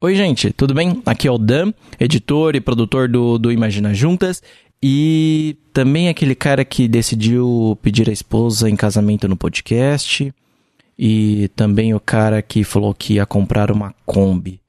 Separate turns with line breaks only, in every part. Oi, gente, tudo bem? Aqui é o Dan, editor e produtor do, do Imagina Juntas. E também aquele cara que decidiu pedir a esposa em casamento no podcast. E também o cara que falou que ia comprar uma Kombi.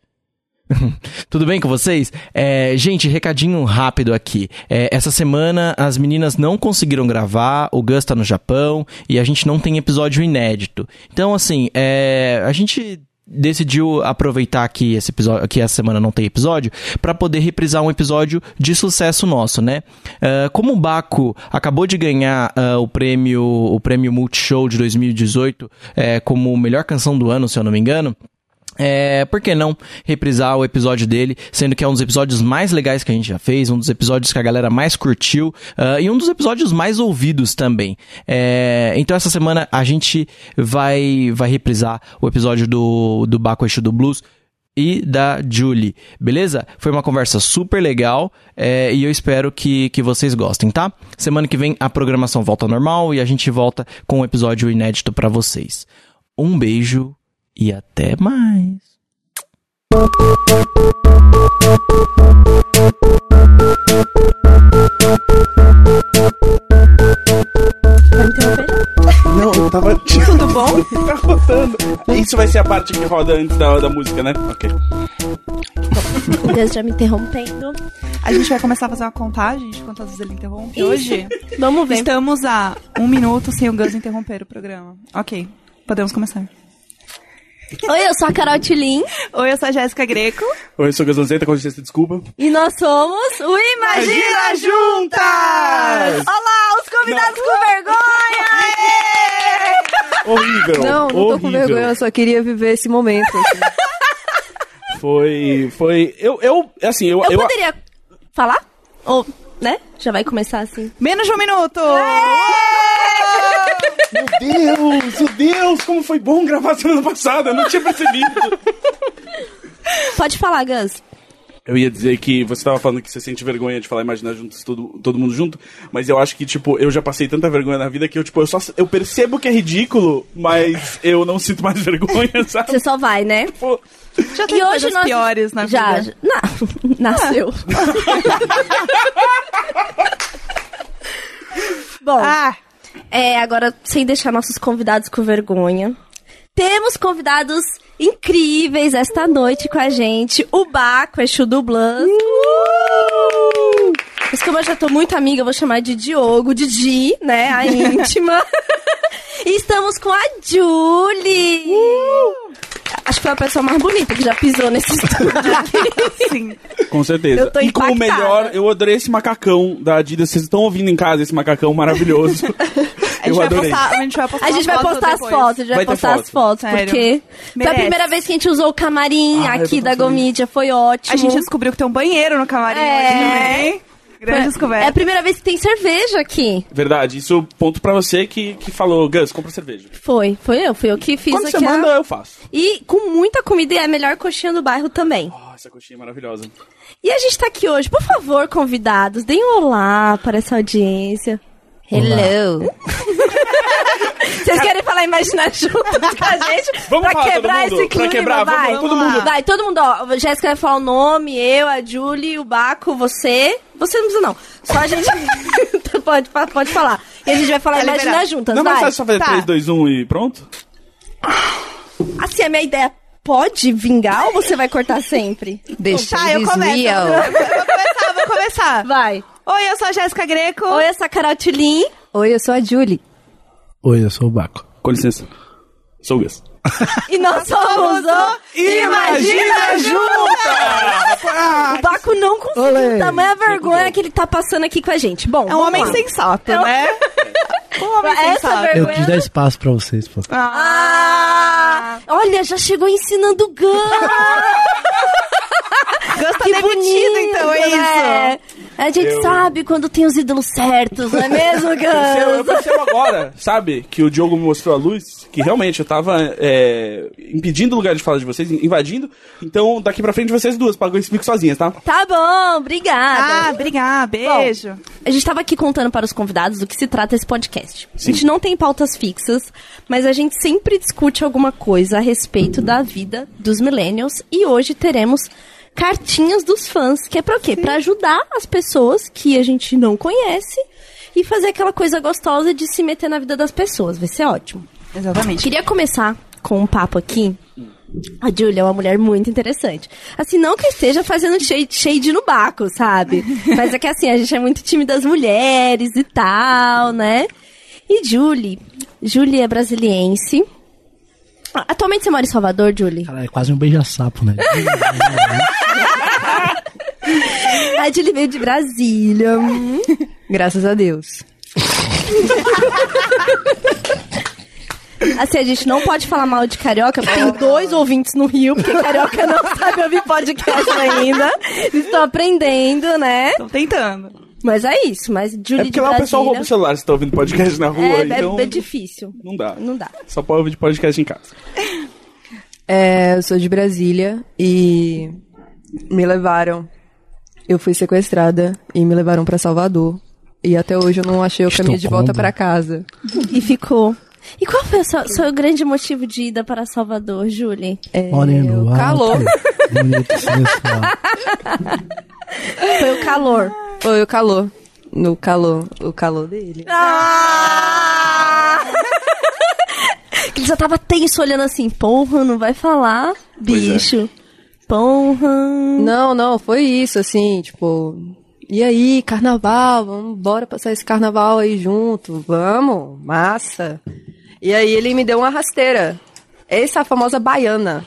Tudo bem com vocês? É, gente, recadinho rápido aqui. É, essa semana as meninas não conseguiram gravar, o Gus tá no Japão e a gente não tem episódio inédito. Então, assim, é, a gente decidiu aproveitar que esse episódio que essa semana não tem episódio para poder reprisar um episódio de sucesso nosso né uh, como o Baco acabou de ganhar uh, o prêmio o prêmio Multishow de 2018 é, como melhor canção do ano se eu não me engano é, por que não reprisar o episódio dele, sendo que é um dos episódios mais legais que a gente já fez, um dos episódios que a galera mais curtiu ah, e um dos episódios mais ouvidos também. É, então essa semana a gente vai vai reprisar o episódio do, do Baco Exu do Blues e da Julie, beleza? Foi uma conversa super legal é, e eu espero que, que vocês gostem, tá? Semana que vem a programação volta ao normal e a gente volta com um episódio inédito pra vocês. Um beijo e até mais.
Vai interromper?
Não, eu tava.
Tudo bom?
tá rodando. Isso vai ser a parte que roda antes da, da música, né? Ok.
Deus já me interrompendo.
A gente vai começar a fazer uma contagem de quantas vezes ele interrompe. Hoje
Vamos ver.
estamos a um minuto sem o Gus interromper o programa. Ok, podemos começar.
Oi, eu sou a Carol Tulin
Oi, eu sou a Jéssica Greco.
Oi, eu sou o Gazanzeta, com licença, desculpa.
e nós somos o Imagina!
Gira juntas!
Olá, os convidados com vergonha!
Horrível!
Não, não tô com
horrível.
vergonha, eu só queria viver esse momento. assim.
Foi. Foi. Eu, eu assim, eu.
Eu,
eu-
poderia falar? Ou, né? Já vai começar assim.
Menos de um minuto!
É!
Meu Deus, meu Deus, como foi bom gravar semana passada, eu não tinha percebido.
Pode falar, Gus.
Eu ia dizer que você tava falando que você sente vergonha de falar imaginar juntos todo, todo mundo junto, mas eu acho que, tipo, eu já passei tanta vergonha na vida que eu, tipo, eu só. Eu percebo que é ridículo, mas eu não sinto mais vergonha, sabe?
Você só vai, né?
Pô,
Já tem coisas piores na
já,
vida.
Já, Na- nasceu. Bom,
Ah,
é, agora sem deixar nossos convidados com vergonha. Temos convidados incríveis esta noite com a gente. O Baco, Exu do Blanco. Mas como eu já tô muito amiga, eu vou chamar de Diogo, Didi, né? A íntima. e estamos com a Julie. Acho que foi a pessoa mais bonita que já pisou nesse estúdio.
sim.
Com certeza.
Eu tô
e como
impactada.
melhor, eu adorei esse macacão da Adidas. Vocês estão ouvindo em casa esse macacão maravilhoso.
A gente,
eu
vai
adorei.
postar, a gente vai postar
A gente vai
as fotos
postar as
depois.
fotos, a gente vai,
Vai ter
postar as
foto.
fotos,
Sério.
porque foi a
Merece.
primeira vez que a gente usou o camarim
Ah, eu
aqui
tô
da
tão feliz.
Gomídia, foi ótimo.
A gente descobriu que tem um banheiro no camarim
tipo. É.
hoje também. Grande
foi, é a
descoberta.
primeira vez que tem cerveja aqui.
Verdade, isso é um ponto pra você que, que falou, Gus, compra cerveja.
Foi, foi eu, fui eu que fiz
Quando
aqui.
você
a-
manda, eu faço.
E com muita comida e é a melhor coxinha do bairro também.
Oh, essa coxinha é maravilhosa.
E a gente tá aqui hoje, por favor, convidados, deem um olá para essa audiência. Hello! Vocês querem falar imaginar junto com a gente?
Vamos
pra
falar, todo
quebrar
mundo?
esse
Pra
clima,
quebrar, vamos,
vai.
todo
mundo.
Vai, todo mundo, ó. Jéssica vai falar o nome, eu, a Julie, o Baco, você. Você não precisa, não. Só a gente. Então pode, pode falar. E a gente vai falar
Tá
imaginar
liberado.
juntas,
Não,
vai.
mas é só fazer
tá.
3, 2, 1 e pronto?
Assim, a minha ideia pode vingar ou você vai cortar sempre?
Deixa
Tá, eu
eles
começo.
real.
Eu vou começar, eu vou começar.
Vai.
Oi, eu sou a Jéssica Greco.
Oi, essa Carol Tulin.
Oi, eu sou a Julie.
Oi, eu sou o Baco.
Com licença. Sou o Gus.
E nós
Tá
somos o
Imagina juntas!
O Baco não conseguiu
Olê.
tamanha vergonha que ele tá passando aqui com a gente. Bom,
É um homem
sem
sensato, né? Um homem
essa
sensato.
vergonha.
Eu quis dar espaço pra vocês, pô.
Ah, olha, já chegou ensinando o Gus.
Gus tá
que
demitido,
bonito,
então, é isso.
né? É, A gente
Eu-
sabe quando tem os ídolos certos, não é mesmo,
percebo- eu
Gans?
percebo agora, sabe? Que o Diogo me mostrou a luz, que realmente eu tava é, impedindo o lugar de fala de vocês, invadindo. Então, daqui pra frente, vocês duas pagam esse pico sozinhas, tá?
Tá bom, obrigada.
Ah, obrigada, beijo.
A gente tava aqui contando para os convidados do que se trata esse podcast.
Sim.
A gente não tem pautas fixas, mas a gente sempre discute alguma coisa a respeito da vida dos millennials e hoje teremos cartinhas dos fãs, que é pra quê? Pra ajudar as pessoas que a gente não conhece e fazer aquela coisa gostosa de se meter na vida das pessoas. Vai ser ótimo.
Exatamente.
Queria começar com um papo aqui. A Julia é uma mulher muito interessante. Assim, não que eu esteja fazendo shade, shade no baco, sabe? Mas é que assim, a gente é muito time das mulheres e tal, né? E Julie? Julie é brasiliense. Atualmente você mora em Salvador, Julie?
Cara, é quase um beija-sapo, né?
A Julie veio de Brasília. Hum.
Graças a Deus.
Assim, a gente não pode falar mal de carioca, porque tem dois ouvintes no Rio, porque carioca não sabe ouvir podcast ainda. Estão aprendendo, né?
Estão tentando.
Mas é isso, mas Julie
É porque
de
lá o pessoal
Brasília-
rouba o celular se tá ouvindo podcast na rua,
É, é-
então.
é difícil.
Não dá.
Não dá.
Só pode ouvir de podcast em casa.
É, eu sou de Brasília e me levaram. Eu fui sequestrada e me levaram pra Salvador. E até hoje eu não achei o caminho de volta
Estocolmo.
pra casa.
E ficou. E qual foi o seu, seu grande motivo de ida para Salvador, Julie?
É,
Olhem no alto.
calor.
Bonito, sensual.
Foi o calor.
Foi o calor. No calor. O calor dele.
Ah. Que ele já tava tenso olhando assim, porra, não vai falar,
é.
bicho. Porra.
Não, não, foi isso, assim, tipo. E aí, carnaval, vamos bora passar esse carnaval aí junto, vamos, massa. E aí ele me deu uma rasteira. Essa é famosa baiana.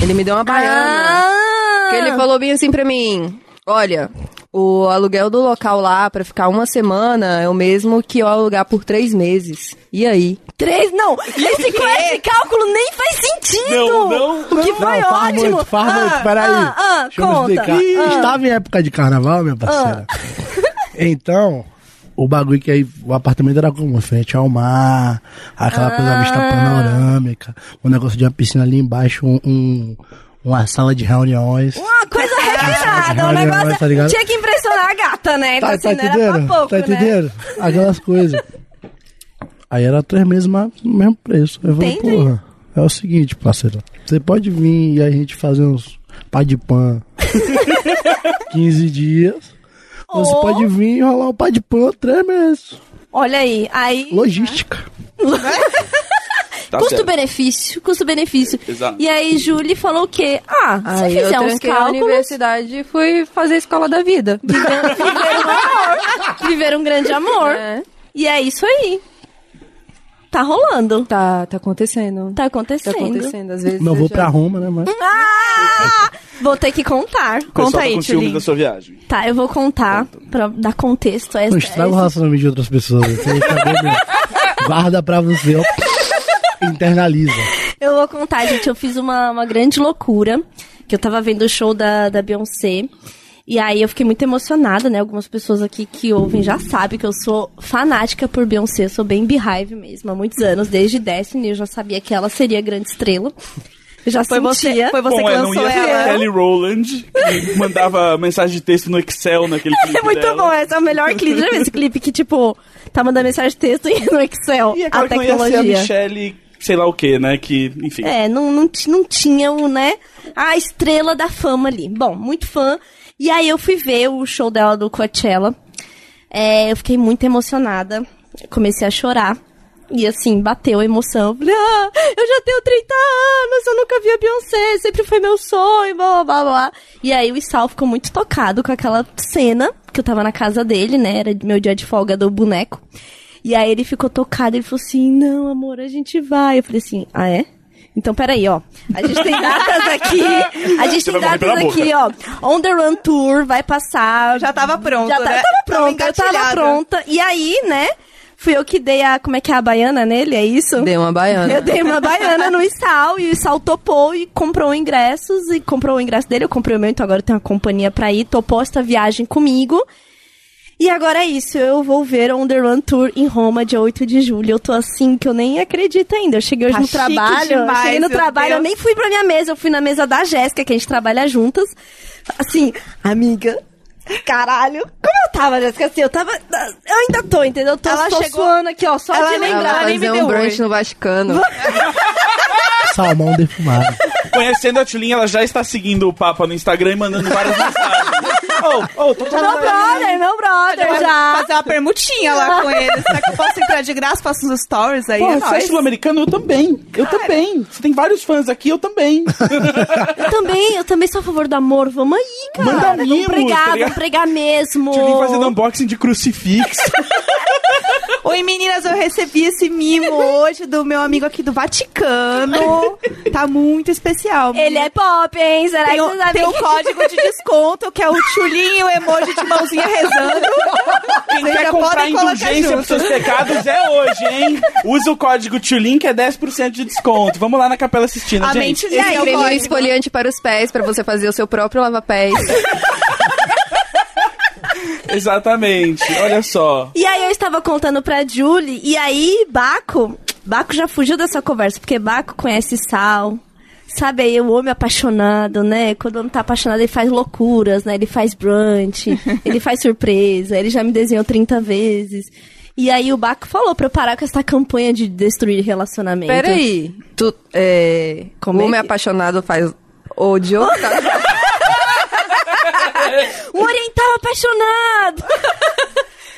Ele me deu uma baiana.
Ah!
Que ele falou bem assim pra mim: Olha, o aluguel do local lá pra ficar uma semana é o mesmo que eu alugar por três meses. E aí?
Três, não. Esse, com esse cálculo nem faz sentido.
Não, não,
o que
não.
foi
Não, faz
ótimo.
muito, faz muito,
Ah,
peraí.
ah, ah,
Deixa eu me
conta. Ah.
explicar. Estava em época de carnaval, minha parceira. Então, o bagulho que aí, o apartamento era como? Em Frente ao mar, aquela coisa vista
Ah.
panorâmica, um negócio de uma piscina ali embaixo, um, um- uma sala de reuniões.
Uma coisa refinada, um
Olha,
negócio.
Ah, tá ligado?
Tinha que impressionar a gata, né? Então,
Tá,
assim,
tá
não era pra
entendendo?
pouco,
tá
né?
entendendo? Aquelas coisas. Aí era três meses, mas no mesmo preço. Eu falei,
Entendi.
porra, é o seguinte, parceiro. Você pode vir e a gente fazer uns pá de pan 15 dias. Ou Você
Ou-
pode vir e rolar um pá de pan três meses.
Olha aí, aí
Logística.
Tá certo.
custo-benefício, custo-benefício.
É,
Exato.
E aí Julie falou o quê? Ah, se
Aí eu
fizer uns
tranquei a
cálculos,
universidade e fui fazer a escola da vida.
viver um grande amor.
É.
E é isso aí. Tá rolando.
Tá, tá acontecendo.
Tá acontecendo.
Tá acontecendo, às vezes.
Não
é
eu
vou
já-
pra Roma, né?
Hum,
Mas
Ah! Vou ter que contar.
O pessoal
Conta
tá
aí,
com ciúmes
Tchulinho.
da sua viagem.
Tá, eu vou contar pra dar contexto a essa.
não estraga o
a essa-
relacionamento de outras pessoas. Você tá vendo? Guarda pra você. ó. Internaliza.
Eu vou contar, gente. Eu fiz uma, uma grande loucura. Que eu tava vendo o show da, da Beyoncé. E aí eu fiquei muito emocionada, né? Algumas pessoas aqui que ouvem já sabem que eu sou fanática por Beyoncé. Eu sou bem beehive mesmo, há muitos anos. Desde Destiny eu já sabia que ela seria a grande estrela. Eu já
Foi
sentia.
você, foi você
Bom,
que
é, não
lançou
ia ser a
ela.
Kelly Rowland, que mandava mensagem de texto no Excel naquele clipe
É muito
dela.
bom, esse é o melhor clipe. Já viu esse clipe que, tipo, tá mandando mensagem de texto e no Excel?
E é
a
claro que não ia ser
tecnologia.
a Michelle, sei lá o que, né? Que, enfim.
É, não, não, ti- não tinha o, né, a estrela da fama ali. Bom, muito fã. E aí eu fui ver o show dela do Coachella. É, eu fiquei muito emocionada. Eu Comecei a chorar. E assim, bateu a emoção. Eu Falei, ah, eu já tenho 30 anos, eu nunca vi a Beyoncé, sempre foi meu sonho, blá blá blá blá. E aí o Sal ficou muito tocado com aquela cena, que eu tava na casa dele, né? Era meu dia de folga do boneco. E aí ele ficou tocado, ele falou assim: não, amor, a gente vai. Eu falei assim: ah, é? Então, peraí, ó. A gente tem datas aqui. A gente
Você
tem
vai morrer
datas
pela
aqui, ó. On the Run Tour vai passar.
Já tava pronto,
Já tá-
né?
tava pronta, eu tava
engatilhada.
pronta. E aí, né? Fui eu que dei a. Como é que é a baiana nele? É isso?
Dei uma baiana.
Eu dei uma baiana no Issal e o Issal topou e comprou ingressos e comprou o ingresso dele, eu comprei o meu, então agora eu tenho uma companhia pra ir, topou esta viagem comigo. E agora é isso, eu vou ver a Underland Tour em Roma, dia 8 de julho. Eu tô assim, que eu nem acredito ainda. Eu cheguei hoje
Tá
no
chique
trabalho,
demais,
cheguei no
meu
trabalho, eu
Deus.
nem fui pra minha mesa, eu fui na mesa da Jéssica, que a gente trabalha juntas. Assim, amiga, caralho, como eu tava, Jéssica? Assim, eu tava, eu ainda tô, entendeu? Eu tô,
Ela
tô
chegou-
suando aqui, ó, só
Ela
de
nem-
Ela
lembrar.
ela
vai
nem me
fazer
deu
um brunch
oi.
no Vaticano.
Salmão defumado.
Conhecendo a Tulinha, ela já está seguindo o Papa no Instagram e mandando várias mensagens. Ô, ô, tô
Tá
Meu brother, meu brother, já.
Fazer uma permutinha lá com ele. Será que eu posso entrar de graça? Faço uns stories aí.
Porra,
é
você é
nóis.
sul-americano? Eu também. Eu também. Você tem vários fãs aqui, eu também.
Eu também, eu também sou a favor do amor. Vamos aí, cara.
Manda
vamos
mimos,
pregar,
tá ligado?
vamos pregar mesmo.
Tulin fazendo unboxing de crucifixo.
Oi, meninas, eu recebi esse mimo hoje do meu amigo aqui do Vaticano. Tá muito especial.
Ele é pop, hein? Será
tem
que
o,
você sabe?
tem o código de desconto, que é o tchulinho, o emoji de mãozinha rezando.
Quem
Vocês
quer
já
comprar
podem colocar
indulgência pros
junto.
seus pecados é hoje, hein? Usa o código TULIN que é 10% de desconto. Vamos lá na Capela Sistina,
A
gente.
mente
E
é o
escreve um
código.
esfoliante para os pés, para você fazer o seu próprio lava-pés.
Exatamente. Olha só.
E aí eu estava contando pra Julie, e aí Baco, Baco já fugiu dessa conversa, porque Baco conhece Sal. Sabe aí, o homem apaixonado, né? Quando o homem tá apaixonado, ele faz loucuras, né? Ele faz brunch, ele faz surpresa, ele já me desenhou 30 vezes. E aí o Baco falou pra eu parar com essa campanha de destruir relacionamento.
Peraí. Tu, é,
Como é
homem
que-
apaixonado faz ódio.
Um oriental apaixonado!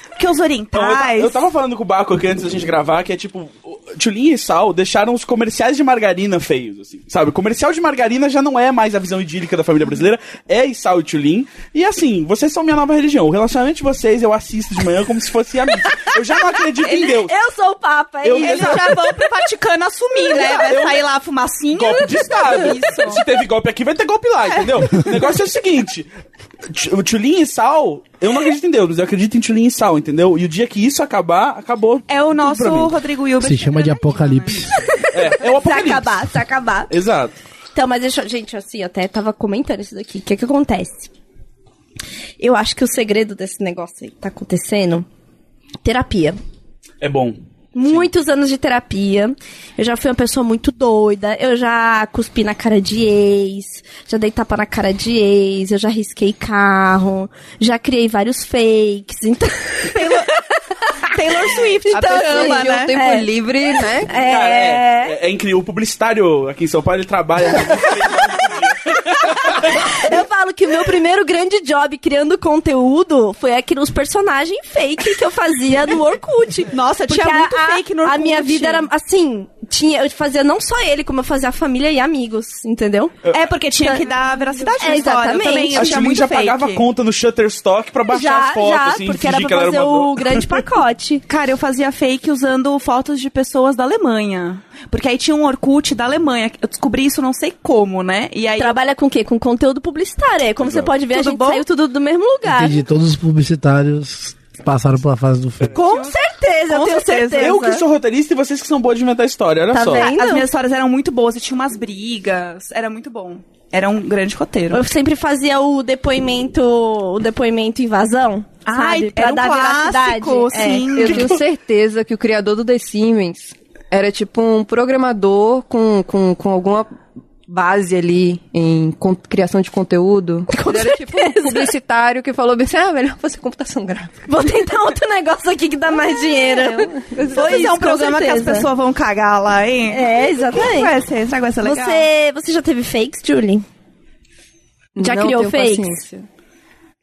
Porque os
Então, eu, ta-
orientais.
eu tava falando com o Baco aqui antes da gente gravar que é tipo, o- Tulin e Sal deixaram os comerciais de margarina feios, assim. Sabe? O comercial de margarina já não é mais a visão idílica da família brasileira, é e Sal e Tulin. E assim, vocês são minha nova religião. O relacionamento de vocês eu assisto de manhã como se fosse a minha. Eu já não acredito em Deus.
Eu sou o Papa, é
Eu-
isso.
Eles já vão pro Vaticano assumir, né? Vai
Eu-
sair lá a fumacinha.
golpe de Estado.
Isso.
Se teve golpe aqui, vai ter golpe lá, entendeu? O negócio é o seguinte: Tch- o Tchulin e Sal, eu não acredito em Deus, mas eu acredito em Tchulin e Sal, entendeu? E o dia que isso acabar, acabou.
É o
tudo
nosso
pra mim.
Rodrigo Hilbert.
Se chama de apocalipse.
É, é o
Se
apocalipse.
acabar, se acabar.
Exato.
Então, mas deixa, eu- gente, assim, eu até tava comentando isso daqui. O que que acontece? Eu acho que o segredo desse negócio aí que tá acontecendo, terapia.
É bom.
Muitos anos de terapia. Eu já fui uma pessoa muito doida. Eu já cuspi na cara de ex. Já dei tapa na cara de ex. Eu já risquei carro. Já criei vários fakes. Então,
Taylor Swift.
a
Então,
pessoa
ama,
de um
né?
tempo
É.
livre, né?
é...
Cara, é, é, é incrível. O publicitário aqui em São Paulo, ele trabalha.
Eu falo que o meu primeiro grande job criando conteúdo foi aqui nos personagens fake que eu fazia no Orkut.
Nossa,
Porque
tinha muito
a,
fake no
A
Orkut.
minha vida era assim, tinha, eu fazia não só ele, como eu fazia a família e amigos, entendeu?
É, porque tinha que dar veracidade
É,
na história. Eu
exatamente.
também, eu
a
tinha
Tchulin
muito
já
fake.
pagava conta no Shutterstock pra baixar
já,
as fotos,
já,
assim,
porque era pra
fingir que ela
fazer
era uma.
o grande pacote.
Cara, eu fazia fake usando fotos de pessoas da Alemanha. Porque aí tinha um Orkut da Alemanha. Eu descobri isso não sei como, né? E aí
Trabalha com o quê? Com conteúdo publicitário. É, como você pode ver, a
Tudo
gente
bom?
saiu tudo do mesmo lugar.
Entendi, todos os publicitários passaram pela fase do fake.
um-
Com certeza, eu
Com
tenho certeza.
certeza.
Eu que sou roteirista e vocês que são boas de inventar história, olha
Tá
só.
vendo?
Ah, as minhas histórias eram muito boas. E tinha umas brigas. Era muito bom. Era um grande roteiro.
Eu sempre fazia o depoimento, o depoimento invasão,
Ai,
sabe?
era um
veracidade.
clássico,
É.
sim.
Eu tenho certeza que o criador do The Siemens era tipo um programador com, com, com alguma base ali em con- criação de conteúdo. Ele era tipo um publicitário que falou bem assim, ah, melhor fazer computação gráfica.
Vou tentar outro negócio aqui que dá mais dinheiro.
Foi
isso,
é um
com
programa que as
certeza.
pessoas vão cagar lá, hein?
É, exatamente.
Ué, você- será que vai ser é legal?
Você, é você já teve fakes, Julie? Já
Não
criou
tenho
fakes?
paciência.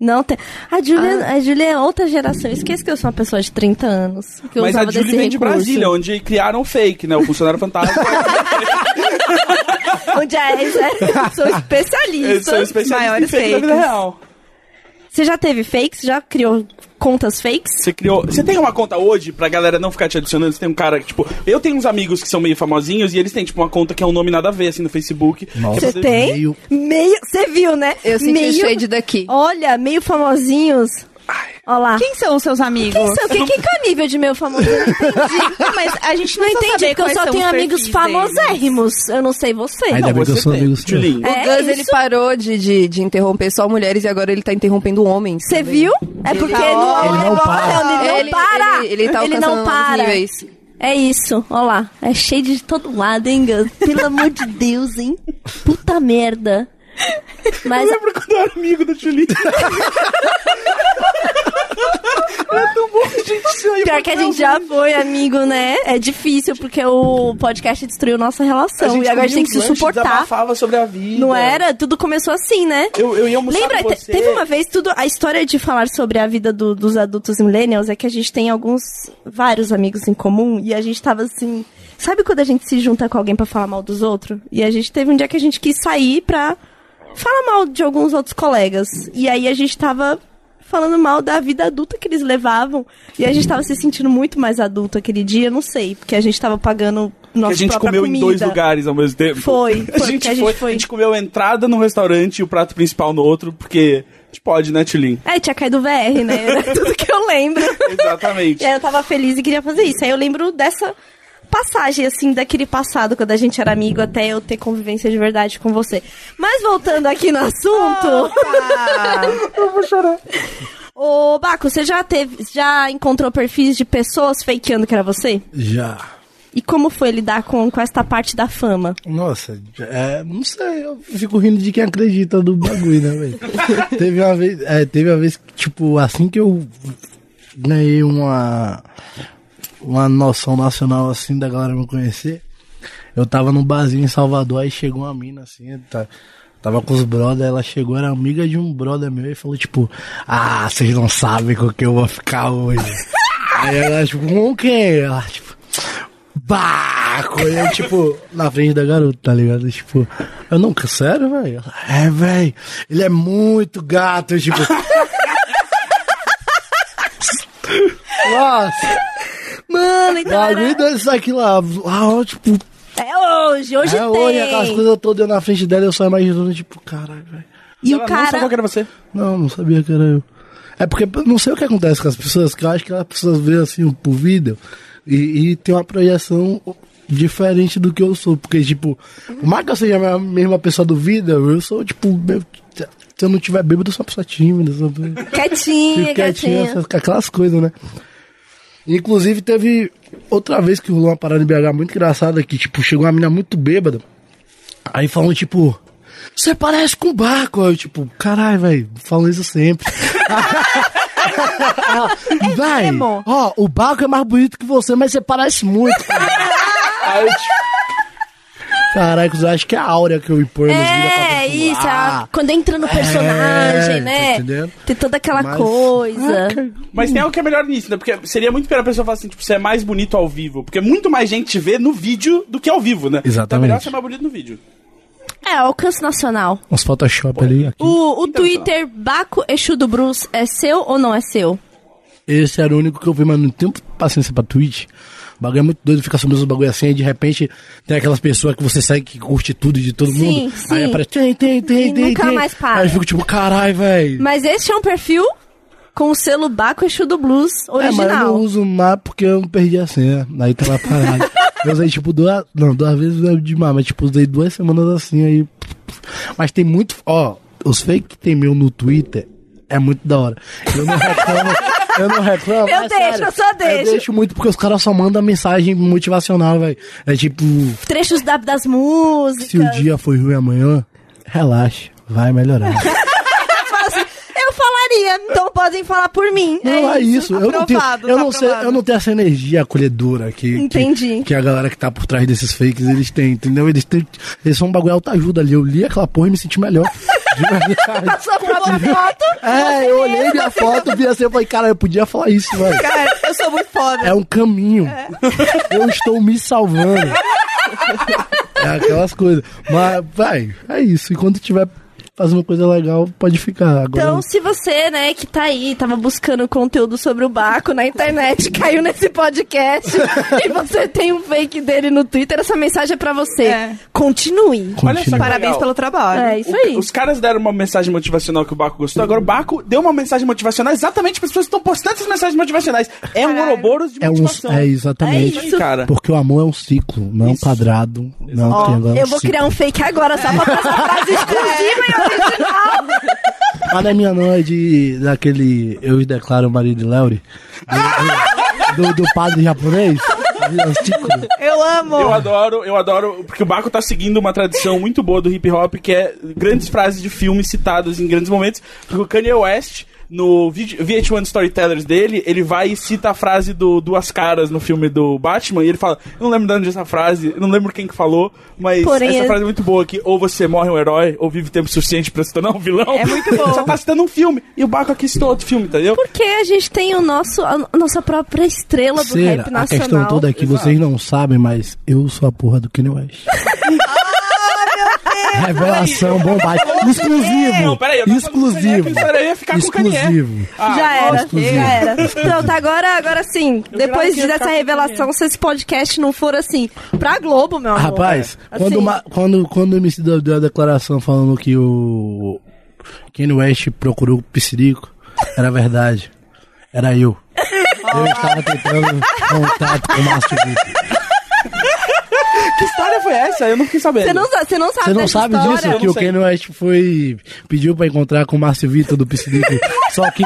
Não tem. A Julia,
Ah.
a Julia é outra geração. Esquece que eu sou uma pessoa de 30 anos. Que eu
Mas a
usava
Julie
desse
vem de
recurso.
Brasília, onde criaram fake, né? O funcionário fantasma.
Onde é, já é- eu sou
Eles são
especialista.
especialistas em
maiores
fake da vida
fakes.
real.
Você já teve fakes? Já criou contas fakes?
Você criou. Você tem uma conta hoje, pra galera não ficar te adicionando, você tem um cara que, tipo, eu tenho uns amigos que são meio famosinhos e eles têm, tipo, uma conta que é um nome nada a ver, assim, no Facebook. é
Nossa.
Você tem?
Meio-
Meio. Você viu, né?
Eu senti
meio...
o shade daqui.
Olha, meio famosinhos. Olha lá.
Quem são os seus amigos?
Quem são? Quem, quem que é o nível de meu famoso? Eu não entendi.
Não, Mas a gente não,
Não entendi, porque eu só tenho amigos
famosos.
famosérrimos. Eu não sei você.
Ainda
Não,
bem que eu
você
sou
tem,
amigo seu.
Julinho.
É
o Gus, ele
isso.
parou de, de, de interromper só mulheres e agora ele tá interrompendo homens.
Você
também.
viu? É porque
tá
no
ótimo.
homem
Ele não
bom,
para.
Ele não
Ele-
para.
ele- ele tá
não
alcançando
para.
novos níveis.
É isso, ó lá. É cheio de todo lado, hein, Gus? Pelo amor de Deus, hein? Puta merda. Mas
Lembra quando eu era amigo do Julinho?
Então, pior que a gente já foi amigo, né? É difícil, porque o podcast destruiu nossa relação. E agora a gente tem que se suportar.
um Desabafava sobre a vida.
Não era? Tudo começou assim, né?
Eu, eu ia almoçar
Lembra,
com
te-
você.
teve uma vez tudo. A história de falar sobre a vida do- dos adultos millennials é que a gente tem alguns. vários amigos em comum e a gente tava assim. Sabe quando a gente se junta com alguém pra falar mal dos outros? E a gente teve um dia que a gente quis sair pra falar mal de alguns outros colegas. E aí a gente tava falando mal da vida adulta que eles levavam. E a gente tava se sentindo muito mais adulto aquele dia, não sei, porque a gente tava pagando
Que
nossa
a gente
própria
comeu
comida.
em dois lugares ao mesmo tempo.
Foi,
A
foi,
gente,
que a gente
foi,
foi.
a gente comeu a entrada num restaurante e o prato principal no outro, porque a gente pode, né, Tilin?
É, tinha caído o VR, né? Era tudo que eu lembro.
Exatamente.
E aí eu tava feliz e queria fazer isso. Aí eu lembro dessa passagem, assim, daquele passado, quando a gente era amigo, até eu ter convivência de verdade com você. Mas voltando aqui no assunto. Ô, Baco, você já teve. Já encontrou perfis de pessoas fakeando que era você?
Já.
E como foi lidar com, com esta parte da fama?
Nossa, é, não sei, eu fico rindo de quem acredita do bagulho, né, velho? teve uma vez, é, teve uma vez que, tipo, assim que eu ganhei uma, uma noção nacional, assim, da galera me conhecer, eu tava num barzinho em Salvador, aí chegou uma mina, assim, tá- tava com os brother, ela chegou, era amiga de um brother meu, e falou, tipo, ah, vocês não sabem com que eu vou ficar hoje. aí ela, tipo, com quem? Ela, tipo, Baco! E eu, tipo, na frente da garota, tá ligado? Tipo, eu nunca, sério, velho? Ela, É, velho, ele é muito gato, eu, tipo. Nossa,
Mano, então.
bagulho
Era...
desse aqui lá. Ah, tipo,
É hoje, hoje
é
tem.
hoje, aquelas coisas todas eu na frente dela, eu só imaginando, tipo, caralho, velho.
E o
Ela Não sabe
cara.
qual que é era você.
Não, não sabia que era eu. É porque eu não sei o que acontece com as pessoas, que eu acho que as pessoas veem assim por vídeo e, e tem uma projeção diferente do que eu sou. Porque, tipo, por mais que eu seja a mesma pessoa do vídeo, eu sou, tipo, meio- se eu não tiver bêbado, eu sou uma pessoa tímida, sou uma pessoa-
Quietinha,
Fico quietinho,
quietinha.
essas, aquelas coisas, né? Inclusive, teve outra vez que rolou uma parada em BH muito engraçada que, tipo, chegou uma menina muito bêbada. Aí falando, tipo, você parece com o Baco. Aí eu, tipo, caralho, velho, falam isso sempre.
É,
Vai,
mesmo?
ó, o Baco é mais bonito que você, mas você parece muito. Aí eu, tipo... Caraca, eu acho que é a áurea que eu imponho nos vídeos.
É,
acaba, tipo,
isso,
ah,
a- quando entra no personagem,
é,
né?
tá entendendo?
Tem toda aquela
Mas-
coisa.
Mas tem algo que é melhor nisso, né? Porque seria muito pior a pessoa falar assim, tipo, você é mais bonito ao vivo. Porque muito mais gente vê no vídeo do que ao vivo, né?
Exatamente.
Então é melhor ser mais bonito no vídeo.
Ah,
É, alcance nacional.
Uns Photoshop ali, aqui.
O, o Twitter Baco Exu do Bruce é seu ou não é seu?
Esse era o único que eu vi, mas não tenho paciência pra Twitch. O bagulho é muito doido ficar subindo os bagulho assim, e de repente tem aquelas pessoas que você segue que curte tudo de todo
Sim,
mundo. Aí
sim.
aparece, tem, tem, tem,
E
tem.
nunca
tem.
mais para.
Aí eu fico tipo, caralho, velho.
Mas esse é um perfil com o selo Baco Exu do Blues
É, mas eu não
original.
uso mais porque eu perdi a senha. Aí tava parado. eu usei tipo duas. Não, duas vezes não é demais, mas tipo, usei duas semanas assim aí. Mas tem muito. Ó, os fake que tem meu no Twitter é muito da hora. Eu não reclamo. Eu não reclamo.
Eu
é
deixo,
sério.
eu só deixo.
Eu deixo muito porque os caras só mandam mensagem motivacional, velho. É tipo,
Trechos da- das
se o
músicas.
dia foi ruim amanhã, relaxa, vai melhorar.
Fala assim, eu falaria, então podem falar por mim.
Não, é isso. Eu não tenho,
Aprovado,
eu
tá
não sei,
aprovado.
eu não tenho essa energia acolhedora que,
Entendi.
que que a galera que tá por trás desses fakes eles têm, entendeu? Eles têm, eles são um bagulho alta ajuda ali. Eu li aquela porra e me senti melhor. De verdade.
Sua própria foto.
É, eu olhei minha foto, vi assim, eu falei, cara, eu podia falar isso, velho.
Cara, eu sou muito foda.
É um caminho. Eu estou me salvando. É aquelas coisas. Mas, vai, é isso. E quando tiver faz uma coisa legal, pode ficar. Agora,
Então, se você, né, que tá aí, tava buscando conteúdo sobre o Baco na internet, caiu nesse podcast e você tem um fake dele no Twitter, essa mensagem é pra você.
É.
Continue.
continua.
olha só,
Parabéns
Legal.
pelo trabalho.
É isso
O-
aí.
Os caras deram uma mensagem motivacional que o Baco gostou. Agora o Baco deu uma mensagem motivacional exatamente para as pessoas que estão postando essas mensagens motivacionais. É um Ouroboros de
é, um,
motivação.
é exatamente.
É
Aí, cara.
Porque o amor é um ciclo, não é um
Isso.
quadrado. Não é um
Ó,
triângulo, é um
eu vou
ciclo.
criar um fake agora só pra passar frase exclusiva e original.
Olha a minha não é de daquele Eu Os declaro marido de Laure. Do, do, do padre japonês. É um ciclo.
Eu amo.
Eu adoro, eu adoro, porque o Baco tá seguindo uma tradição muito boa do hip hop, que é grandes frases de filmes citadas em grandes momentos. Porque o Kanye West, no vídeo- VH1 Storytellers dele, ele vai e cita a frase do Duas Caras no filme do Batman, e ele fala, eu não lembro de onde é essa frase, eu não lembro quem que falou, mas
Porém,
essa
é-
frase é muito boa, que ou você morre um herói, ou vive tempo suficiente pra se tornar um vilão.
É muito bom.
Só tá citando um filme, e o Baco aqui citou outro filme, entendeu?
Porque a gente tem o nosso, a nossa própria estrela do
Será?
rap
A
nacional.
questão toda é que vocês não sabem, mas eu sou a porra do Kanye West.
Ah,
Revelação bombástica. Exclusivo.
Não, peraí, eu tava falando do Kanye,
exclusivo.
eu pensava que eu ia ficar com o Kanye.
exclusivo.
Ah,
já era,
exclusivo.
já era. Então, tá, agora, agora sim, depois
que ia
dessa
ficar
revelação, se esse podcast não for assim, pra Globo, meu amor.
Rapaz,
Assim,
quando, ma- quando, quando o MC deu deu a declaração falando que o Kanye West procurou o Piscirico, era verdade. Era eu. Eu estava tentando contato com o Márcio Vitor.
Que história foi essa? Eu não fiquei sabendo.
Você não, sa- você não sabe
Você não
dessa
sabe
história?
disso? Que
não
o
sei.
Kanye West foi. pediu pra encontrar com o Márcio Vitor do Piscirico. Só que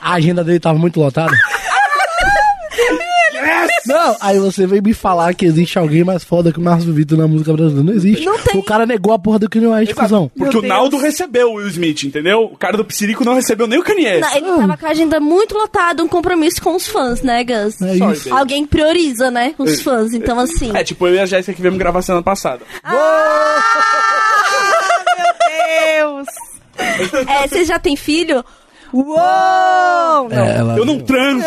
a agenda dele tava muito lotada. Não, aí você veio me falar que existe alguém mais foda que o Márcio Vitor na música brasileira. Não existe.
Não tem.
O cara negou a porra do Kanye West, cuzão.
Porque
Tá, Meu
o
Deus.
Naldo recebeu o Will Smith, entendeu? O cara do Psirico não recebeu nem o Kanye.
Não, ele tava com a agenda muito lotada, um compromisso com os fãs, né, Gus?
É isso.
Sorry, baby.
Alguém prioriza, né, os fãs, então assim...
É tipo eu e a Jéssica que viemos gravar semana passada.
Deus.
É, você já tem filho?
Uou!
É, ela-
Eu não transo.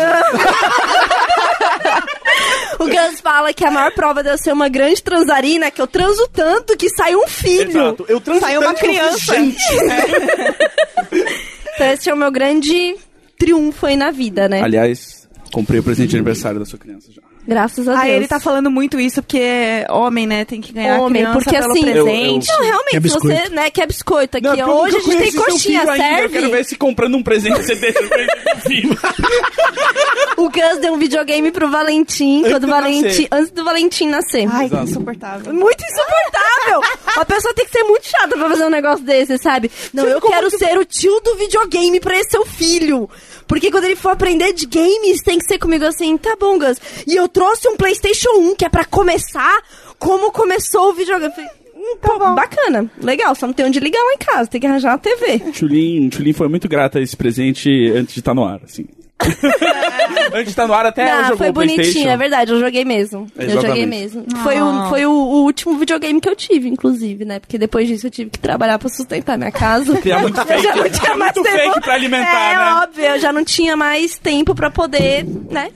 O Gus fala que a maior prova de eu ser uma grande transarina é que eu transo tanto que sai um filho.
Exato. Eu transo
Saiu uma
tanto que eu fiz
criança.
gente.
Então esse é o meu grande triunfo aí na vida, né?
Aliás, comprei o presente de aniversário da sua criança já.
Graças a Deus.
Aí ele tá falando muito isso porque homem, né, tem que ganhar
Homem,
criança
porque
pelo
assim-
presente.
Não,
Quer
realmente, se
biscoito.
você, né, quer biscoito aqui.
Não, é porque eu
ó, hoje a
nunca
gente tem
conheci seu
coxinha,
filho ainda. Eu quero
serve.
ver se comprando um presente você deixa o presente do filho.
O Gus deu um videogame pro Valentim,
Antes
quando
do
Valentim
nascer.
antes do Valentim nascer.
Ai, que
Exato.
insuportável.
Muito insuportável! Uma pessoa tem que ser muito chata pra fazer um negócio desse, sabe? Não, eu quero ser o tio do videogame pra esse seu filho. Porque quando ele for aprender de games, tem que ser comigo assim, tá bom, Gus. E eu trouxe um Playstation 1, que é pra começar como começou o videogame. Eu falei, hum, pô, bacana, legal, só não tem onde ligar lá em casa, tem que arranjar uma TV.
Tulin, Tulin foi muito grata a esse presente antes de estar no ar, assim. antes de estar no ar até É, ela
Ah,
jogou
foi
o PlayStation.
bonitinho, é verdade, eu joguei mesmo. Eu
Exatamente.
joguei mesmo. Foi, o, foi o, o último videogame que eu tive, inclusive, né? Porque depois disso eu tive que trabalhar pra sustentar minha casa.
Criar muito
eu já
fake.
não tinha
Criar
mais
muito
tempo.
fake pra alimentar,
é,
né?
óbvio, eu já não tinha mais tempo pra poder, né?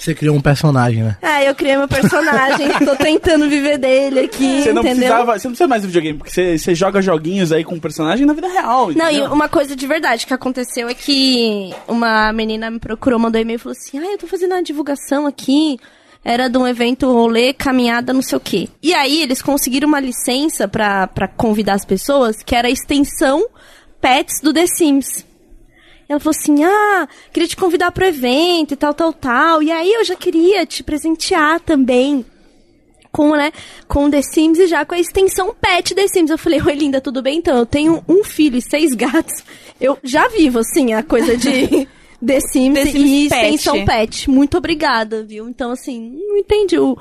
Você criou um personagem, né?
É, eu criei meu personagem, tô tentando viver dele aqui,
Você não
entendeu?
precisava, você não precisa mais do videogame, porque você, você joga joguinhos aí com o personagem na vida real.
Não, e
entendeu?
uma coisa de verdade que aconteceu é que uma menina me procurou, mandou e-mail e falou assim: Ah, eu tô fazendo uma divulgação aqui. Era de um evento rolê, caminhada, não sei o quê. E aí eles conseguiram uma licença pra pra convidar as pessoas, que era a extensão Pets do The Sims. Ela falou assim: ah, queria te convidar pro evento e tal, tal, tal. E aí eu já queria te presentear também com, né, com o The Sims e já com a extensão pet The Sims. Eu falei, oi linda, tudo bem? Então, eu tenho um filho e seis gatos. Eu já vivo, assim, a coisa de The Sims,
The
e
Sims pet.
extensão pet. Muito obrigada, viu? Então, assim, não entendi o...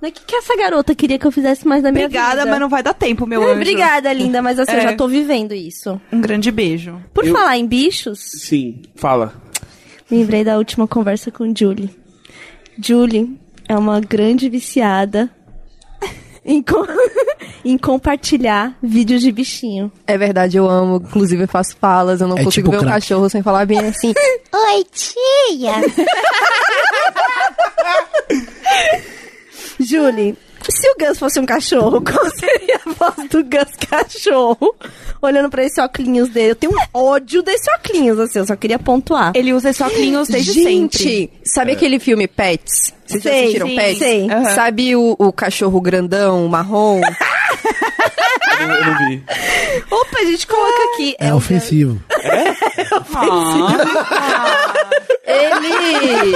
né, O que, que essa garota queria que eu fizesse mais da minha
Obrigada,
vida?
mas não vai dar tempo, meu
É,
anjo.
Obrigada, linda, mas assim, eu
É.
já tô vivendo isso.
Um grande beijo.
Por
Eu-
falar em bichos...
Sim, fala.
Lembrei da última conversa com Julie. Julie é uma grande viciada em, co- em compartilhar vídeos de bichinho.
É verdade, eu amo. Inclusive, eu faço falas. Eu não
É
consigo
tipo
ver um
crack.
cachorro sem falar bem assim.
Oi, tia!
Julie, Se o Gus fosse um cachorro, qual seria a voz do Gus cachorro? Olhando pra esse óculos dele. Eu tenho um ódio desse óculos, assim, eu só queria pontuar.
Ele usa esse óculos desde
Gente,
sempre.
É.
sabe aquele filme Pets? Vocês já
Sei,
assistiram
sim.
Pets?
Sei.
Aham.
Sabe o, o cachorro grandão, marrom?
Eu não, eu não vi.
Opa, a gente coloca aqui.
É ofensivo.
Ah.
ele,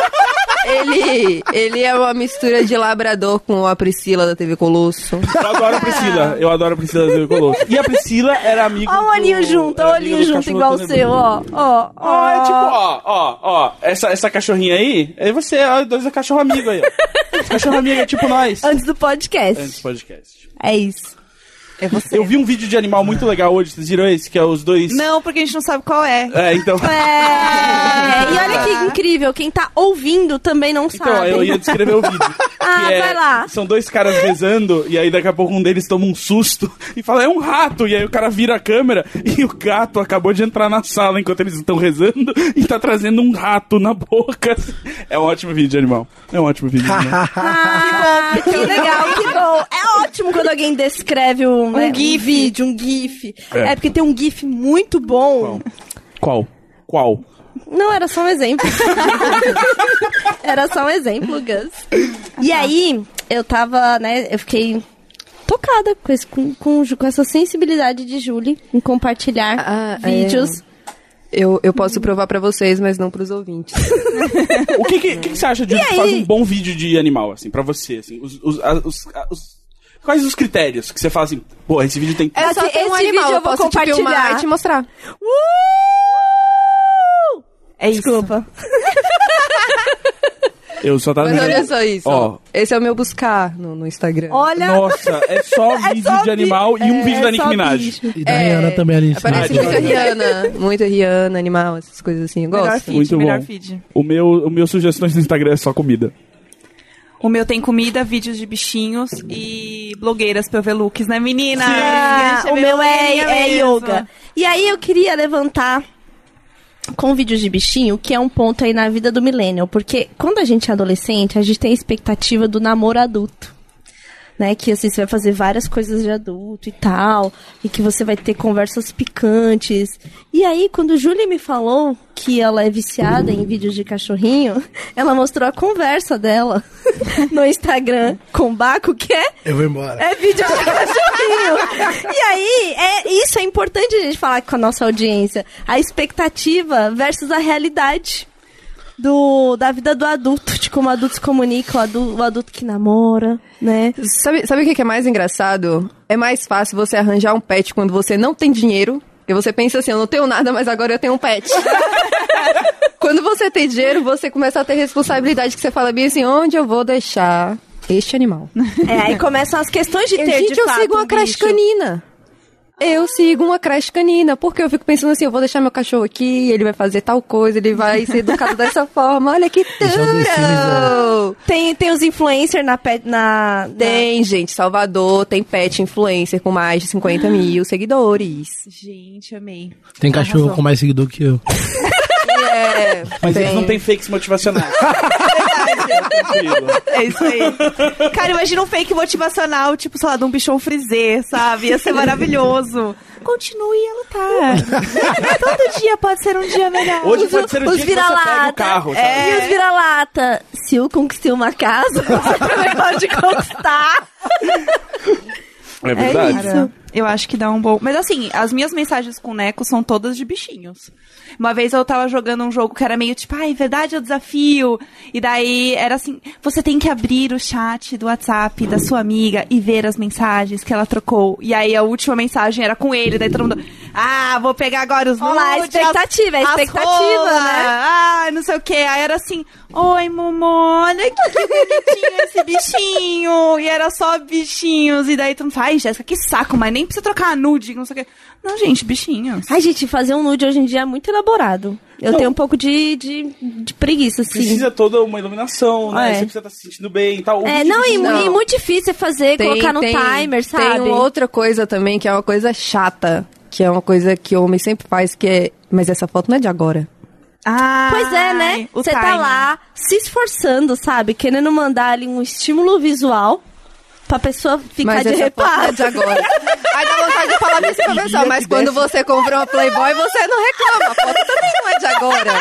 ele, ele é uma mistura de labrador com a Priscila da TV Colosso.
Eu adoro a Priscila. Eu adoro a Priscila do Colosso. E a Priscila era amiga.
Ó o olhinho junto, ó o olhinho junto, igual o seu, Ah. ó. Ó,
Ó, é tipo,
ó.
ó, ó, ó. Essa, essa cachorrinha aí, é você, ó, dois é cachorro amigo aí, ó. Esse Cachorro amigo é tipo nós.
Antes do podcast.
Antes do podcast.
É isso.
É você.
Eu vi um vídeo de animal muito legal hoje, vocês viram esse? Que é os dois.
Não, porque a gente não sabe qual é.
É, então.
É, e olha que incrível, quem tá ouvindo também não
Então, ó,
sabe.
eu ia descrever o vídeo.
Ah,
que é-
vai lá.
São dois caras rezando, e aí daqui a pouco um deles toma um susto e fala, é um rato. E aí o cara vira a câmera e o gato acabou de entrar na sala enquanto eles estão rezando e tá trazendo um rato na boca. É um ótimo vídeo de animal. É um ótimo vídeo de animal.
Ah, que legal, que bom. É ótimo quando alguém descreve um, né,
gif.
vídeo, um GIF. É.
É.
porque tem um GIF muito bom.
Qual? Qual?
Não, era só um exemplo. era só um exemplo, Gus. E aí, eu tava, né, eu fiquei tocada com, esse- com, com, Ju- com essa sensibilidade de Julie em compartilhar
Ah, é.
vídeos.
Eu, eu posso provar pra vocês, mas não pros ouvintes.
O que, que, que que você acha de um que
aí?
faz um bom vídeo de animal, assim, pra você? Assim, os, os, a- os- a- os- quais os critérios que você fala assim, pô, esse vídeo tem que.
É só ter um animal, eu posso te filmar e te
mostrar.
É isso.
Desculpa.
Eu só tava.
Mas
me-
olha só isso.
Ó.
Esse é o meu buscar no, no Instagram.
Olha,
Nossa, é só vídeo de animal e um vídeo da Nick
é só
Minaj.
bicho.
E da Rihanna também
É,
ali em cima.
Aparece
Ah,
muita Rihanna. Muita Rihanna, animal, essas coisas assim. Eu
Melhor
gosto.
feed,
Muito
melhor
bom.
feed.
O meu, o meu sugestões no Instagram é só comida.
O meu tem comida, vídeos de bichinhos e blogueiras pra eu ver looks, né, menina?
Ah,
Gente,
o meu é,
blogueirinha
é
mesmo.
yoga. E aí eu queria levantar com vídeos de bichinho, que é um ponto aí na vida do millennial, porque quando a gente é adolescente, a gente tem a expectativa do namoro adulto. Né, que assim, você vai fazer várias coisas de adulto e tal, e que você vai ter conversas picantes. E aí, quando Júlia me falou que ela é viciada em vídeos de cachorrinho, ela mostrou a conversa dela no Instagram com o Baco, que é
Eu vou embora.
é vídeo de cachorrinho. e aí, é, isso é importante a gente falar com a nossa audiência. A expectativa versus a realidade do, da vida do adulto, de como o adulto se comunica, o adulto, o adulto que namora, né?
Sabe, sabe o que que é mais engraçado? É mais fácil você arranjar um pet quando você não tem dinheiro. Porque você pensa assim, eu não tenho nada, mas agora eu tenho um pet. quando você tem dinheiro, você começa a ter responsabilidade que você fala bem assim, onde eu vou deixar este animal?
É, aí começam as questões de
Eu,
ter
gente,
de
eu
fato,
sigo
um
uma creche
bicho.
canina. Eu sigo uma creche canina, porque eu fico pensando assim, eu vou deixar meu cachorro aqui, ele vai fazer tal coisa, ele vai ser educado dessa forma, olha que
é o The
tudo!
Tem, tem os influencers na, pe- na, na-
Tem, gente, Salvador, tem pet influencer com mais de
Ah.
50 mil seguidores.
Gente, amei.
Tem cachorro com mais seguidor que eu.
É,
Mas
tem.
eles não têm fakes motivacionais. Tranquilo.
É isso aí. Cara, imagina um fake motivacional, tipo, sei lá, de um bichão frisê, sabe? Ia ser maravilhoso. Continue a lutar. Todo dia pode ser um dia melhor.
Hoje pode ser o
os
dia que você pega
vira-lata. É,
o carro, sabe?
E os vira-lata. Se eu conquistei uma casa, você também pode conquistar.
É
Cara, eu acho que dá um bom. Mas assim, as minhas mensagens com o Neco são todas de bichinhos. Uma vez eu tava jogando um jogo que era meio tipo, ai, verdade é o desafio. E daí era assim: você tem que abrir o chat do WhatsApp da sua amiga e ver as mensagens que ela trocou. E aí a última mensagem era com ele, daí todo mundo, ah, vou pegar agora os
Olha lá, a
nudes,
expectativa, a
as
expectativa,
rola,
né?
Ah, não sei o que. Aí era assim, oi, Momo, olha que bonitinho esse bichinho. E era só bichinhos. E daí tu fala, ai, Jéssica, que saco, mas nem precisa trocar a nude, não sei o que. Não, gente, bichinhos.
Ai, gente, fazer um nude hoje em dia é muito elaborado. Eu
Não.
tenho um pouco de, de, de preguiça, assim.
Precisa toda uma iluminação, né?
Ah, é.
Você precisa estar se sentindo bem e tal. O
É,
vídeo
não,
de-
e,
Não.
e muito difícil é fazer, colocar no timer, sabe?
Tem um outra coisa também, que é uma coisa chata, que é uma coisa que o homem sempre faz, que é... Mas essa foto não é de agora.
Ah,
Pois é, né? Você
tá
tá lá se esforçando, sabe? Querendo mandar ali um estímulo visual. pra pessoa ficar
mas
de
essa foto não é
reparo.
de agora. Aí dá vontade de falar pra esse professor, mas quando você comprou uma Playboy, você não reclama. A foto também não é de agora.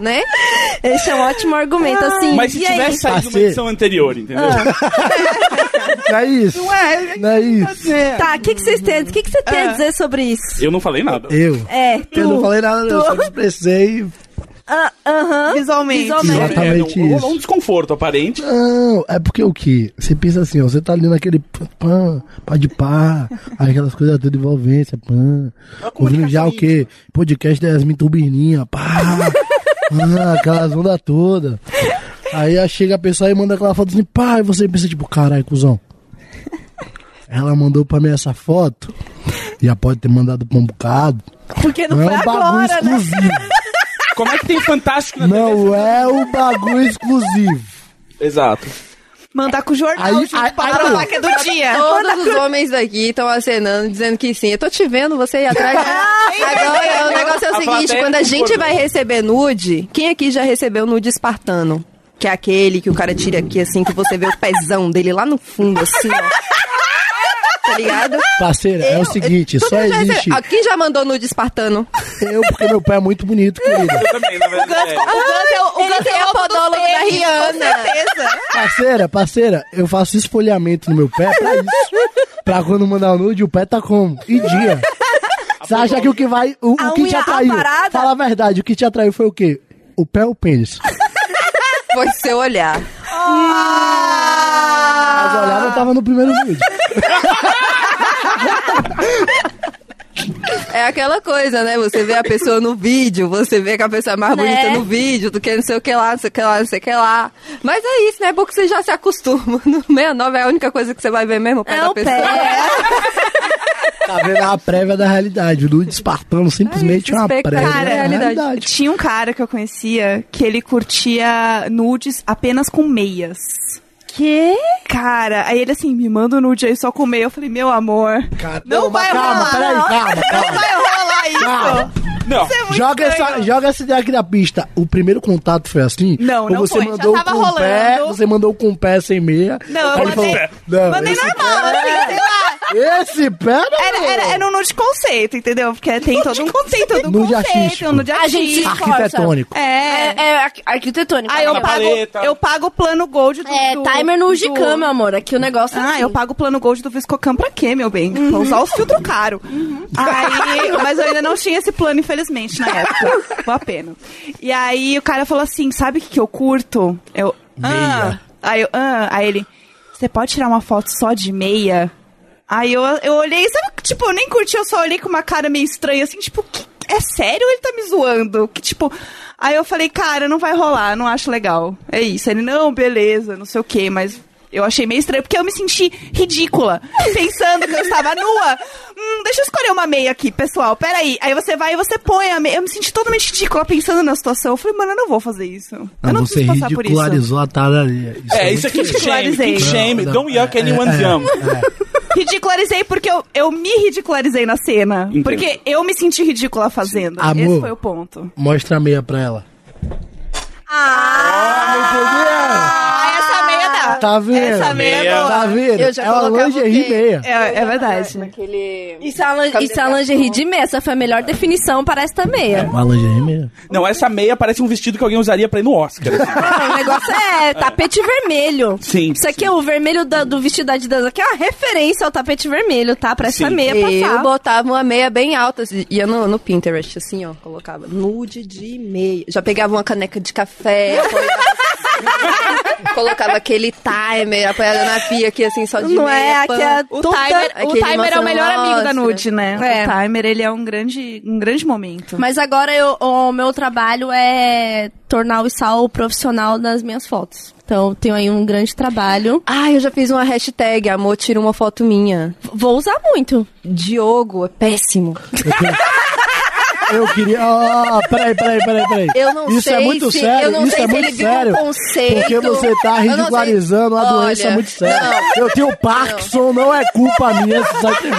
Né?
Esse é um ótimo argumento, assim.
Mas se
e Ah. aí?
tivesse saído uma
Parceiro.
edição anterior, entendeu?
Não é isso. não é isso.
Tá, o que, que vocês têm? O que, que você
É.
tem a dizer sobre isso?
Eu não falei nada.
Eu.
É, tu.
Eu não falei nada, eu só expressei.
Ah, Aham.
Visualmente.
Visualmente.
Exatamente
É, não,
isso.
Um desconforto aparente.
Não, é porque o que? Você pensa assim, ó, você tá ali naquele pã, pã, pá de pá, aí aquelas coisas tudo envolvência, pã. Ouvindo já o quê? Podcast da Yasmin Turbininha, pá, pã, aquelas ondas todas. Aí ela chega a pessoa e manda aquela foto assim, pá, e você pensa tipo, caralho, cuzão. Ela mandou pra mim essa foto, já pode ter mandado pra um bocado.
Porque não,
Não
foi
é um bagulho
agora, né?
exclusivo.
Como é que tem fantástico na TV?
Não é um bagulho exclusivo.
Exato.
Mandar com o jornal
Aí-
junto
aí-
pra
aí
dar
não.
a placa do dia.
Todos os homens daqui estão acenando, dizendo que sim. Eu tô te vendo, você aí atrás. Agora, o negócio é o
A
seguinte:
plateia
quando a gente
concordou.
vai receber nude, quem aqui já recebeu nude espartano? Que é aquele que o cara tira aqui, assim, que você vê o pezão dele lá no fundo, assim, ó. Tá ligado?
Parceira, é o seguinte,
Todo
só
mundo já
é,
recebeu.
existe
Ah, Quem já mandou nude espartano?
eu, porque meu pai é muito bonito, querida.
Eu também, na verdade. é.
O Gus é o,
Ele tem foto dos
podólogo da
pênis,
Rihanna.
Com certeza.
Parceira, parceira, eu faço esfolhamento no meu pé pra isso. Pra quando mandar o nude, o pé tá como? E dia. Você acha que o que vai. O, o
A
que te
unha
atraiu?
aparada?
Fala a verdade, o que te atraiu foi o quê? O pé ou o pênis?
Foi seu olhar.
Ah.
Mas olhar não tava no primeiro nude.
É aquela coisa, né? Você vê a pessoa no vídeo, você vê que a pessoa é mais
Né?
bonita no vídeo do que não sei o que lá, não sei o que lá, não sei o que lá. Mas é isso, né? É bom que você já se acostuma. No 69 é a única coisa que você vai ver mesmo, o pé
É
da
o
pessoa.
pé.
Tá vendo? É a prévia da realidade. O nude espartano simplesmente é uma
Espectacular
prévia da
realidade.
realidade.
Tinha um cara que eu conhecia que ele curtia nudes apenas com meias.
Que?
Cara, aí ele assim, me manda um nude aí só com meia. Eu falei, meu amor,
Cara,
Não vai
calma,
rolar,
peraí,
não.
calma, calma.
vai rolar
Calma.
isso.
Não,
Isso é muito
Joga
estranho.
essa, joga essa ideia aqui na pista. O primeiro contato foi assim?
Não,
Ou
não
você
foi. Já
Mandou
tava
com o Pé,
rolando.
você mandou com o pé sem meia.
Não, eu
Aí ele
mandei-
não,
Mandei
esse,
normal, assim,
é
sei lá.
esse pé não. é
Era, era, era um nude conceito, entendeu? Porque tem todo um conceito, todo um
Nude
conceito,
artístico.
um nude
A gente se
artístico.
esforça.
Arquitetônico.
É.
É, é arqu- arquitetônico.
Aí eu
Na
pago,
paleta.
eu pago o plano gold do...
É,
do-
timer no
do-
Ugicam, meu amor. Aqui o negócio é
Ah,
assim.
eu pago o plano Gold do Viscocam pra quê, meu bem? Pra usar os filtros caros. Aí, mas eu ainda não tinha esse plano, infelizmente, na época. Boa pena. E aí o cara falou assim: sabe o que, que eu curto? Eu. Ah. Aí eu, ah. Aí ele, você pode tirar uma foto só de meia? Aí eu, eu olhei, sabe, tipo, eu nem curti, eu só olhei com uma cara meio estranha, assim, tipo, que, é sério ou ele tá me zoando? Que, tipo, aí eu falei, cara, não vai rolar, não acho legal. É isso. Ele, não, beleza, não sei o quê, mas eu achei meio estranho, porque eu me senti ridícula, pensando que eu estava nua. Hum, deixa eu escolher uma meia aqui, pessoal, peraí. Aí você vai e você põe a meia. Eu me senti totalmente ridícula pensando na situação. Eu falei, mano, eu não vou fazer isso. eu não
Ah, você
preciso passar por isso.
ridicularizou a tararia. Isso
É, isso aqui é
muito
shame,
clarizei.
que shame.
Não, não,
Don't yuck
é,
anyone's
é,
yum.
Ridicularizei porque eu, eu me ridicularizei na cena.
Entendo.
Porque eu me senti ridícula fazendo. Esse
Amor.
foi o ponto.
Mostra a meia pra ela. Ah,
Ah, essa meia dá.
Tá vendo?
Essa meia é boa.
Tá vendo?
Eu já
é uma
colocava o
lingerie
quê?
meia.
É, é verdade.
Isso é a lan- isso é a lingerie de meia. Essa foi a
É.
melhor definição para esta meia.
Uma lingerie meia.
Não, essa meia parece um vestido que alguém usaria pra ir no Oscar. assim.
Ah, o negócio é tapete vermelho.
Sim,
Isso aqui é o vermelho da- do vestido da Adidas. Aqui é uma referência ao tapete vermelho, tá? Pra essa
Sim.
meia
Eu
passar.
botava uma meia bem alta, assim, ia no, no Pinterest, assim, ó, colocava nude de meia. Já pegava uma caneca de café, apoiava, assim, colocava aquele timer apoiada na pia aqui, assim, só de
Não
meia.
é,
pã.
que é
O
Tudo-
timer, o
aquele
timer é o
maçã
melhor amigo da
mostra.
nude, né?
É.
O timer, ele é um grande, um grande momento.
Mas agora eu- o meu trabalho é tornar o sal profissional nas minhas fotos. Então, eu tenho aí um grande trabalho.
Ah, eu já fiz uma hashtag, amor, tira uma foto minha.
Vou usar muito.
Diogo é péssimo.
Eu queria. Ah, peraí, peraí, peraí, peraí.
Eu não
isso
sei
é muito
se,
sério.
Eu não
isso
sei
é
se
muito
ele viu
sério.
um conceito.
Porque você tá
Eu não sei.
ridicularizando uma
Olha,
doença muito séria. Eu tenho Parkinson, não, é culpa minha se sai comigo.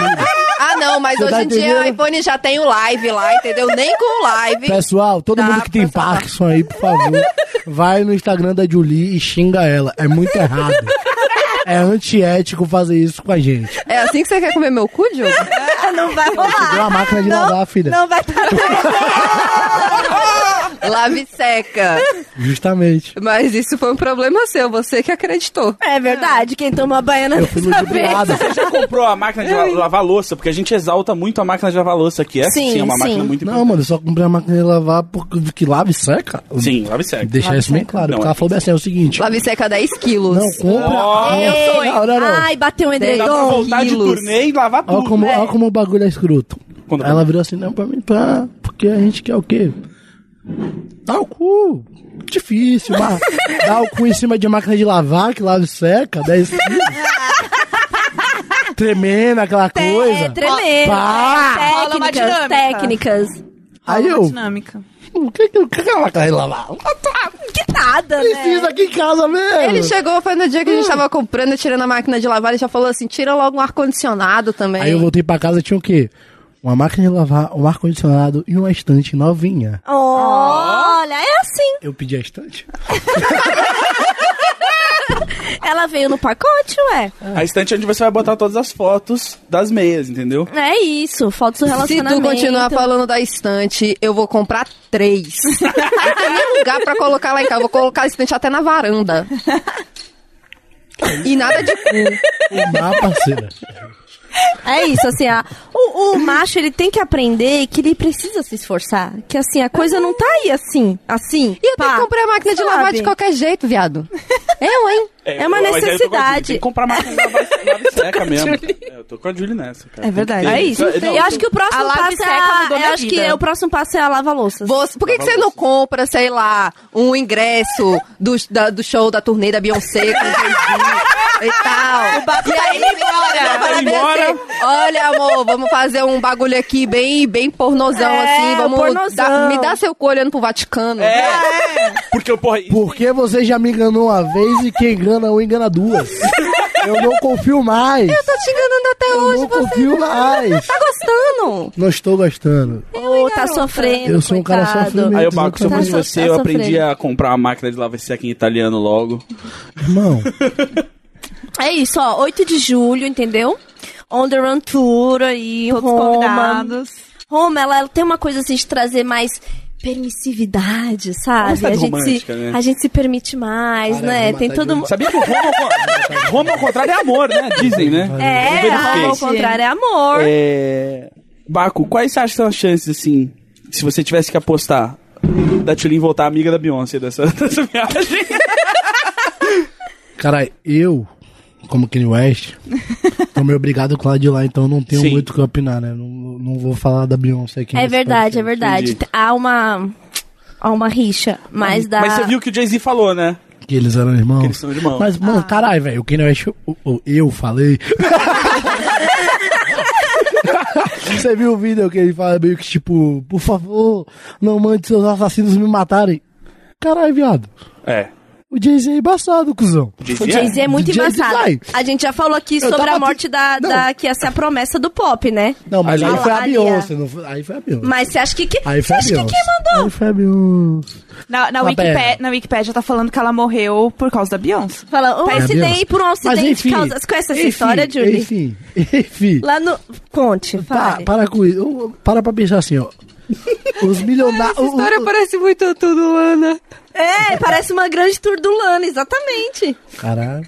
Ah, não, mas
Você
hoje
tá
em dia o
entendendo?
iPhone já tem o live lá, entendeu? Nem com o live.
Pessoal, todo
Tá,
mundo que tem
pessoal, tá.
Parkinson aí, por favor, vai no Instagram da Julie e xinga ela. É muito errado. É antiético fazer isso com a gente.
É assim que você quer comer meu cu, Diogo?
Não vai
Ah,
rolar.
Deu uma máquina de lavar, filha.
Não vai tá parar.
Lave e seca.
Justamente.
Mas isso foi um problema seu, você que acreditou.
É verdade, quem tomou a baiana
Eu fui
dessa vez.
ludibriada.
Você já comprou a máquina de la- lavar louça? Porque a gente exalta muito a máquina de lavar louça, que essa sim,
Sim,
é uma
sim.
máquina muito
Não, mano, eu só comprei a máquina de lavar porque que lava e seca.
Sim, lave segue.
Deixar isso bem claro.
Não,
porque ela
é-
falou assim, é o seguinte.
Lave e seca É, 10 quilos.
Não, compra...
Nossa,
Não, não, não.
Ai, bateu um
Dá pra
edredom.
voltar de
quilos.
turnê e lavar tudo.
Olha como, olha como o bagulho é escroto.
Quando-
Aí ela virou assim, não, pra mim, pra... Porque a gente quer o quê? Dá o cu. Difícil, mas... Dá o cu em cima de máquina de lavar, que lava e seca, 10 quilos. Tremendo aquela
É,
coisa.
tremendo.
Pá!
Rola uma
Técnicas,
dinâmica.
técnicas.
Aí
Uma
eu...
dinâmica.
O que que o que que ela quer lavar?
Que nada, né?
Precisa aqui em casa mesmo.
Ele chegou, foi no dia que a gente
Hum.
tava comprando, tirando a máquina de lavar, ele já falou assim, tira logo um ar-condicionado também.
Aí eu voltei pra casa, tinha o quê? Uma máquina de lavar, um ar-condicionado e uma estante novinha.
Olha, é assim.
Eu pedi a estante?
Ela veio no pacote, ué.
A estante é onde você vai botar todas as fotos das meias, entendeu?
É isso, fotos do
Se
relacionamento.
tu continuar falando da estante, eu vou comprar três. Não tem nem lugar pra colocar lá em casa. Eu vou colocar a estante até na varanda. E nada de cu.
Uma parceira.
É isso, assim, a- o, o macho, ele tem que aprender que ele precisa se esforçar. Que, assim, a coisa não tá aí assim, assim.
E eu tenho
pá,
que comprar a máquina de lavar
sabe?
de qualquer jeito, viado. Eu, hein?
É uma
mas aí eu tô com a Julie, Tem
necessidade.
que comprar máquina de lavar, lavar e seca mesmo. É, eu tô com a Julie nessa, cara.
É verdade.
Tem que
É
ter.
isso.
Não,
eu acho que o próximo
a lave
passo é
seca
a,
mudou
eu
minha
acho
vida.
que o próximo passo é a lava-louças.
Você- por que, que você não compra, sei lá, um ingresso do, da- do show da turnê da Beyoncé com o Jay-Z e tal? O bagulho
é
aí embora.
Vai embora.
Olha, amor, vamos fazer um bagulho aqui bem, bem pornozão,
É,
assim. Vamos
pornozão.
dar- me dá seu cu olhando pro Vaticano. É.
Porque, porra, isso-
Porque você já me enganou uma vez e quem engana um engana duas. Eu não confio mais.
Tô te enganando até
Eu
hoje,
não
você
confio mais.
tá gostando. é
Não estou gostando.
Ou tá sofrendo,
Eu sou um cara
coitado.
sofrimento.
Aí eu Baco, se eu
Tá
fosse
so-
você,
tá
eu aprendi
sofrendo.
a comprar a máquina de lavar e seca em italiano logo.
Irmão,
É isso, ó, 8 de julho, entendeu? On the Run Tour aí,
Todos
Roma.
convidados.
Roma, ela, ela tem uma coisa assim de trazer mais permissividade,
Uma
sabe?
cidade
gente se,
romântica, né?
a gente se permite mais,
Cara,
né?
Roma
Tem
tá
todo
de-
mundo.
Sabia que o Roma, ao con- Roma ao contrário é amor, né? Dizem, né?
É,
Eu verifiquei.
Roma ao contrário é amor.
É... Baco, quais você acha que são as chances, assim, se você tivesse que apostar da Tulin voltar amiga da Beyoncé dessa, dessa viagem?
cara, eu, como Kanye West, tô meio obrigado com ela de lá, então não tenho
Sim.
muito o que opinar, né? Não, não vou falar da Beyoncé aqui.
É,
nesse
verdade, é
podcast.
verdade.
Entendi.
Há uma. Há uma rixa, mas dá.
Mas você viu o que o Jay-Z falou, né?
Que eles eram irmãos.
Que eles são irmãos.
Mas,
Ah.
mano, caralho, velho, o Kanye West, o- o- eu falei. Você viu o vídeo que ele fala meio que tipo, por favor, não mande seus assassinos me matarem. Caralho, viado.
É.
O Jay-Z é embaçado, cuzão.
O Jay-Z é muito
Jay-Z
embaçado.
vai.
A gente já falou aqui
Eu
sobre
tava
a morte da,
Não.
da. que ia ser a promessa do pop, né?
Não, mas aí
Ali-
foi a
ali,
Beyoncé. não foi- aí foi a Beyoncé.
Mas você acha que. que
Aí
você
foi a
acha que
Beyoncé.
quem mandou?
Aí foi a Beyoncé.
Na, na,
Uma
Wikipédia,
pera.
na Wikipédia tá falando que ela morreu por causa da Beyoncé.
Fala, um
Tá, Beyoncé.
acidente por um
Mas
acidente
enfim.
causa. Você conhece essa
enfim,
história, Julie?
Enfim, enfim.
Lá no. Conte,
Pa-
fale.
para com isso. Eu- Para pra pensar assim, ó. Os milionários.
parece muito tudo, Ana.
É, parece uma grande tour do Lana, exatamente.
Caralho.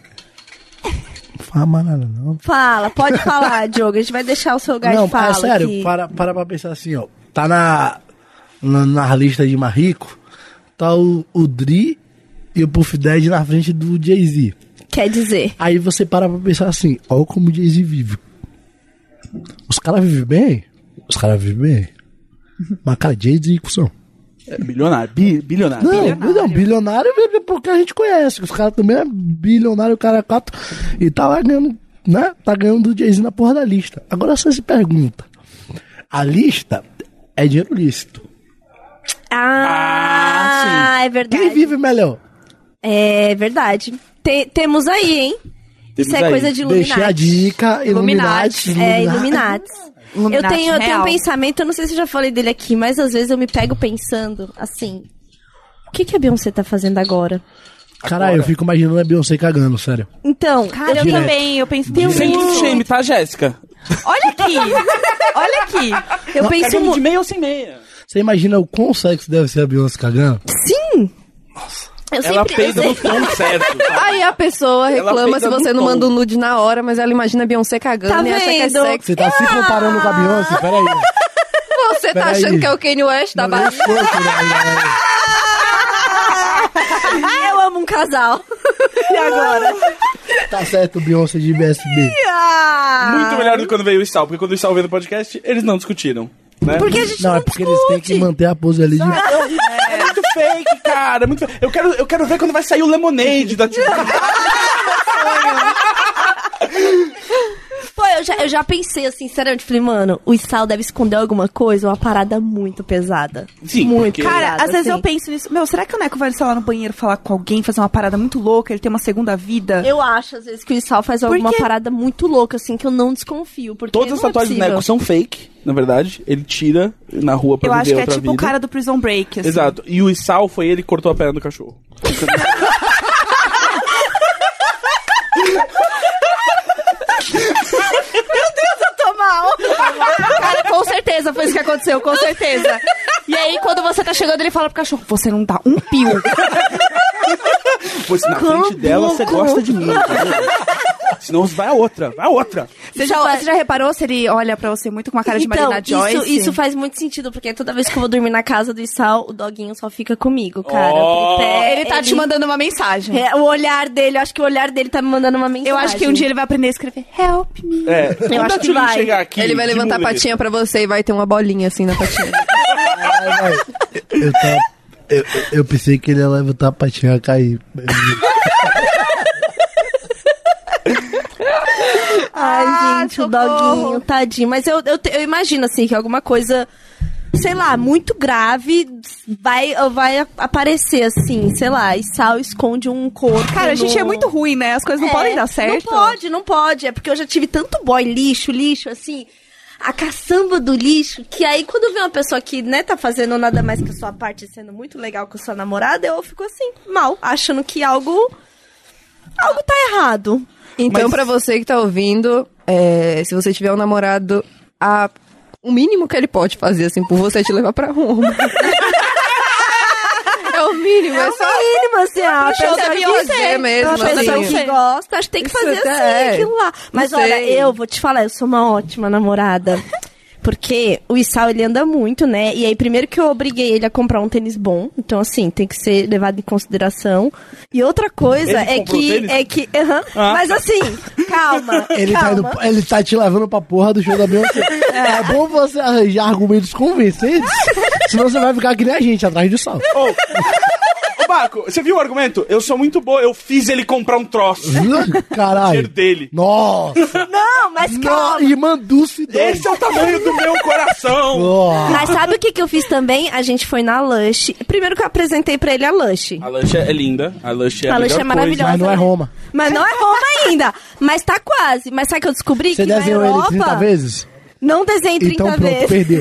Não fala mais nada, não.
Fala, pode falar, Diogo. A gente vai deixar o seu lugar
não,
de fala.
é sério,
aqui.
para, para pra pensar assim, ó. Tá na, na, na lista de mais rico, tá o, o Dri e o Puff Daddy na frente do Jay-Z.
Quer dizer.
Aí você para pra pensar assim, ó como o Jay-Z vive. Os caras vivem bem? Os caras vivem bem. Mas, cara, Jay-Z, cuzão.
é? Bilionário. bi- bilionário.
Não, bilionário. não, bilionário é porque a gente conhece. que Os caras também é bilionário, o cara é quatro. E tá lá ganhando, né? Tá ganhando do Jay-Z na porra da lista. Agora só se pergunta. A lista é dinheiro lícito.
Ah, é
Quem
verdade.
vive melhor?
É verdade. Te- temos aí, hein? Isso é
aí.
coisa de
Deixei a
Illuminati.
dica, Illuminati.
É,
Illuminati.
Illuminati. Eu tenho, eu tenho um pensamento, eu não sei se eu já falei dele aqui, mas às vezes eu me pego pensando, assim, o que, que a Beyoncé tá fazendo agora?
Caralho, eu fico imaginando a Beyoncé cagando, sério.
Então,
Cara, eu
Direto.
também, eu penso
Tem um-
nisso.
Sim.
Sem muito shame, tá, Jéssica?
Olha aqui! Olha aqui!
eu penso
Cagando de
muito.
meia ou sem meia?
Você imagina o quão sexy deve ser a Beyoncé cagando?
Sim! Eu
Ela
sempre. eu
peida no
sempre-
tom certo. tá? sabe?
Aí a pessoa reclama se
pega
você
no
não
tom.
manda um nude na hora, mas ela imagina a Beyoncé cagando
Tá
e acha que é
vendo?
sexy.
Você tá se comparando com a Beyoncé? Peraí.
Você tá
Peraí.
achando que é o Kanye West
Tá
da
Não, não
barriga?
foi, caralho.
Eu amo um casal. E agora?
Tá certo, Beyoncé de BSB.
Muito melhor do que quando veio o Sal, porque quando o Sal veio no podcast, eles não discutiram. Né?
Porque a gente não,
Não, é porque eles têm que
discute.
manter a pose ali de.
É muito fake, cara. é muito fake. Eu, quero, eu quero ver quando vai sair o Lemonade da Tia.
Pô, eu já, eu já pensei assim, sinceramente, falei, mano, o Sal deve esconder alguma coisa, uma parada muito pesada.
Sim,
muito.
porque-
Cara,
Às vezes
assim.
eu penso nisso. Meu, será que o Neco vai, sei lá, no banheiro falar com alguém, fazer uma parada muito louca, ele tem uma segunda vida?
Eu acho, às vezes, que o Sal faz alguma
quê?
parada muito louca, assim, que eu não desconfio. Porque
Todas
não
as tatuagens
é
do
possível.
Neco são fake, na verdade. Ele tira na rua pra
Eu
viver
acho que é
outra
tipo o
vida.
cara do Prison Break. assim.
Exato. E o Sal foi ele que cortou a perna do cachorro.
Tô mal. Cara, com certeza foi isso que aconteceu, com certeza. E aí, quando você tá chegando, ele fala pro cachorro, você não dá um pio.
Pois na frente dela, você gosta de mim. tá vendo? Senão vai a outra, vai a outra.
Você já, você já reparou se ele olha pra você muito com uma cara de
então,
Marina
isso,
Joyce?
isso faz muito sentido, porque toda vez que eu vou dormir na casa do Sal, o doguinho só fica comigo, cara.
Oh.
Até
Ele tá te mandando uma mensagem.
É, o olhar dele, eu acho que o olhar dele tá me mandando uma mensagem.
Eu acho que um dia ele vai aprender a escrever help me.
É, quando
acho
a
que
Tilly
vai.
chegar aqui,
Ele vai
de
levantar a
muleta,
patinha pra você e vai ter uma bolinha assim na patinha.
Ai, vai. Eu, tava- eu, eu pensei que ele ia levantar a patinha e cair.
Ai, gente, o
socorro.
doguinho, tadinho. Mas eu, eu, te- eu imagino, assim, que alguma coisa, sei lá, muito grave vai, vai aparecer, assim, sei lá, e Sal esconde um corpo.
Cara, a gente
no-
é muito ruim, né? As coisas não
É,
podem dar certo.
Não pode, não pode. É porque eu já tive tanto boy lixo, lixo, assim, a caçamba do lixo, que aí quando vê uma pessoa que, né, tá fazendo nada mais que a sua parte, sendo muito legal com a sua namorada, eu fico assim, mal, achando que algo. Algo tá errado.
Então, pra você que tá ouvindo, é, se você tiver um namorado, a- o mínimo que ele pode fazer, assim, por você é te levar pra Roma. é o mínimo, é só
mínimo, assim, a
pessoa que quiser é mesmo,
A pessoa
assim.
que gosta, acho que tem que
Isso
fazer
até
assim,
é.
aquilo lá. Mas
Não
olha,
sei.
eu vou te falar, eu sou uma ótima namorada. Porque o Isal, ele anda muito, né? E aí, primeiro que eu obriguei ele a comprar um tênis bom. Então, assim, tem que ser levado em consideração. E outra coisa
Ele
é
comprou o
que,
tênis?
é que... aham.
Ah.
Mas assim, calma,
Ele tá,
calma.
indo- ele tá te levando pra porra do show da Beyoncé. É bom você arranjar argumentos convincentes, senão você vai ficar que nem a gente, atrás do sal.
Ô, ô, Baco, você viu o argumento? Eu sou muito boa, eu fiz ele comprar um troço.
Caralho.
Dinheiro dele.
Nossa.
Não, mas calma.
Não, irmã Dulce dois.
Esse é o tamanho do meu coração.
Nossa.
Mas sabe o que, que eu fiz também? A gente foi na Lush. Primeiro que eu apresentei pra ele a Lush.
A lancha é linda, a lancha é
A
a
Lush
melhor
é maravilhosa.
mas não é
né?
Roma.
Mas não é Roma ainda. Mas tá quase. Mas sabe que eu descobri
Você
que na
desenhou ele
Europa...
30 vezes?
Não desenhei 30
Então pronto,
vezes.
perdeu.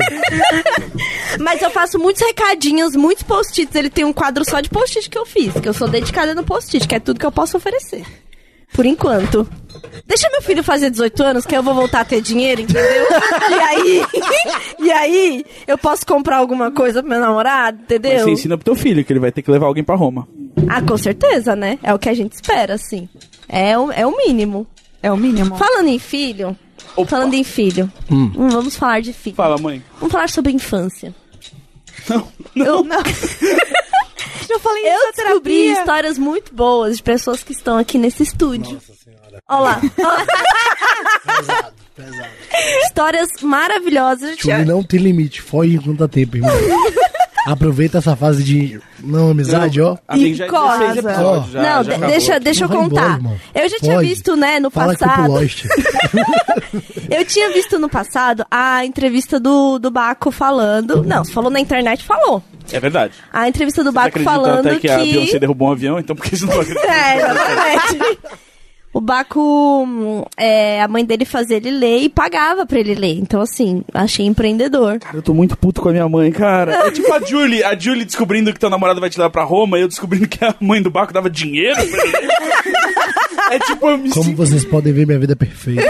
Mas eu faço muitos recadinhos, muitos post-its. Ele tem um quadro só de post-it que eu fiz, que eu sou dedicada no post-it, que é tudo que eu posso oferecer. Por enquanto. Deixa meu filho fazer 18 anos, que eu vou voltar a ter dinheiro, entendeu? e aí, e aí, eu posso comprar alguma coisa pro meu namorado,
Mas
entendeu?
você Assim, ensina pro teu filho que ele vai ter que levar alguém pra Roma.
Ah, com certeza, né? É o que a gente espera, assim. É o, é o mínimo.
É o mínimo.
Falando em filho,
Opa.
falando em filho, hum, vamos falar de filho.
Fala, mãe.
Vamos falar sobre infância.
Não,
Eu,
Eu falei
eu
isso na
descobri
terapia.
histórias muito boas de pessoas que estão aqui nesse estúdio. Olha lá. Histórias maravilhosas.
Tchule não tem limite. Foge enquanto dá tempo, irmão. Aproveita essa fase de não amizade, ó.
Amigo, já é
E corra.
16 episódios,
Ó.
já-
Não,
já
de-
acabou.
deixa, deixa eu
Vai embora,
contar.
irmão.
eu já tinha
Foge.
visto, né, no
Fala que foi pro
passado.
Lost.
Eu tinha visto no passado a entrevista do, do Baco falando. Não, se falou na internet, falou.
É verdade.
A entrevista do
Vocês
Baco
acreditam
falando
até que,
que.
a Beyoncé derrubou um avião, então por que vocês não acreditam?
É, exatamente. O Baco, hum, é, a mãe dele fazia ele ler e pagava pra ele ler. Então, assim, achei empreendedor.
Cara, eu tô muito puto com a minha mãe, cara. É tipo a Julie, a Julie descobrindo que teu namorado vai te levar pra Roma e eu descobrindo que a mãe do Baco dava dinheiro pra ele. É tipo, eu me
Como
sinto-
vocês podem ver, minha vida é perfeita.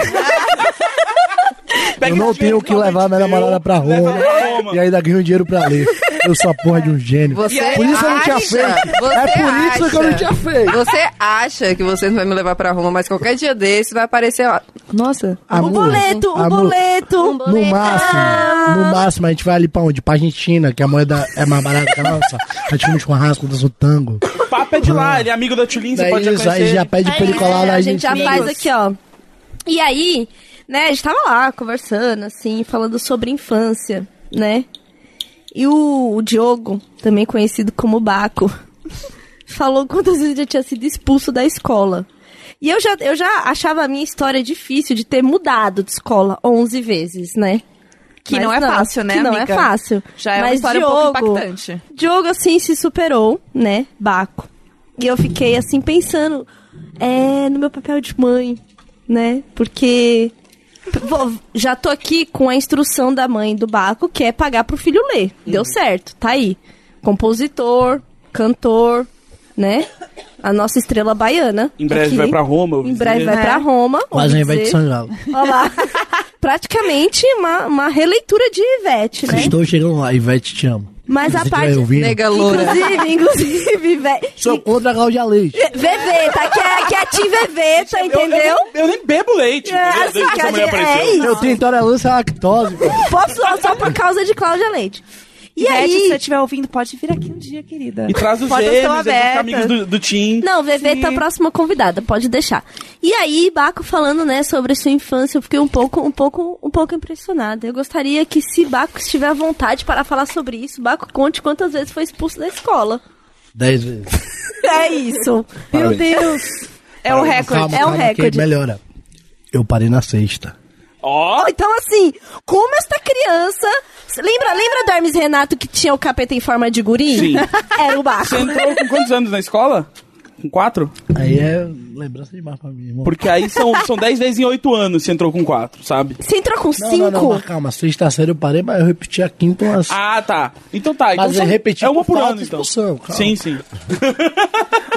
pega
eu não
esse dinheiro
tenho o que levar
finalmente
minha namorada
deu,
pra
leva
Roma.
pra Roma.
E ainda ganho dinheiro pra ler. Eu sou a porra de um gênio.
Você
por isso eu não tinha
acha-
feito.
você
É por isso que eu não
acha-
tinha feito.
Você acha que você não vai me levar pra Roma, mas qualquer dia desse vai aparecer, ó. Nossa.
O boleto, o
amor,
boleto.
No máximo, no máximo, a gente vai ali pra onde? Pra Argentina, que a moeda é mais barata que a nossa. A gente come churrasco, dança o tango.
O papo é de lá, ele é amigo da Tulin, você
Daí
pode já
eles- aí
conhecer.
já pede pra ele
É,
colar na
A gente já
Argentina.
faz aqui, ó. E aí, né, a gente tava lá conversando, assim, falando sobre infância, né? E o, o Diogo, também conhecido como Baco, falou quantas vezes já tinha sido expulso da escola. E eu já, eu já achava a minha história difícil de ter mudado de escola 11 vezes, né?
Que
Mas
não é fácil, né,
Que não
amiga?
é fácil.
Já é uma
Mas
história um pouco
Diogo-
impactante.
Diogo, assim, se superou, né? Baco. E eu fiquei, assim, pensando é, no meu papel de mãe, né? Porque vou- já tô aqui com a instrução da mãe do Baco, que é pagar pro filho ler.
Uhum.
Deu certo, tá aí. Compositor, cantor, né? A nossa estrela baiana.
Em breve
aqui.
vai pra Roma, eu ouvi
Em breve
dizer.
vai
É.
pra Roma.
Mas
ouvi
ao invés um de
dizer.
sangalo.
Olha lá. Praticamente uma, uma releitura de Ivete, né?
Estou chegando lá, Ivete te amo.
Mas a
Você
parte.
vai ouvindo?
Nega loura.
Inclusive, inclusive, Ivete.
Sou contra a Cláudia Leite.
VV, tá? Que é, que é a Tim VV, tá
Eu- eu nem-
entendeu?
Eu, nem bebo leite,
É,
entendeu?
assim,
Desde que
que
essa
a
mulher
gente- é
apareceu.
isso.
Eu tenho intolerância à lactose. pô.
Posso só, só por causa de Cláudia Leite. E
Ivete, se você
aí...
estiver ouvindo, pode vir aqui um dia, querida.
E traz os
Portas
gêmeos,
estão
eles são amigos do,
abertas.
do Tim.
Não, VV tá a próxima convidada, pode deixar. E aí, Baco falando, né, sobre sua infância, eu fiquei um pouco, um pouco, um pouco impressionada. Eu gostaria que, se Baco estiver à vontade para falar sobre isso, Baco conte quantas vezes foi expulso da escola.
Dez vezes.
É isso. Meu Deus.
É um recorde.
é um
que
recorde.
melhora. Eu parei na sexta.
Ó,
Ó, Então, assim, como esta criança. Lembra, lembra do Hermes Renato que tinha o capeta em forma de guri?
Sim.
Era o Baco.
você entrou com quantos anos na escola? Com quatro?
Aí é lembrança demais pra mim, irmão.
Porque aí são, são dez vezes em oito anos você entrou com quatro, sabe?
Você entrou com
Não,
cinco?
não, não, mas calma. Sexta série eu parei, mas eu repeti a quinta umas...
Ah, tá. Então tá. Então
Mas é repetir
É uma
por
por
falta
ano,
de
então.
expulsão, calma.
Sim, sim.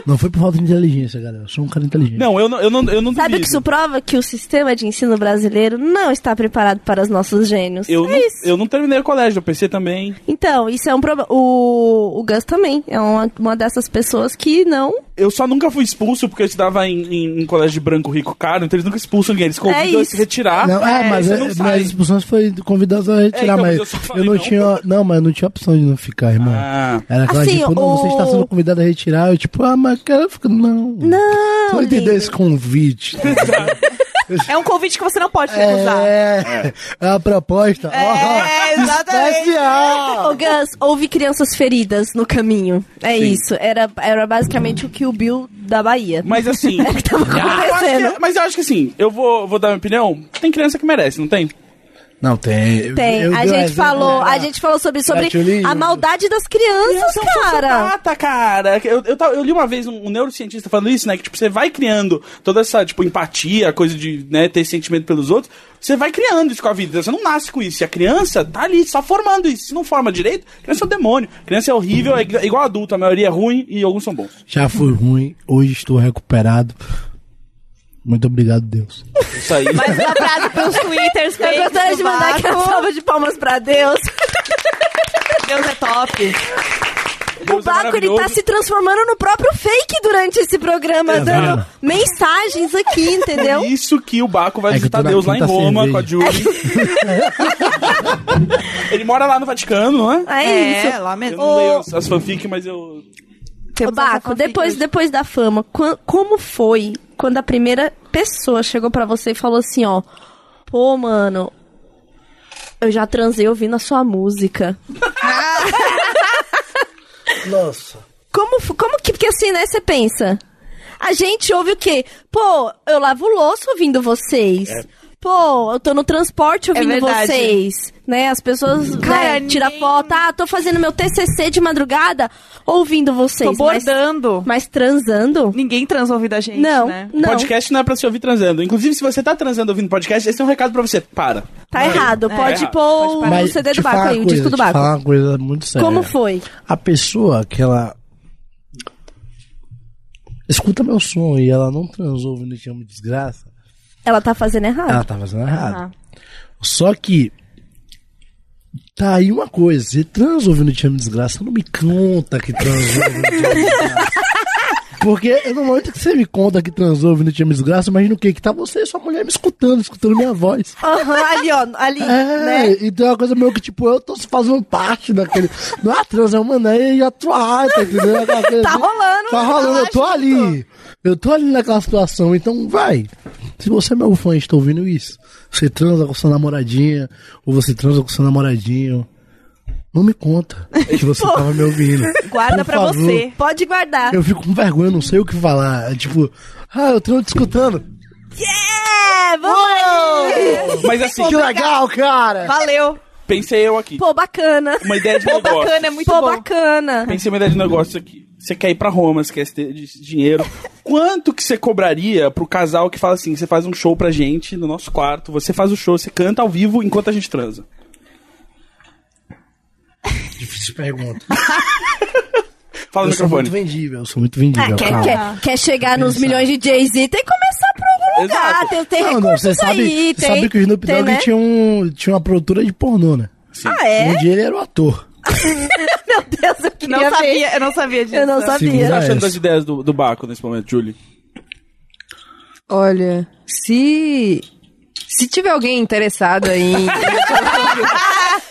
Não foi por falta de inteligência, galera. Eu sou um cara inteligente.
Não, eu não, eu não, eu não
Sabe o
duvido.
que isso prova? Que o sistema de ensino brasileiro não está preparado para os nossos gênios.
Eu
é
não,
isso.
eu não terminei o colégio, eu PC também.
Então, isso é um problema. O, o Gus também é uma, uma dessas pessoas que não.
Eu só nunca fui expulso porque eu estudava em, em, em colégio de branco, rico, caro, então eles nunca expulsam ninguém. Eles convidam a
É isso.
se retirar.
Não, é, mas
ah, você
é,
não
minhas
sai.
expulsões foi convidadas a retirar,
então, mas
mas,
eu só
eu,
falei
não,
não.
tinha. Não, mas eu não tinha opção de não ficar, irmão.
Ah.
Era aquela
Assim,
tipo, não,
o-
você está sendo convidado a retirar. Eu, tipo, ah, mas cara, eu fico, não.
Não,
Você não entendeu
lindo.
esse convite.
É um convite que você não pode recusar.
é, é a proposta.
É,
ó,
exatamente.
Especial.
Ô, Gus, houve crianças feridas no caminho. É
Sim.
isso. Era, era basicamente o Kill Bill da Bahia.
Mas assim.
É o que tava
eu acho
acontecendo.
que- mas eu acho que assim, eu vou, vou dar minha opinião. Tem criança que merece, não tem?
Não, tem. eu-
Tem,
eu
a
dei um
gente
exemplo,
falou,
né?
a gente falou sobre, sobre
Tchulinho.
a maldade das crianças,
Criança é um
cara.
sociopata, cara. Eu, eu, tava- eu li uma vez um, um neurocientista falando isso, né? Que tipo, você vai criando toda essa, tipo, empatia, coisa de né, ter sentimento pelos outros. Você vai criando isso com a vida. Você não nasce com isso. E a criança tá ali, só formando isso. Se não forma direito, criança é um demônio. Criança é horrível, é ig- igual adulto. A maioria é ruim e alguns são bons.
Já fui ruim, hoje estou recuperado. Muito obrigado, Deus.
Isso aí.
Mas um abraço pros twitters,
Eu gostaria de mandar aquela salva de palmas pra Deus.
Deus é top.
O Baco, ele tá se transformando no próprio fake durante esse programa,
É,
dando
vendo?
mensagens aqui, entendeu?
É isso que o Baco vai
É que eu
visitar
tô na
Deus lá em
quinta
Roma
cerveja.
com a Julie. Ele mora lá no Vaticano, não é?
É, isso.
É, lá
Eu
mesmo.
não leio as, as fanfic, mas eu.
Ô, Baco, depois, depois da fama, quan- como foi quando a primeira pessoa chegou pra você e falou assim, ó, pô, mano, eu já transei ouvindo a sua música.
Nossa.
Como, f- como que, porque assim, né, você pensa? A gente ouve o quê? Pô, eu lavo o louço ouvindo vocês. Pô, eu tô no transporte ouvindo
verdade.
vocês, né? As pessoas
Cara,
né, tiram
ninguém-
foto. Ah, tô fazendo meu TCC de madrugada ouvindo vocês.
Tô bordando.
Mas, mas transando?
Ninguém transa ouvindo a gente,
não,
né?
não.
Podcast não é pra se ouvir transando. Inclusive, se você tá transando ouvindo podcast, esse é um recado pra você. Para.
Tá errado.
É,
pode
errado.
pôr o CD
te
do Baco
falar
aí,
uma
o
coisa,
disco do
te
Baco.
falar uma coisa muito séria.
Como foi?
A pessoa que ela escuta meu som e ela não transou ouvindo que eu me desgraça,
Ela tá fazendo errado.
ela tá fazendo errado. Só que tá aí uma coisa, você trans ouvindo te amo desgraça, não me conta que transou ouvindo te amo desgraça. Porque é no momento que você me conta que transou ouvindo te amo desgraça, imagina o quê? Que tá você e sua mulher me escutando, escutando minha voz.
Aham, ali, ó. Ali,
É,
né?
então é uma coisa meio que, tipo, eu tô fazendo parte daquele. Não é a trans, é uma né? E a tua tá entendendo? Aquela coisa
Tá
assim.
rolando,
Tá
né?
rolando,
Tá
eu tô
junto.
ali. Eu tô ali naquela situação, então vai. Se você é meu fã e está ouvindo isso, você transa com sua namoradinha, ou você transa com seu namoradinho, não me conta que você tava me ouvindo.
Guarda
Por
pra
favor.
você.
Pode guardar.
Ah. Eu fico com vergonha, não sei o que falar. É tipo, ah, eu tô te escutando.
É, vamos aí.
Mas assim,
Que legal, cara!
Valeu.
pensei eu aqui.
Pô, bacana.
Uma ideia de
Pô,
negócio.
bacana, é muito
Pô,
bom.
bacana.
Pensei uma ideia de negócio aqui. Você quer ir pra Roma, você quer ter de- dinheiro. Quanto que você cobraria pro casal que fala assim, você faz um show pra gente no nosso quarto, você faz o show, você canta ao vivo enquanto a gente transa?
Difícil pergunta.
Fala no
Eu sou muito
microfone.
vendível, eu sou muito vendível,
Ah, quer,
calma.
quer, quer chegar nos milhões de Jay-Z, tem que começar por algum lugar.
Exato.
Tem, tem
Não, não,
recursos
você sabe,
aí,
você
tem.
sabe que o Snoop
tem,
Dogg
né?
tinha, um, tinha uma produtora de pornô, né?
Ah, é?
Onde ele era o ator.
Meu Deus, eu queria
Não
ver.
sabia, eu não sabia disso.
Eu não
Sim,
O que você tá
sabia.
verdade.
achando
Yes.
das ideias do, do Baco nesse momento, Julie?
Olha, se. Se tiver alguém interessado aí,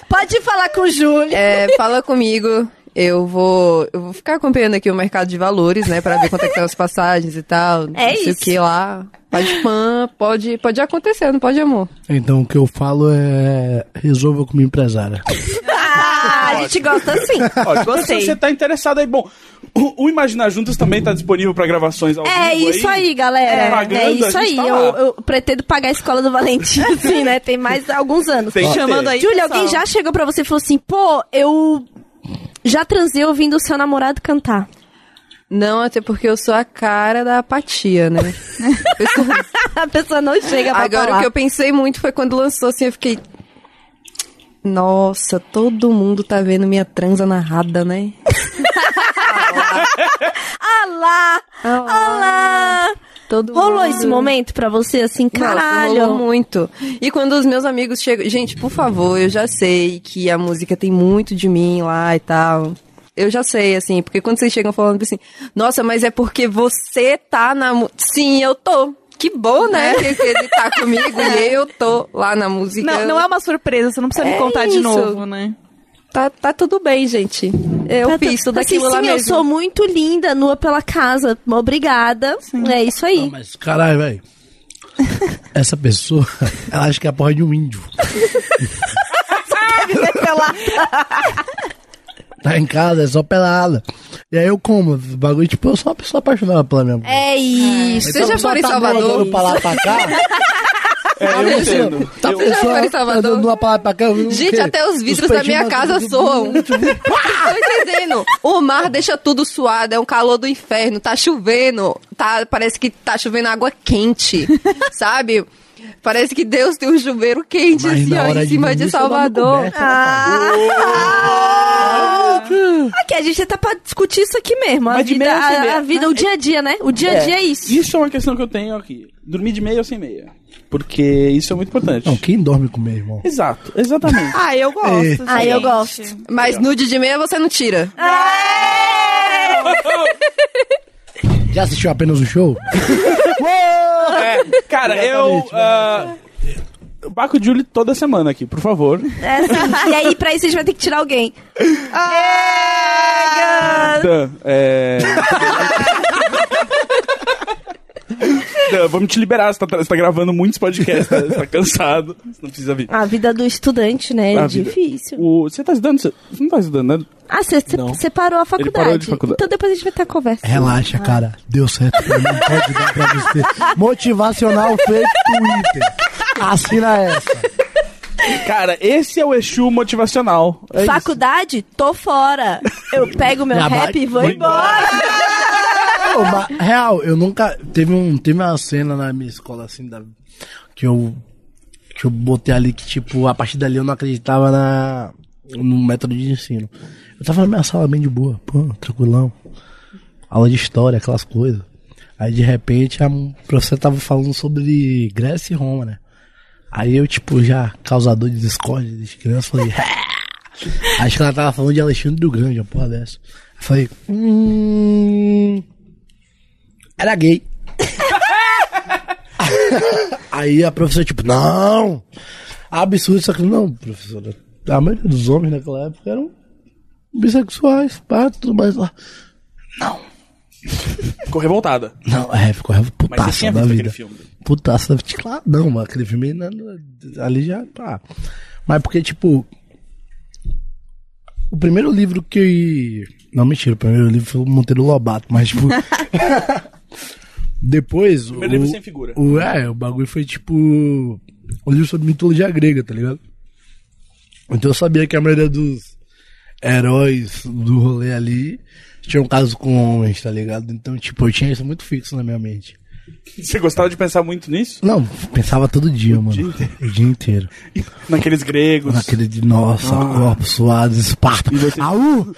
Pode falar com o Júlio.
é, fala comigo. Eu vou, eu vou ficar acompanhando aqui o mercado de valores, né? Pra ver quanto é que tá as passagens e tal. não sei
isso.
o que lá. Pode pan, pode, pode acontecer, não pode amor.
Então o que eu falo é. Resolva como empresária.
Ah, a gente gosta assim.
Ótimo.
Gostei.
Se você tá interessado aí, bom, o, o Imaginar Juntas também tá disponível pra gravações ao
É
vivo
isso aí, galera.
Propaganda,
É, isso
a
aí.
gente tá
eu,
lá.
eu pretendo pagar a escola do Valentim, assim, né? Tem mais alguns anos.
Tem que
Chamando
ter.
aí.
Júlia,
pessoal.
alguém já chegou pra você e falou assim, pô, eu já transei ouvindo o seu namorado cantar.
Não, até porque eu sou a cara da apatia, né? Eu sou-
A pessoa não chega pra
Agora
falar.
o que eu pensei muito foi quando lançou assim, eu fiquei. Nossa, todo mundo tá vendo minha transa narrada, né?
Ah lá!
Ah
Ah lá!
Todo
Rolou
mundo.
esse momento pra você, assim,
Nossa,
caralho.
rolou muito. E quando os meus amigos chegam. Gente, por favor, eu já sei que a música tem muito de mim lá e tal. Eu já sei, assim, porque quando vocês chegam falando assim, nossa, mas é porque você tá na. mu-" Sim, eu tô. Que bom, né? Que, que ele tá comigo e eu tô lá na música.
Não, não é uma surpresa, você não precisa me
É
contar de
isso.
novo, né?
tá, tá tudo bem, gente. Eu
Tá, tá.
fiz tudo
assim,
aquilo
sim,
lá
eu
mesmo.
sou muito linda, nua pela casa. Obrigada. É isso aí.
Mas caralho, velho. Essa pessoa, ela acha que é a porra de um índio.
né,
Tá em casa, é só pelada. E aí eu como, esse bagulho, tipo, eu sou uma pessoa apaixonada pela minha mulher. Então, tá
É isso.
Você já foi em Salvador?
pra lá pra cá?
É, eu entendo.
Tá
Eu-
Você já foi em Salvador?
Dando uma palavra pra cá, eu vi o
Gente,
quê?
até os vidros da minha
peixinhos
casa
tudo-
soam. Tô entendendo. O mar deixa tudo suado, é um calor do inferno, tá chovendo, tá, parece que tá chovendo água quente, sabe? Parece que Deus tem um chuveiro quente
Mas
assim,
na
ó,
hora
em
de
cima
dormir,
de
seu nome
Salvador. Ah.
coberto, rapaz.
Aqui, a gente tá pra discutir isso aqui mesmo. A
Mas de
vida,
meia sem
a-
meia.
a vida, o dia a dia, né? O dia a dia é isso.
Isso é uma questão que eu tenho aqui. Dormir de meia ou sem meia? Porque isso é muito importante.
Não, quem dorme com meu irmão?
Exato, exatamente.
Ah, eu
É.
gosto.
Ah, eu
gente.
gosto.
Mas nude de meia você não tira.
Já assistiu apenas o show?
Ah,
É, cara, eu. ah, eu Baco Julie toda semana aqui, por favor.
É assim. e aí, pra isso, a gente vai ter que tirar alguém. Ah.
Dan, é... Dan, vamos te liberar. Você tá, você tá gravando muitos podcasts, né? você tá cansado. Você não precisa vir.
A vida do estudante, né? É
A vida-
difícil.
O, você tá estudando? Você você não tá estudando, né?
Ah, você você-
Não.
você parou a faculdade.
parou de faculdade.
Então depois a gente vai ter a conversa.
Relaxa, cara. Deu certo. Não pode dar pra você. Motivacional feito Twitter. Assina essa.
Cara, esse é o Exu motivacional. É isso.
Faculdade? Tô fora. Eu pego meu
Já vai-
rap e vou
vou
embora.
Ô, mas, real, eu nunca. Teve, um, teve uma cena na minha escola assim da, que eu. Que eu botei ali que, tipo, a partir dali eu não acreditava na, no método de ensino. Eu tava na minha sala bem de boa, pô, tranquilão. Aula de história, aquelas coisas. Aí de repente a professora tava falando sobre Grécia e Roma, né? Aí eu, tipo, já causador de discórdia das crianças, falei. Acho que ela tava falando de Alexandre do Grande, uma porra dessa. Eu falei, hum. Era gay. Aí a professora, tipo, não! Absurdo, só que não, professora. A maioria dos homens naquela época eram bissexuais, pá, tudo mais lá.
Ficou revoltada.
Não, é, ficou rev-
Mas você
putaça
tinha
da
visto
vida.
aquele filme?
Putaça da vida. Claro, não, mas aquele filme na- na- ali já tá. Mas porque, tipo. O primeiro livro que. Não, mentira, o primeiro livro foi o Monteiro Lobato, mas, tipo. depois.
Primeiro livro sem figura.
O, é, o bagulho foi tipo. Um livro sobre mitologia grega, tá ligado? Então eu sabia que a maioria dos heróis do rolê ali tinham caso com homens, tá ligado? Então, tipo, eu tinha isso muito fixo na minha mente.
Você gostava de pensar muito nisso?
Não, pensava todo dia, mano.
dia
o dia inteiro.
Naqueles gregos.
Naquele de, nossa, corpos suados, esparta.
Ah. você-
Aú!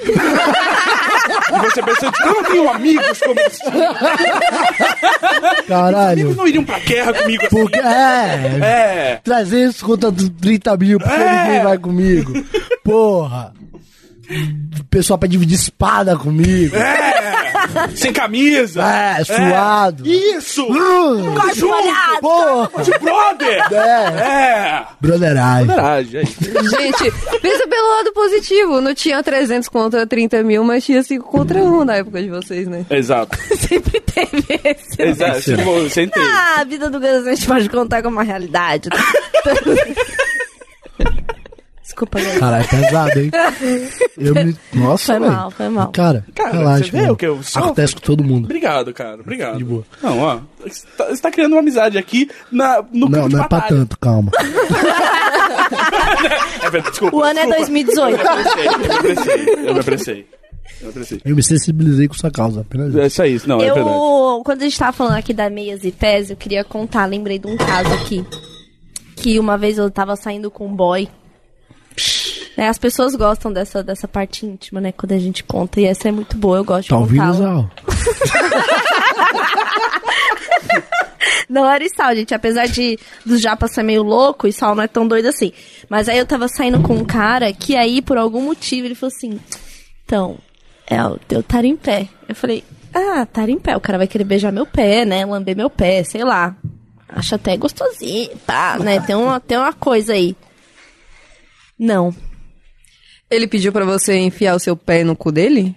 E você pensou, tipo, eu não tenho amigos como esses é amigos
Caralho.
não iriam pra guerra comigo assim.
Porque, é,
É.
300 contra 30 mil, porque
É.
ninguém vai comigo. Porra. O pessoal pra dividir espada comigo.
É. Sem camisa.
É, suado.
Isso!
Uh,
Tá
ah,
junto!
Porra.
De brother!
É.
É!
Brotheragem.
Coragem, é isso.
Gente, pensa pelo lado positivo. Não tinha 300 contra 30 mil, mas tinha 5 contra 1 na época de vocês, né?
Exato.
Sempre teve esse.
Exato.
Sim.
Você entende.
Ah, a vida do Gus a gente pode contar como uma realidade. tá? Desculpa, Gus.
Caralho, é pesado, hein? Eu me... Nossa,
Foi
velho.
mal, foi mal.
Cara,
Cara,
relaxa,
você vê
mano.
o que eu sofro?
Acontece com todo mundo.
Obrigado, cara. Obrigado.
De boa.
Não, ó. Você tá, você tá criando uma amizade aqui na, no campo
Não,
de
não é pra
batalha.
tanto, calma.
É verdade, desculpa.
O ano é
desculpa.
2018.
Eu me apressei. Eu me apressei. Eu me apressei.
Eu me sensibilizei com sua causa, apenas
É
isso.
isso aí. Não, é verdade.
Eu, quando a gente tava falando aqui da meias e pés, eu queria contar, lembrei de um caso aqui. Que uma vez eu tava saindo com um boy. Né, as pessoas gostam dessa, dessa parte íntima, né? Quando a gente conta. E essa é muito boa, eu gosto
Tá
de
ouvindo,
contá-la.
Zal?
Não era Sal, gente. Apesar de dos japas ser meio louco, e Sal não é tão doido assim. Mas aí eu tava saindo com um cara que aí, por algum motivo, ele falou assim: Então, é o teu pé. Eu falei, ah, tarimpé. O cara vai querer beijar meu pé, né? Lamber meu pé, sei lá. Acho até gostosinho, pá, né? Tem uma, tem uma coisa aí. Não.
Ele pediu pra você enfiar o seu pé no cu dele?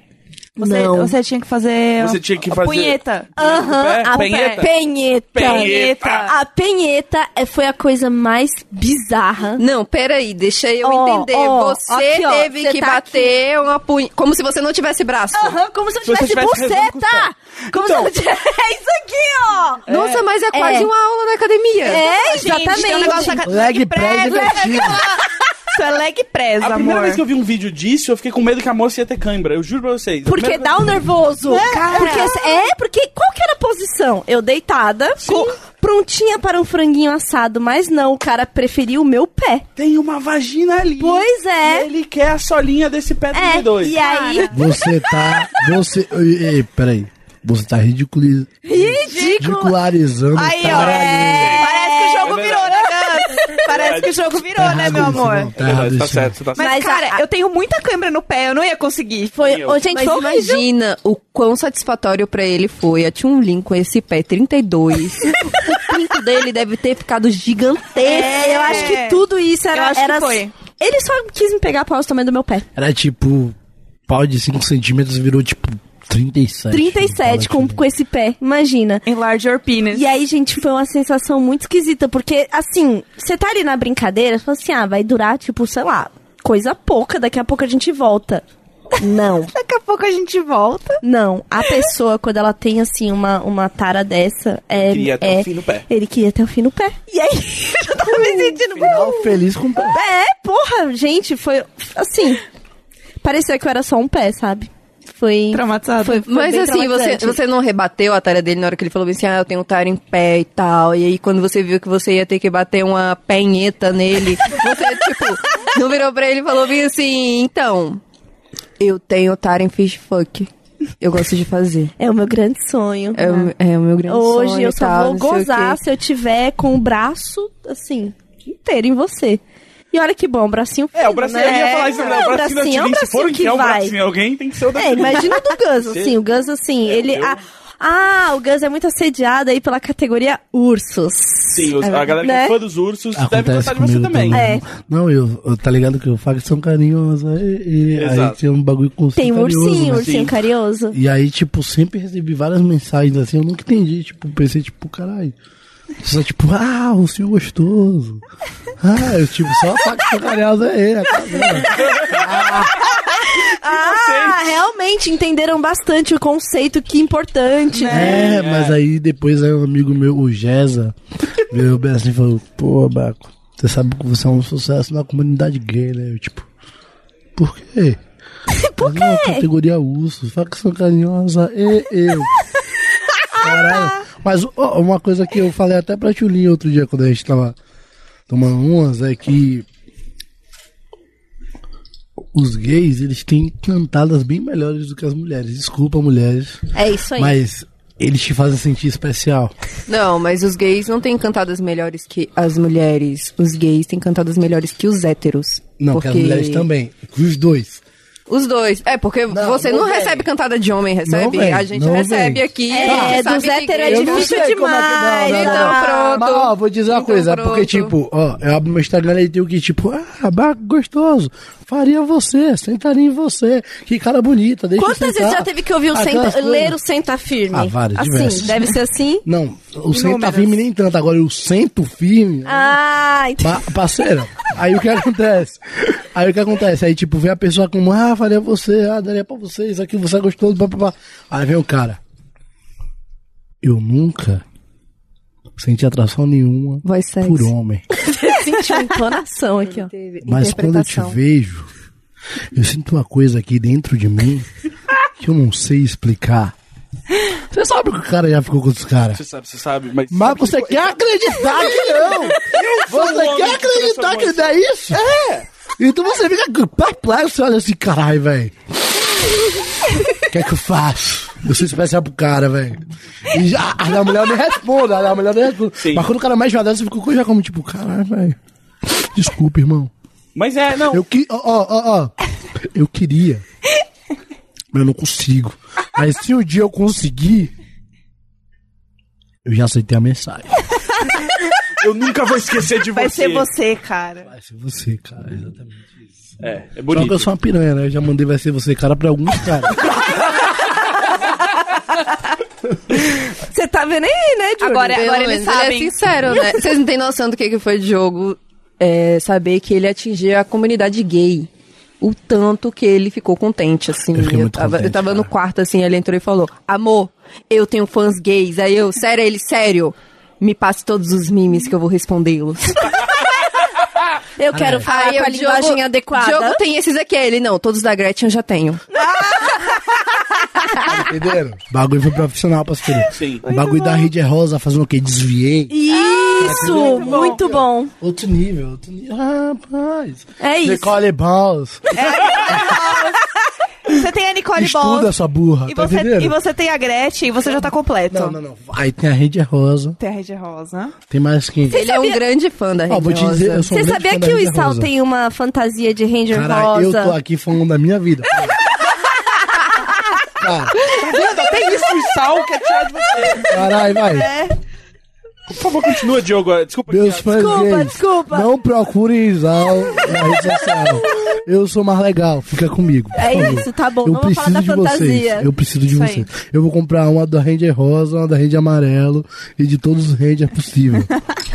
Você,
não.
você tinha que fazer.
Você tinha que fazer-
Punheta.
Aham, a
Penheta?
penheta.
Penheta.
A penheta é- foi a coisa mais bizarra
Não, peraí, deixa eu
Ó,
entender.
ó,
você
aqui, ó,
teve
você
que
tá
bater uma punha. Como se você não tivesse braço.
Aham, como se eu
Se você
tivesse,
tivesse resolvido com os
buceta! Como se
Então.
eu tivesse. É isso aqui, ó!
Nossa, mas é quase uma aula na academia.
É,
Gente, tem um
exatamente.
negócio na-
Leg press
press,
efetivo.
Isso é leg press,
A primeira
amor.
é.
vez que eu vi um vídeo disso, eu fiquei com medo que a moça ia ter cãibra. Eu juro pra vocês. A
Porque
primeira
dá um nervoso.
cara.
Porque, é, porque qual que era a posição? Eu deitada, com, prontinha para um franguinho assado, mas não, o cara preferiu o meu pé.
Tem uma vagina ali.
Pois é.
E ele quer a solinha desse pé
É,
32.
e aí...
Você tá. Você. Ei, ei, peraí. Você tá ridiculiz...
Ridículo!
ridicularizando.
Aí, ó.
caralho.
é. Parece que o jogo
É
virou, né, Gus? Parece que o jogo virou,
Tá
né,
errado
meu
isso,
amor?
não,
É
tá errado
verdade, tá
isso,
certo, tá certo.
Mas
Mas, cara,
a-
eu tenho muita câimbra no pé, eu não ia conseguir.
Foi, ô, gente,
Mas
foi horrível.
imagina o quão satisfatório pra ele foi a Chun-Lin com esse pé 32. o pinto dele deve ter ficado gigantesco.
É, eu acho que tudo isso era...
Eu acho que
era-
foi.
Ele só quis me pegar por causa também do meu pé.
Era tipo. Pau de 5 centímetros virou tipo 37.
37 com, com esse pé, imagina.
Enlarge your penis.
E aí, gente, foi uma sensação muito esquisita, porque, assim, você tá ali na brincadeira, você fala assim, ah, vai durar, tipo, sei lá, coisa pouca, daqui a pouco a gente volta. Não,
Daqui a pouco a gente volta.
não. A pessoa, quando ela tem, assim, uma, uma tara dessa, é...
Queria até
é-
o fim do pé. Uh,
Ele queria até o fim no pé. E aí, eu tava me sentindo...
Final um feliz com o pé.
É, porra, gente, foi assim. Parecia que eu era só um pé, sabe? Foi.
Traumatizado.
foi, foi
Mas
bem
assim, você,
traumatizante.
você não rebateu a tarefa dele na hora que ele falou assim, ah, eu tenho um tara em pé e tal. E aí quando você viu que você ia ter que bater uma penheta nele, você, tipo, não virou pra ele e falou bem assim, então, eu tenho tara em fish fuck. Eu gosto de fazer.
É o meu grande sonho.
É, o, é o meu grande sonho.
Ah. Hoje eu
e
só vou
tal, não sei o quê."
gozar se eu tiver com o braço, assim, inteiro em você. E olha que bom, o bracinho
É, o
fino,
bracinho, eu
né?
ia falar isso, né?
É,
O bracinho da
é um
Tilly, se for
bracinho que
enfiar um
vai.
bracinho em alguém, tem que ser o da
É,
Tilly.
imagina o do Gus, assim, o Gus, assim, ele...
eu-
Ah, ah, o Gus é muito assediado aí pela categoria ursos.
Sim, os- a galera que
Né?
é fã dos ursos deve
Acontece
gostar de você
comigo
também.
É.
Não, eu, eu- tá ligado que eu falo que são carinhosos. E, e aí
Exato.
tem um bagulho com
Tem um
carinhoso,
ursinho,
né?
ursinho
Sim.
carinhoso.
E aí, tipo, sempre recebi várias mensagens assim, eu nunca entendi, tipo, pensei, tipo, caralho. Só tipo, ah, o senhor gostoso. Ah, eu tipo, só ataque carinhoso é ele. acabou.
Ah, realmente entenderam bastante o conceito, que importante, né?
É, mas aí depois aí um amigo meu, o Gesa, veio bem assim e falou, pô, Baco, você sabe que você é um sucesso na comunidade gay, né? Eu tipo, por quê? Por quê? categoria urso, facção carinhosa, e eu. Caralho. Mas ó, uma coisa que eu falei até pra Tchulinha outro dia, quando a gente tava tomando umas, é que os gays, eles têm cantadas bem melhores do que as mulheres. Desculpa, mulheres.
É, isso aí.
Mas eles te fazem sentir especial.
Não, mas os gays não têm cantadas melhores que as mulheres. Os gays têm cantadas melhores que os héteros.
Não, que as mulheres também. que Os dois.
Os dois. É, porque você não,
não vem.
recebe cantada de homem, recebe?
vem,
a gente
não
recebe
vem.
aqui.
É,
a gente
dos
sabe que
héteros é
gay-
Eu não
difícil
sei como é que-
demais, tá
não, não,
então
não.
pronto.
Mas, ó, vou dizer uma
Então
coisa,
pronto.
porque tipo, ó, eu abro meu Instagram e tem o que tipo, ah, baco gostoso, faria você, sentaria em você, que cara bonita, deixa eu
Quantas vezes
sentar.
já teve que ouvir o
Aquelas
senta,
coisas.
ler o senta firme?
Ah, várias,
assim,
diversas.
deve ser assim?
Não, o senta
Inúmeras.
firme nem tanto, agora eu sento firme.
Ah, entendi.
Pa parceira, aí o que acontece? Aí o que acontece? Aí, tipo, vem a pessoa como, ah, faria você, ah, daria pra você, isso aqui, você é gostoso, papapá. Aí vem o cara. Eu nunca senti atração nenhuma
Voz sexy.
por homem.
Senti uma entonação aqui, ó.
Mas quando eu te
Interpretação.
vejo, eu sinto uma coisa aqui dentro de mim que eu não sei explicar. Você sabe que o cara já ficou com os caras.
Você sabe, você sabe, mas...
Mas
sabe
você
que-
quer acreditar que não!
sou um
Você
homem que
quer
transformou
acreditar que
isso.
não é isso? É! Então você fica perplexo, você olha assim, caralho, velho. O que é que eu faço? Eu sou especial pro cara, velho. E já, a da mulher eu nem respondo, a da mulher eu nem respondo.
Sim.
Mas quando o cara é mais jogado, você fica já como tipo, caralho, velho. Desculpa, irmão.
Mas é, não.
Eu que. Ó, ó, ó, ó. Eu queria. Mas eu não consigo. Mas se um dia eu conseguir. Eu já aceitei a mensagem.
Eu nunca vou esquecer de
Vai
você.
ser você, cara.
Vai ser você, cara, exatamente.
É, é
Só que
bonito.
eu sou uma piranha, né? Eu já mandei vai ser você, cara, pra alguns caras.
Você tá vendo aí, né, Júlio?
Agora,
Pelo
agora eles
menos ele
sabem.
é
é sincero, né? Vocês não têm noção do que, que foi de jogo é, saber que ele atingia a comunidade gay. O tanto que ele ficou contente, assim.
Eu fiquei muito
tava,
contente,
eu tava
cara.
no quarto, assim, ele entrou e falou: Amor, eu tenho fãs gays. Aí eu, sério, é ele, sério. Me passe todos os memes que eu vou respondê-los.
eu
É.
quero falar tá
Aí
com a
eu,
linguagem
Diogo-
adequada.
Diogo tem esses aqui. Aí Ele, não, todos da Gretchen eu já tenho.
Entenderam? O bagulho foi profissional, parceiro.
Sim.
O bagulho da rede é rosa fazendo o quê? Desviei.
Isso, muito, bom.
Outro nível, outro nível. Rapaz.
É isso.
Nicole Balls.
Você tem a Nicole
Estuda
Balls.
essa burra.
E
tá
você,
entendendo?
e você tem a Gretchen e você já tá completo.
Não, não, não. Aí tem a rede é rosa.
Tem a Rede Rosa.
Tem mais quem?
Ele é um grande fã da Rede
Ó, vou te
Rosa.
dizer, eu sou um
Você
grande
sabia
fã da
que o
Rede
Isal
Rosa.
tem uma fantasia de Ranger
Caralho, eu
rosa?
tô aqui falando da minha vida. Cara,
Tem isso em sal que é tirar de você.
caralho,
É.
vai.
Por favor, continua, Diogo. Desculpa.
Meus
Thiago.
fãs
Desculpa,
gays,
desculpa.
não procurem Isal na rede social. Eu sou mais legal, fica comigo. por
É
favor.
isso, tá bom.
Eu
não vou falar
preciso
da
de vocês.
fantasia.
Eu preciso de
Isso aí.
vocês. Eu vou comprar uma da Ranger Rosa, uma da Ranger Amarelo e de todos os Rangers possíveis.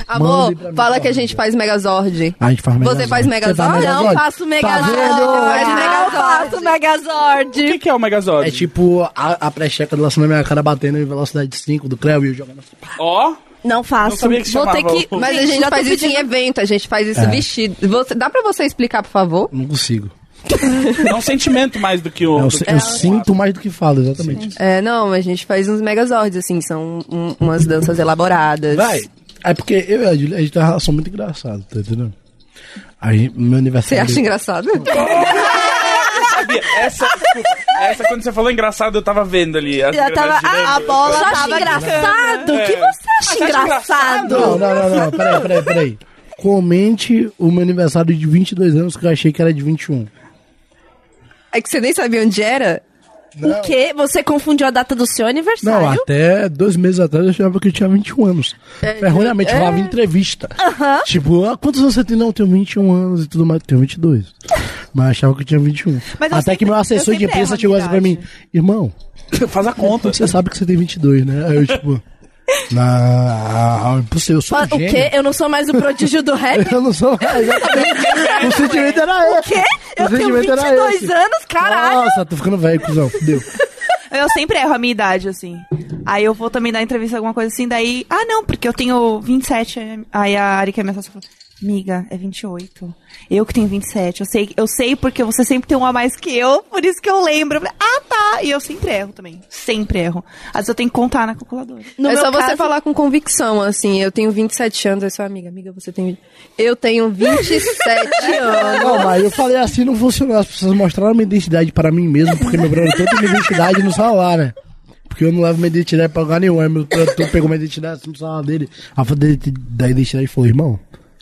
Amor,
é Mande pra mim,
fala
porra,
que a gente faz Megazord.
A gente faz Megazord.
Você faz
Você
Megazord?
faz
Não,
Não
Megazord?
faço
Tá
Megazord.
vendo?
Não
Megazord.
Ah, faço
O
Megazord.
que, que é o Megazord?
É tipo a, a precheca do laço na minha cara batendo em velocidade 5 do Creu e eu jogando.
Ó,
Não
Não
faço.
sabia que
Vou ter
chamava
que.
o-
Mas a
Gente,
gente
já tô
faz isso em
pedindo-
evento, a gente faz isso
É.
vestido. Você, dá pra você explicar, por favor?
Não consigo.
é um sentimento mais do que o.
Eu,
do
eu
que-
sinto mais do que falo, exatamente.
É, não, a gente faz uns Megazords, assim, são um- umas danças elaboradas.
Vai. É porque eu e a Julia, a gente tem uma relação muito engraçada, tá entendendo? A gente, meu
Você
aniversário.
acha engraçado?
Sabia? Essa, desculpa, essa quando você falou engraçado, eu tava vendo ali. as
Já tava-
girando.
a- a bola-
Você acha
Tava
engraçado? O que
É.
você acha engraçado?
Não, não, não, não. Peraí, peraí, peraí. Comente o meu aniversário de 22 anos que eu achei que era de 21.
É que você nem sabia onde era?
O quê? Você confundiu a data do seu
Não,
aniversário?
até dois meses atrás eu achava que eu tinha 21 anos.
É,
É Erroneamente, eu falava em entrevista. Tipo, ah, quantos anos você tem? Não, eu tenho 21 anos e tudo mais. Eu Tenho 22. Mas achava que eu tinha 21.
Mas eu
até
sempre-
que meu
eu
assessor de
sempre erro
imprensa
a
chegou
minha
assim pra mim:
idade.
Irmão,
Faz a conta.
você sabe que você tem 22, né? Aí eu, tipo, não, impossível, eu sou um
Pa- O
gênio.
quê? Eu não sou mais o prodígio do rap?
Eu não sou. Exatamente. o sentimento era esse.
Quê? Eu
O
tenho
sentimento era
22
esse.
anos, caralho.
Nossa, tô ficando velho, cuzão. Deu.
Eu sempre erro a minha idade, assim. Aí eu vou também dar entrevista, alguma coisa assim, daí. Ah, não, porque eu tenho 27. Aí a Ari que é minha sócia falou. Miga, é 28. Eu que tenho 27. Eu sei, eu sei porque você sempre tem um a mais que eu, por isso que eu lembro. Eu falei, Ah, tá. E eu sempre erro também. Sempre erro. Às vezes eu tenho que contar na calculadora.
No
é
meu
só você
caso-
falar com convicção, assim. Eu tenho 27 anos, eu sou amiga. Amiga, você tem. Eu tenho 27 anos.
Não, mas eu falei assim, não funcionou. As pessoas mostraram minha identidade para mim mesmo, porque meu produtor tem minha identidade no salário, né? Porque eu não levo minha identidade pra lugar nenhum. Aí meu produtor pegou minha identidade assim, no salário dele. A foto dele- da identidade falou, irmão,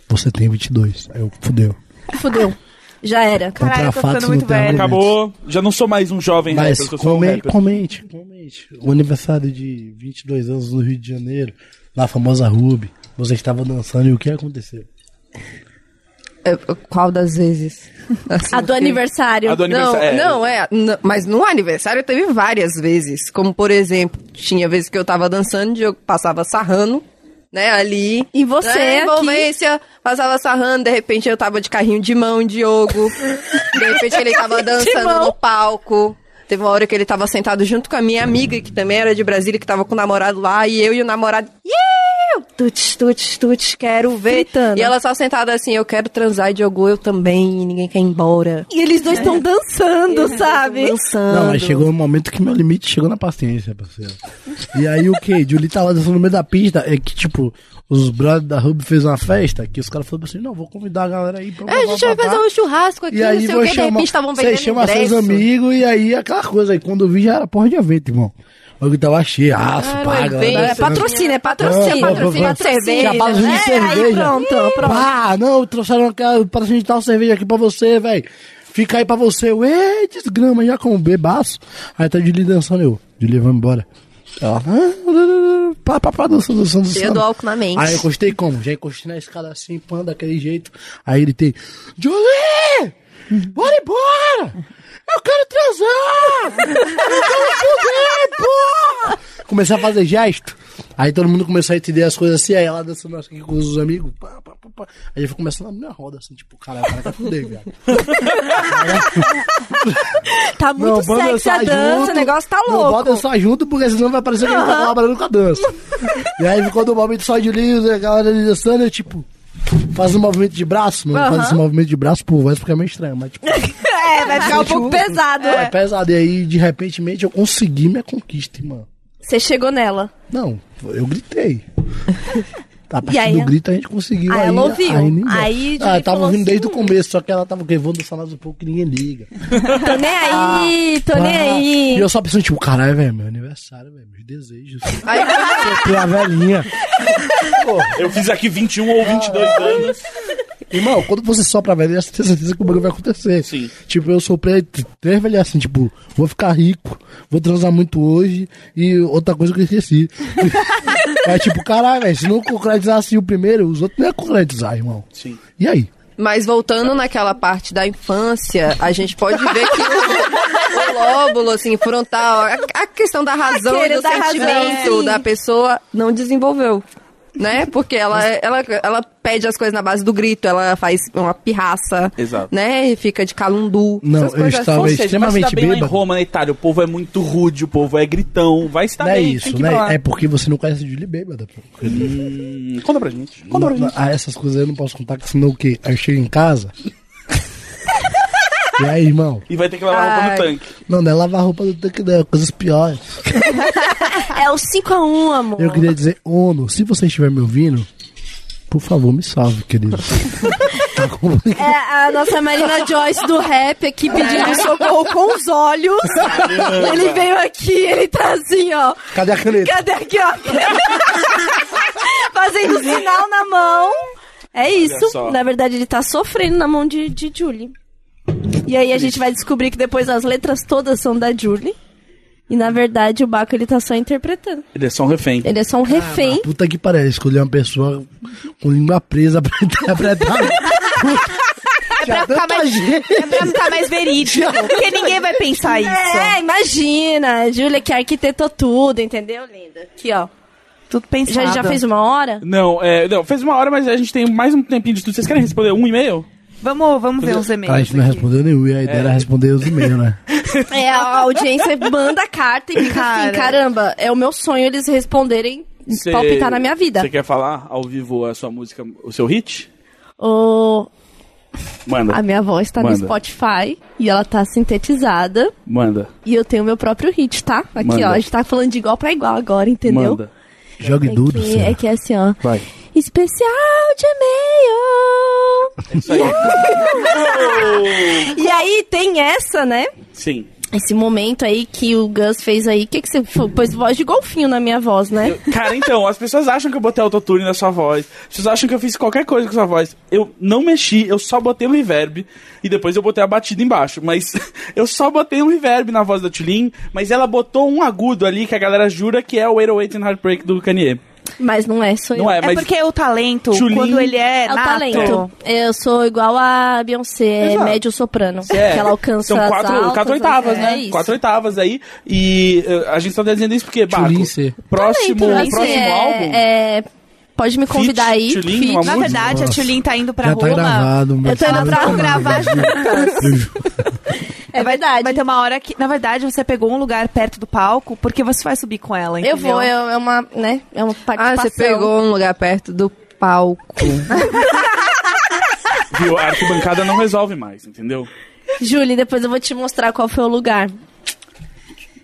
você tem 22. Aí eu, fudeu. Então,
Fudeu. Já era.
Caralho, eu tô ficando muito velho.
Acabou. Já não sou mais um jovem
Mas
rapper, eu sou um
come-
rapper.
comente, comente. O aniversário de 22 anos no Rio de Janeiro, na famosa Ruby. Você estava dançando e o que aconteceu?
É, Qual das vezes? Assim,
A do
eu fiquei-
aniversário.
A do
Não,
aniversário. é.
não, é. n- mas no aniversário teve várias vezes. Como, por exemplo, tinha vezes que eu tava dançando e eu passava sarrando, né, ali.
E você
né,
aqui?
envolvência, passava sarrando, de repente eu tava de carrinho de mão, Diogo. de repente ele tava
Carrinho de
dançando
mão.
no palco. Teve uma hora que ele tava sentado junto com a minha amiga, que também era de Brasília, que tava com o namorado lá, e eu e o namorado. Yeah! Tuts, tuts, tuts, quero ver.
Gritando.
E ela só sentada assim, eu quero transar, e Diogo, eu também, e ninguém quer ir embora.
E eles dois estão dançando, sabe?
Dançando.
Não, mas
Ah,
chegou um momento que meu limite chegou na paciência, parceiro. E aí o que? Julie tava dançando no meio da pista, é que tipo, os brothers da Ruby fez uma festa, que os caras falaram assim, não, vou convidar a galera aí pra
É, a gente vai fazer um churrasco aqui,
E aí
não sei o
vou
que, de
chamar,
repente estavam vendendo
você chama
ingresso.
seus amigos e aí aquela coisa, aí quando eu vi já era porra de evento, irmão. O que tava cheio, aço,
Era um
pá, galera
evento,
É
era
dançando.
patrocínio, é
Não,
patrocínio,
né? não,
patrocínio,
não,
de cerveja.
Tinha patrocínio de
É, aí
cerveja.
pronto, pronto.
Ah, não, trouxeram aquela patrocínio de tal cerveja aqui pra você, velho. Fica aí pra você. Ué, desgrama, já com um bebaço. Aí tá de lhe dançando eu. De lhe, vamos embora. Ela, ah, pá, pá, pá, dançando, dançando,
Cheio
dançando.
do álcool na mente.
Aí eu encostei como? Já encostei na escada assim, pã, daquele jeito. Aí ele tem, Julie, bora embora! Eu quero transar! Eu quero poder, porra! Comecei a fazer gesto. Aí todo mundo começou a entender as coisas assim, aí ela dançando assim com os amigos. Pá, pá, pá, pá. Aí eu fui começando a minha roda, assim, tipo, caralho, o cara quer fuder, velho.
Tá muito
bora
sexy a
dançar
dança,
junto.
o negócio tá
Não bota
louco.
dançar junto, porque senão vai parecer que ele tá colaborando com a dança. e aí ficou no momento só de livro, a galera ali dançando, eu tipo, faz um movimento de braço, mano. Faz esse movimento de braço por voz, fica meio estranho, mas tipo, é
É, vai ficar um pouco pesado.
pesado. E aí, de repente, eu consegui minha conquista, mano.
Você chegou nela.
Não, eu gritei. Tá, A partir
aí?
do grito a gente conseguiu.
Aí ela ouviu.
ninguém-
Aí
ah,
Julie
tava
falou
ouvindo desde o
assim,
começo, só que ela tava que vou dançar mais um pouco que ninguém liga.
Tô nem aí, tô nem
Ah, E
aí.
eu só pensando, tipo, caralho, velho, meu aniversário, velho, meus desejos.
Aí,
Tem a velhinha.
Eu fiz aqui 21 ou 22 anos.
Irmão, quando você sopra a velhinha, você tem certeza que o bagulho vai acontecer.
Sim.
Tipo, eu soprei t- três velhas assim, tipo, vou ficar rico, vou transar muito hoje e outra coisa que eu esqueci. Mas tipo, caralho, velho, se não concretizar assim o primeiro, os outros não iam concretizar, irmão.
Sim.
E aí?
mas voltando naquela parte da infância, a gente pode ver que o, o lóbulo, assim, frontal, a, a questão da razão
Aquele
e do
da razão,
sentimento
sim.
da pessoa não desenvolveu. né? Porque ela, ela, ela pede as coisas na base do grito, ela faz uma pirraça,
Exato.
né? E fica de calundu.
Não,
essas
eu
coisas
estava
assim.
Ou seja, pra se dar
extremamente
bem lá em
bêbado.
Roma, na Itália, o povo é muito rude, o povo é gritão. Vai se dar
Não é
bem, tem
isso,
que ir
né?
pra lá.
É porque você não conhece o Julie bêbada. pô.
Hum, conta pra gente. Conta pra
É- Não, não,
gente.
ah, essas coisas eu não posso contar, que senão o quê? Aí eu chego em casa. e aí, irmão?
E vai ter que lavar a roupa no
Ai.
tanque.
Não, não é lavar a roupa do tanque, não. Coisas piores.
É o 5x1, amor.
Eu queria dizer, Ono, se você estiver me ouvindo, por favor, me salve, querido. Tá complicado.
É a nossa Marina Joyce do rap aqui
É.
pedindo socorro com os olhos. Ele veio aqui, ele tá assim, ó.
Cadê a caneta?
Cadê aqui, ó? Fazendo sinal na mão. É
só.
isso. Na verdade, ele tá sofrendo na mão de, de Julie. E aí a gente vai descobrir que depois as letras todas são da Julie. E na verdade o Baco ele tá só interpretando.
Ele é só um refém.
Ele é só um refém.
Puta que pariu, escolher uma pessoa com língua presa pra interpretar. É pra
ficar mais- É pra ficar mais verídico. Porque ninguém vai pensar isso.
É, imagina. A Júlia que arquitetou tudo, entendeu, linda? Aqui, ó.
Tudo pensado.
Já, já fez um- uma hora?
Não, é, não, fez uma hora, mas a gente tem mais um tempinho de tudo. Vocês querem responder um e-mail?
Vamos, vamos ver os
Cara, a
e-mails.
gente não
aqui.
respondeu nenhum e a ideia era responder os e-mails, né?
É, a audiência manda carta e fica assim,
Cara.
caramba, é o meu sonho eles responderem,
Cê-
palpitar na minha vida.
Você quer falar ao vivo a sua música, o seu hit?
Ô,
Manda,
a minha voz tá no
Manda.
Spotify e ela tá sintetizada
manda,
e eu tenho meu próprio hit, tá? Aqui,
Manda.
ó, a gente tá falando de igual pra igual agora, entendeu?
manda.
Jogue
É
duro,
que, é
senhor.
que é assim, ó.
Vai.
Especial de e-mail!
Isso aí.
E aí tem essa, né?
Sim.
Esse momento aí que o Gus fez aí. O que que você... foi? Pôs voz de golfinho na minha voz, né?
Cara, então, as pessoas acham que eu botei autotune na sua voz. As pessoas acham que eu fiz qualquer coisa com sua voz. Eu não mexi, eu só botei um reverb e depois eu botei a batida embaixo. Mas eu só botei um reverb na voz da Tulin, mas ela botou um agudo ali que a galera jura que é o 808 and Heartbreak do Kanye.
Mas não é, sou eu.
Não é,
É
mas...
porque o talento,
Julinho-
quando ele é,
É o
nato,
talento. Eu sou igual a Beyoncé, é
Exato.
médio soprano.
É,
que ela alcança
São quatro,
as altas,
quatro oitavas,
é
né?
isso.
Quatro oitavas aí. E eh, a gente tá dizendo isso porque, Baco,
Tulin C.
próximo,
Então, assim,
próximo
é-
álbum...
é, pode me convidar aí.
Tulin,
Fit.
uma
Na
música?
verdade, a
Nossa.
Tulin tá indo pra
Já tá
Roma.
gravado, mas.
Eu tô indo pra
Não,
gravar
não, não. Eu juro.
É verdade.
Vai ter uma hora que, na verdade, você pegou um lugar perto do palco porque você vai subir com ela,
eu
entendeu?
vou, eu- é uma, né? É uma
Ah,
participação.
você pegou um lugar perto do palco.
Viu? A arquibancada não resolve mais, entendeu?
Julie, depois eu vou te mostrar qual foi o lugar.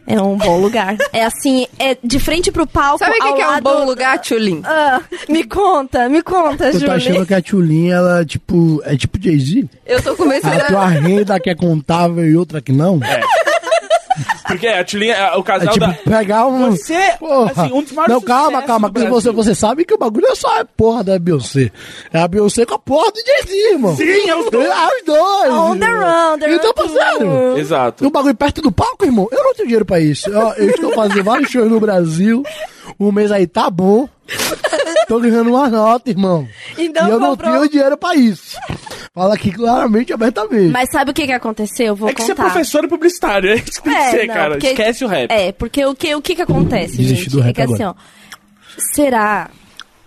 É um bom lugar. É assim, é de frente pro palco.
Sabe o que,
ao
que é um
lado-
bom lugar, Tchulin?
Ah, me conta, me conta,
Tu tá
Julie.
achando que a Tchulin, ela, tipo, é tipo Jay-Z?
Eu tô
A
começando
tua
a...
renda que é contável e outra que não? É,
Porque a Tulin, é o casal da...
tipo, pegar um.
Você,
Porra.
assim, um dos maiores
Não, calma,
sucessos
calma.
do
Que
Brasil.
você, você sabe que o bagulho é só a porra da Beyoncé. É a Beyoncé com a porra do Jay-Z, irmão.
Sim, é os dois.
É os dois.
On the
irmão.
run, the
Então,
run,
parceiro.
Exato.
E um bagulho perto do palco, irmão? Eu não tenho dinheiro pra isso. Eu, eu estou fazendo vários shows no Brasil. Um mês aí tá bom. Tô ganhando uma nota, irmão.
Então
e eu
comprou.
não tenho dinheiro pra isso. Fala aqui claramente, abertamente.
Mas sabe o que, que aconteceu? Eu Vou
É que você é
contar.
professor e publicitário, é isso que tem que
É,
ser,
não,
cara.
porque-
Esquece o rap.
É, porque o que, o que que acontece,
Desisti
gente?
do rap
é que assim, ó.
agora.
Será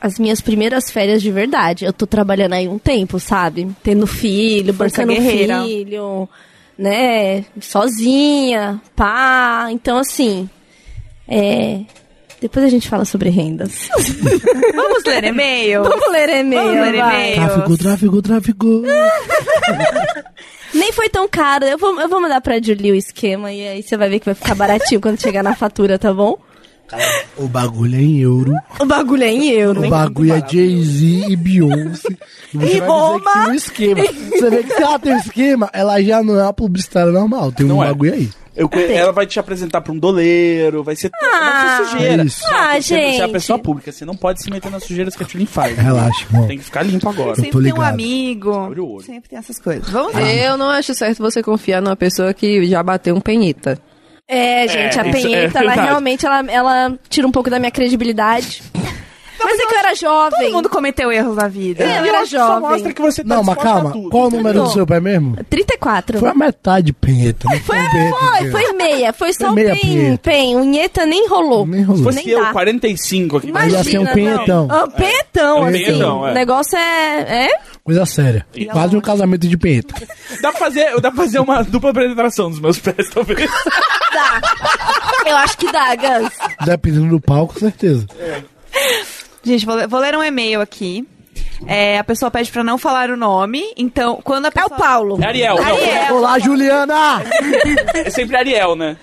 as minhas primeiras férias de verdade? Eu tô trabalhando aí um tempo, sabe? Tendo filho,
Força
bancando
guerreira.
filho, né? Sozinha, pá. Então, assim. É. Depois a gente fala sobre rendas.
Vamos ler e-mail?
Vamos ler e-mail,
Vamos ler
vai.
e-mail.
Tráfico, tráfico, tráfico.
Nem foi tão caro. Eu vou, eu vou mandar pra Julie o esquema e aí você vai ver que vai ficar baratinho quando chegar na fatura, tá bom?
O bagulho é em euro.
O bagulho é em euro.
O bagulho é Jay-Z e Beyoncé. E você vai
Roma.
dizer que tem um esquema. Você vê que se ela tem um esquema, ela já não é uma publicitária normal. Tem um
Não é.
bagulho aí.
Eu conhe- ela vai te apresentar pra um doleiro, vai ser,
Ah,
vai ser sujeira.
é isso.
Ah,
Você- Você é a
gente.
pessoa pública, você não pode se meter nas sujeiras que a Tulin faz. né?
Relaxa, irmão.
Tem que ficar limpo agora.
Sim. tô
Sempre tem um
ligado.
Olho o
amigo.
olho.
Sempre tem essas coisas. Vamos ver.
Ah.
Eu não acho certo você confiar numa pessoa que já bateu um penhita.
É, gente, a
isso é
penheta, ela
verdade.
realmente, ela, ela tira um pouco da minha credibilidade. Mas é que eu era jovem.
Todo mundo cometeu erros na vida.
É. eu
E
era
acho que só
jovem.
mostra que você tá
Não, mas
disposta a
calma.
tudo.
Qual o número do seu pai mesmo?
34.
Foi a metade, Pinheta. Não foi, bem,
Foi,
entendeu?
foi meia. Foi só
Foi
o
meia
pen.
punheta.
Pen. Unheta nem rolou.
Nem rolou.
Se fosse
Nem
eu,
dá.
45 aqui.
Mas ia ser um
não.
punhetão.
Ah, Um penhetão,
É.
assim.
Punhetão, é.
O negócio é... é?
Coisa séria. Quase um casamento de Pinheta.
Dá pra fazer, dá pra fazer uma dupla penetração dos meus pés, talvez.
Dá. Eu acho que dá, Gans.
Dependendo do pau, com certeza.
Gente, vou, le- vou ler um e-mail aqui. É, a pessoa pede pra não falar o nome, então quando a
É o
pessoa...
Paulo.
É Ariel.
Ariel.
Olá, Juliana!
Não, é sempre Ariel, né?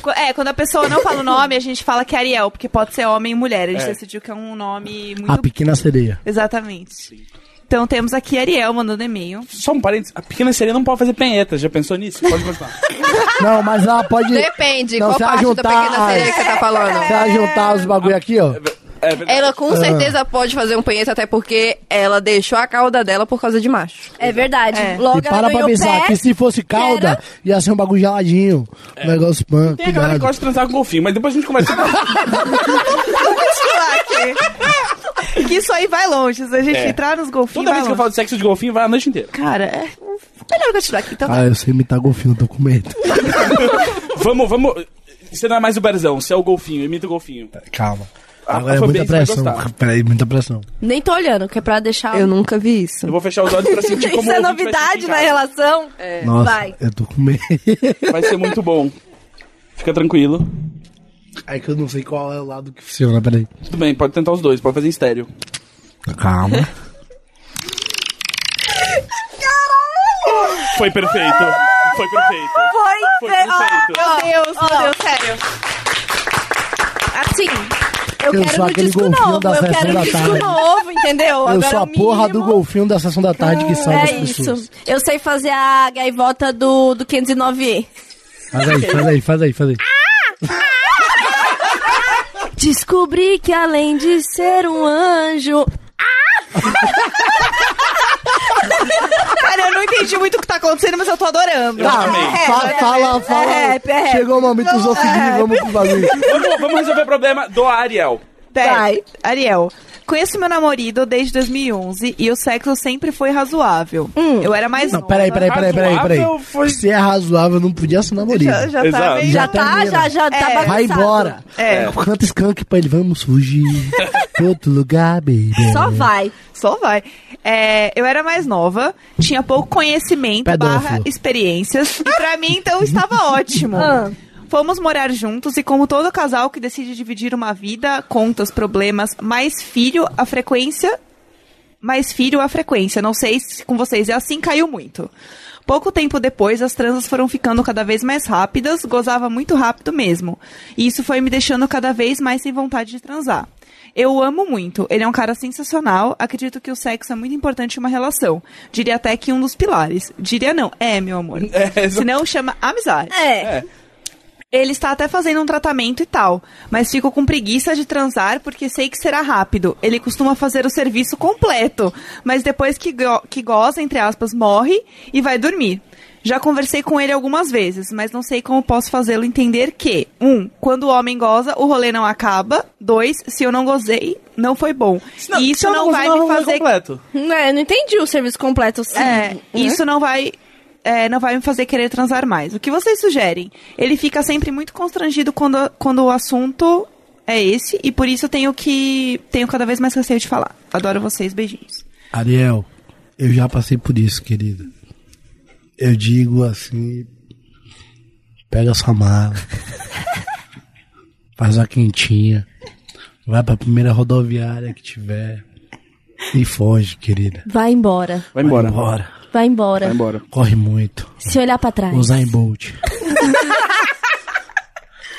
Qu- É, quando a pessoa não fala o nome, a gente fala que é Ariel, porque pode ser homem e mulher. A gente
É.
decidiu que é um nome muito.
A pequena sereia.
Exatamente. Então temos aqui Ariel mandando e-mail.
Só um parênteses. A pequena sereia não pode fazer penheta. Já pensou nisso? Pode continuar.
Não, mas ela pode.
Depende,
Não,
qual
se É. ela
parte da
juntar
pequena sereia
as-
que você tá falando?
Se ela juntar os bagulho aqui, ó.
É verdade.
Ela
Ah.
com certeza pode fazer um punheta, até porque ela deixou a cauda dela por causa de macho.
É verdade.
É.
Logo
E para
ela
pra
ganhou
pensar
pé. né?
que se fosse calda,
era-
ia ser um bagulho geladinho.
É.
Um negócio pan,
Tem a galera que
cuidado.
gosta de transar com golfinho, mas depois a gente conversa.
Que isso aí vai longe. Se a gente
É.
entrar nos golfinhos.
Toda
Vai
vez que eu
longe.
falo de sexo de golfinho, vai a noite inteira.
Cara, é melhor continuar aqui. Então,
Ah, eu sei imitar golfinho, tô com medo.
Vamos, vamos. Você não é mais o Berzão, você é o golfinho, imita o golfinho.
Calma.
A-
Agora
a
é muita
fanbase vai
pressão.
gostar.
Peraí, muita pressão.
Nem tô olhando, que é pra deixar...
Eu nunca vi isso.
Eu vou fechar os olhos pra sentir como
Isso é
o ouvinte vai
novidade
sentir em
na
casa.
relação.
Nossa,
É, Vai.
eu tô com medo.
Vai ser muito bom. Fica tranquilo.
É que eu não sei qual é o lado que funciona, peraí.
Tudo bem, pode tentar os dois, pode fazer em estéreo.
Calma.
Foi perfeito. Foi perfeito.
Foi,
Ah, Foi perfeito.
meu Deus, meu Deus, sério.
Assim, eu,
Eu
quero
sou
um
aquele
disco
golfinho
novo,
da
eu
sessão
quero um
da
disco
tarde.
novo, entendeu?
eu
Agora é
sou a
o
porra do
mínimo-
golfinho da sessão da tarde que salva
É
as pessoas.
isso. Eu sei fazer a gaivota do, do 509E.
Faz aí, faz aí, faz aí, faz aí.
Ah, Descobri que além de ser um anjo.
Cara, eu não entendi muito o que tá acontecendo, mas eu tô adorando.
Eu
Tá,
amei.
fa- fala, fala.
é rap, é rap.
Chegou o momento dos outros vamos pro bagulho.
Vamos, vamos resolver o problema do Ariel.
Peraí, Ariel, conheço meu namorado desde 2011 e o sexo sempre foi razoável.
Hum.
Eu era mais
Não,
nova.
peraí, peraí, É, peraí, peraí,
Razoável
peraí.
foi-
Se é razoável, não podia assinar Murilo.
Já, já tá
Exato.
meio...
Já
Já
tá,
termina.
já, já tá
É.
bagunçado.
Vai embora.
É,
Canta skunk pra ele, vamos fugir pra outro lugar, baby.
Só vai.
só vai. É, eu era mais nova, tinha pouco conhecimento
Pedófilo.
barra experiências. E pra mim, então, estava ótimo.
Ah.
Fomos morar juntos e como todo casal que decide dividir uma vida, contas, problemas, mais filho, a frequência mais filho a frequência. Não sei se com vocês é assim, caiu muito. Pouco tempo depois, as transas foram ficando cada vez mais rápidas, gozava muito rápido mesmo. E isso foi me deixando cada vez mais sem vontade de transar. Eu o amo muito, ele é um cara sensacional, acredito que o sexo é muito importante em uma relação. Diria até que um dos pilares. Diria não, é, meu amor.
É, exato.
Senão chama amizade.
É.
Ele está até fazendo um tratamento e tal, mas fico com preguiça de transar porque sei que será rápido. Ele costuma fazer o serviço completo, mas depois que, go- que goza, entre aspas, morre e vai dormir. Já conversei com ele algumas vezes, mas não sei como posso fazê-lo entender que, um, quando o homem goza, o rolê não acaba. Dois, se eu não gozei, não foi bom. e isso não, é um vai me fazer
um Completo.
É, não entendi o serviço completo. Assim.
é, isso não vai. é, não vai me fazer querer transar mais. O que vocês sugerem? Ele fica sempre muito constrangido quando, quando o assunto é esse, e por isso tenho que. tenho cada vez mais receio de falar. Adoro vocês, beijinhos.
Ariel, eu já passei por isso, querida. Eu digo assim: pega sua mala, faz a quentinha, vai pra primeira rodoviária que tiver e foge, querida.
Vai embora.
Vai embora.
Vai embora.
Vai embora.
Vai embora.
Corre muito.
Se olhar pra trás.
Usar em Bolt.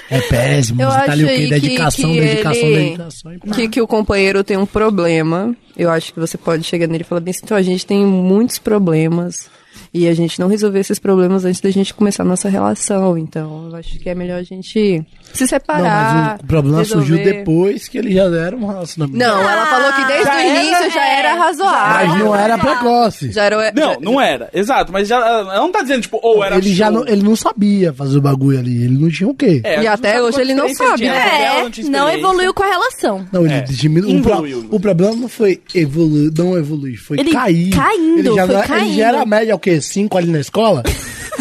É péssimo,
Eu
você tá ali o quê?
achei
Dedicação,
que- que
dedicação,
ele-
dedicação. e pá.
Que, que o companheiro tem um problema. Eu acho que você pode chegar nele e falar bem assim, então a gente tem muitos problemas. E a gente não resolver esses problemas antes da gente começar a nossa relação. Então, eu acho que é melhor a gente se
Não,
separar.
mas o problema surgiu
resolver.
depois que eles já deram um relacionamento.
Não, ela falou que desde
já
o
era-
início já era razoável.
Mas não era precoce.
Já era.
Não, não era. Exato, mas já, ela não tá dizendo, tipo, ou era
ele já
show.
não, ele não sabia fazer o bagulho ali. Ele não tinha o quê?
É,
E
a gente
até
sabe
hoje
quanto
ele não
tempo ele
sabe.
tinha,
É,
ela tinha
não
experiência.
evoluiu com a relação.
Não, ele
É.
diminuiu. O, pro-
Evoluiu.
o problema não foi evoluir, não evoluir, foi
Ele
cair.
caindo,
ele já,
foi
era- Ele já era
caindo.
média, o quê? Cinco ali na escola?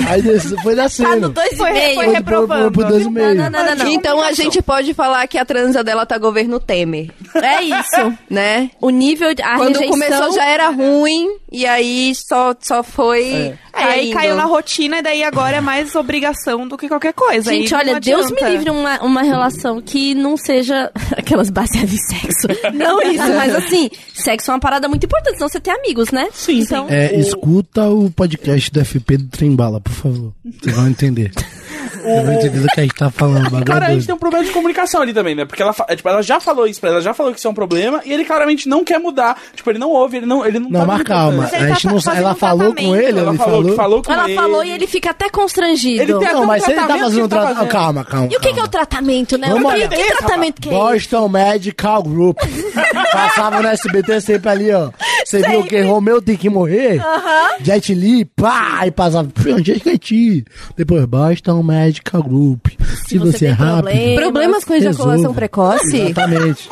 Aí des- foi
Tá
descendo.
no dois
Foi-
e meio.
foi
Foi pro- pro-
reprovando.
pro dois e meio.
Não, não, não, não.
Então a gente pode falar que a transa dela tá governo Temer,
É isso.
né?
O nível de. A
Quando
rejeição...
começou já era ruim, e aí só, só foi.
É, aí
caindo.
caiu na rotina e daí agora é mais obrigação do que qualquer coisa.
Gente,
Aí não
olha, Deus me
adianta.
livre uma, uma relação que não seja aquelas baseadas em sexo. Não isso, mas assim, sexo é uma parada muito importante, senão você tem amigos, né? Sim. Então,
É, escuta o podcast do FP do Trembala, por favor. Vocês vão entender. Vocês vão entender do que a gente tá falando. o bagulho é
Cara, a gente
doido.
tem um problema de comunicação ali também, né? Porque ela, fa- é, tipo, ela já falou isso pra ela, já falou que isso é um problema, e ele claramente não quer mudar. Tipo, ele não ouve, ele não. Ele não,
Não,
tá
mas
dando
calma.
importância.
ele
a
tá
gente não sabe. Ela
fazendo um
falou com
tratamento.
ele,
Ela
ele
falou que falou com
ela
ele.
falou e ele fica até constrangido.
Ele tem até
Não,
um
mas se ele tá
tratamento
fazendo
que tá
tratamento.
fazendo.
Calma, calma.
E o que, que é o
calma.
tratamento, né?
Vamos
que,
olhar.
que tratamento que é esse?
Boston Medical Group. Passava no SBT sempre ali, ó. Você viu o que? Romeu tem que morrer? Jet Li, pá! E passava. "Pô, Onde é que é ti?" Depois, Boston Medical Group. Se,
você
você, é
tem
rápido.
problema.
Problemas com ejaculação
Resolva.
precoce?
Exatamente.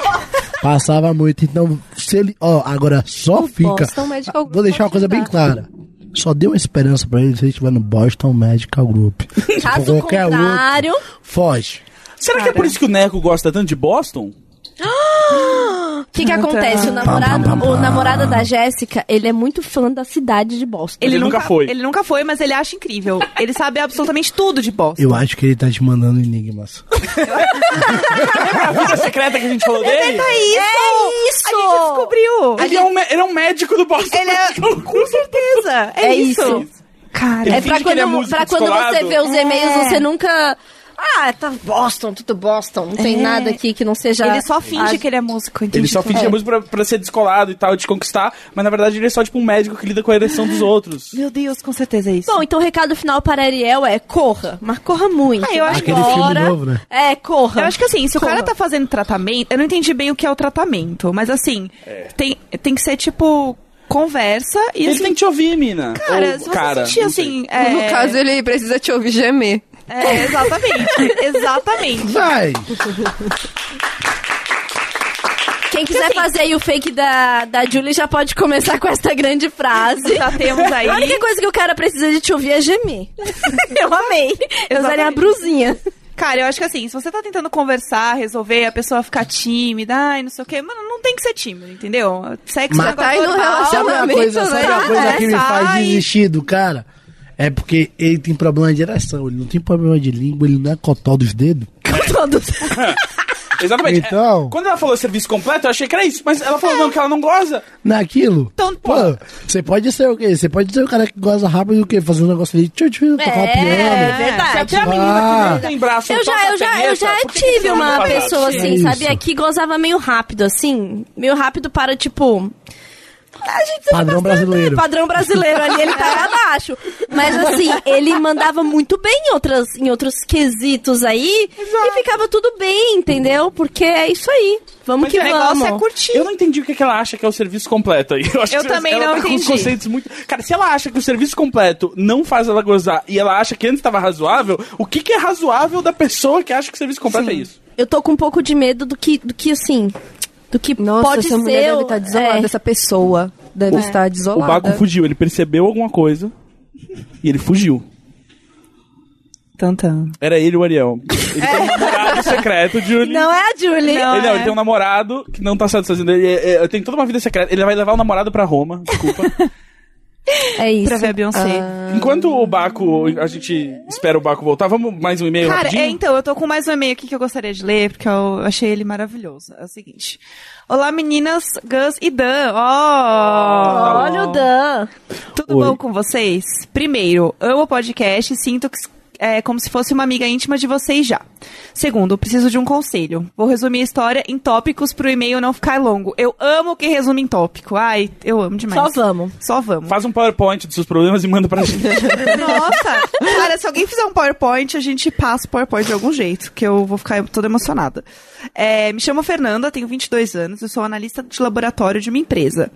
Passava muito. Então, se ele. Ó, agora só fica.
Boston Medical Group
Vou deixar uma
pode
coisa
ajudar.
bem clara. Só dê uma esperança pra ele se ele estiver no Boston Medical Group. Se for
Caso
qualquer outro,
contrário,
foge.
Será que é por isso que o Neco gosta tanto de Boston?
o que, que acontece? O namorado, o namorado da Jéssica, ele é muito fã da cidade de Boston.
Ele nunca foi.
Ele nunca foi, mas ele acha incrível. Ele sabe absolutamente tudo de bosta.
Eu acho que ele tá te mandando enigmas.
É
A vida secreta que a gente falou dele?
É isso! É isso! A gente descobriu!
Ele, é um, mé- ele é um médico do Boston.
Ele é-
Medical Group.
Com certeza! É,
É
isso. Cara,
É
Finge
pra
que ele é
quando,
músico
pra quando
descolado.
você vê os e-mails,
É.
você nunca. Ah, tá Boston, tudo Boston. Não tem
É.
nada aqui que não seja.
ele só finge
Ah,
que ele é músico, entendeu?
Ele só finge a música pra, pra ser descolado e tal, de conquistar, mas na verdade ele é só tipo um médico que lida com a ereção dos outros.
Meu Deus, com certeza é isso.
Bom, então o recado final para Ariel é corra, mas corra muito.
Ah, eu acho
Aquele filme novo, né?
É, corra.
Eu acho que assim, se o cara tá fazendo tratamento, eu não entendi bem o que é o tratamento, mas assim, tem, tem que ser tipo conversa e
Ele
assim,
tem que te ouvir, mina.
cara,
Ou
se você sentir
não sei.
assim, é,
No caso, ele precisa te ouvir gemer.
é, exatamente, exatamente.
Vai!
Quem
assim-
quiser fazer aí o fake da, da Julie já pode começar com essa grande frase.
Já temos
A
aí.
única coisa que o cara precisa de te ouvir é gemer. Eu amei. Eu usaria a
Exatamente.
brusinha.
Cara, eu acho que assim, se você tá tentando conversar, resolver, a pessoa ficar tímida, ai, não sei o quê, mano, não tem que ser tímido, entendeu? Sexo
Mas
é um
tá aí
negócio
no
normal.
Sabe uma
relacionamento,
coisa,
né?
sabe uma coisa que me faz
Sai.
desistir do cara? É porque ele tem problema de ereção, ele não tem problema de língua, ele não é cotó dos dedos.
Todos.
Exatamente.
Então-
É, Quando ela falou serviço completo, eu achei que era isso, mas ela
É.
falou não, que ela não goza.
Naquilo.
Então,
pô, você pode ser o quê? Você pode ser o cara que goza rápido do quê? Fazer um negócio ali, tchau, tchau, tocar um
É,
piano.
verdade.
Até a menina que não
Ah.
tem braço.
Eu já,
toca
eu já, eu
punheta,
já
por que que
tive
você não
uma
faz isso?
pessoa assim,
Isso.
sabia? Que gozava meio rápido, assim. Meio rápido para, tipo. A gente precisa
Padrão
bastante,
brasileiro.
Padrão brasileiro ali, ele tava abaixo. Mas assim, ele mandava muito bem em, outras, em outros quesitos aí. E ficava tudo bem, entendeu? Porque é isso aí. Vamos
Mas
que
O negócio é
vamos.
curtir.
Eu não entendi o que, que ela acha que é o serviço completo aí. Eu, acho
Eu
que
também
ela
não
tá com uns
entendi.
conceitos muito... Cara, se ela acha que o serviço completo não faz ela gozar e ela acha que antes estava razoável, o que, que é razoável da pessoa que acha que o serviço completo é isso?
Eu tô com um pouco de medo do que, do que assim. Do que
Nossa,
pode
essa
ser.
mulher deve
o-
estar desolada,
é.
essa pessoa deve estar
O Baco
desolada.
fugiu, ele percebeu alguma coisa e ele fugiu.
Tantan.
Era ele o Ariel. Ele tem um namorado secreto, Julie.
Não é a Julie.
É. Não.
Ele, não,
é.
ele tem um namorado que não tá satisfazendo ele. é- é- tem toda uma vida secreta. Ele vai levar o namorado pra Roma, desculpa.
É isso.
Pra ver a Beyoncé.
Enquanto o Baco, a gente espera o Baco voltar, vamos mais um e-mail
Cara,
rapidinho?
é, então, eu tô com mais um e-mail aqui que eu gostaria de ler, porque eu achei ele maravilhoso. É o seguinte. Olá, meninas, Gus e Dan. Ó!
Olha o Dan.
Tudo
Oi.
bom com vocês? Primeiro, amo o podcast e sinto que é como se fosse uma amiga íntima de vocês já. Segundo, preciso de um conselho. Vou resumir a história em tópicos pro e-mail não ficar longo. Eu amo quem resume em tópico. Ai, eu amo demais.
Só vamos.
Só vamos.
Faz um PowerPoint dos seus problemas e manda pra gente.
Nossa! Cara, se alguém fizer um PowerPoint, a gente passa o PowerPoint de algum jeito, que eu vou ficar toda emocionada. É, me chamo Fernanda, tenho 22 anos, eu sou analista de laboratório de uma empresa.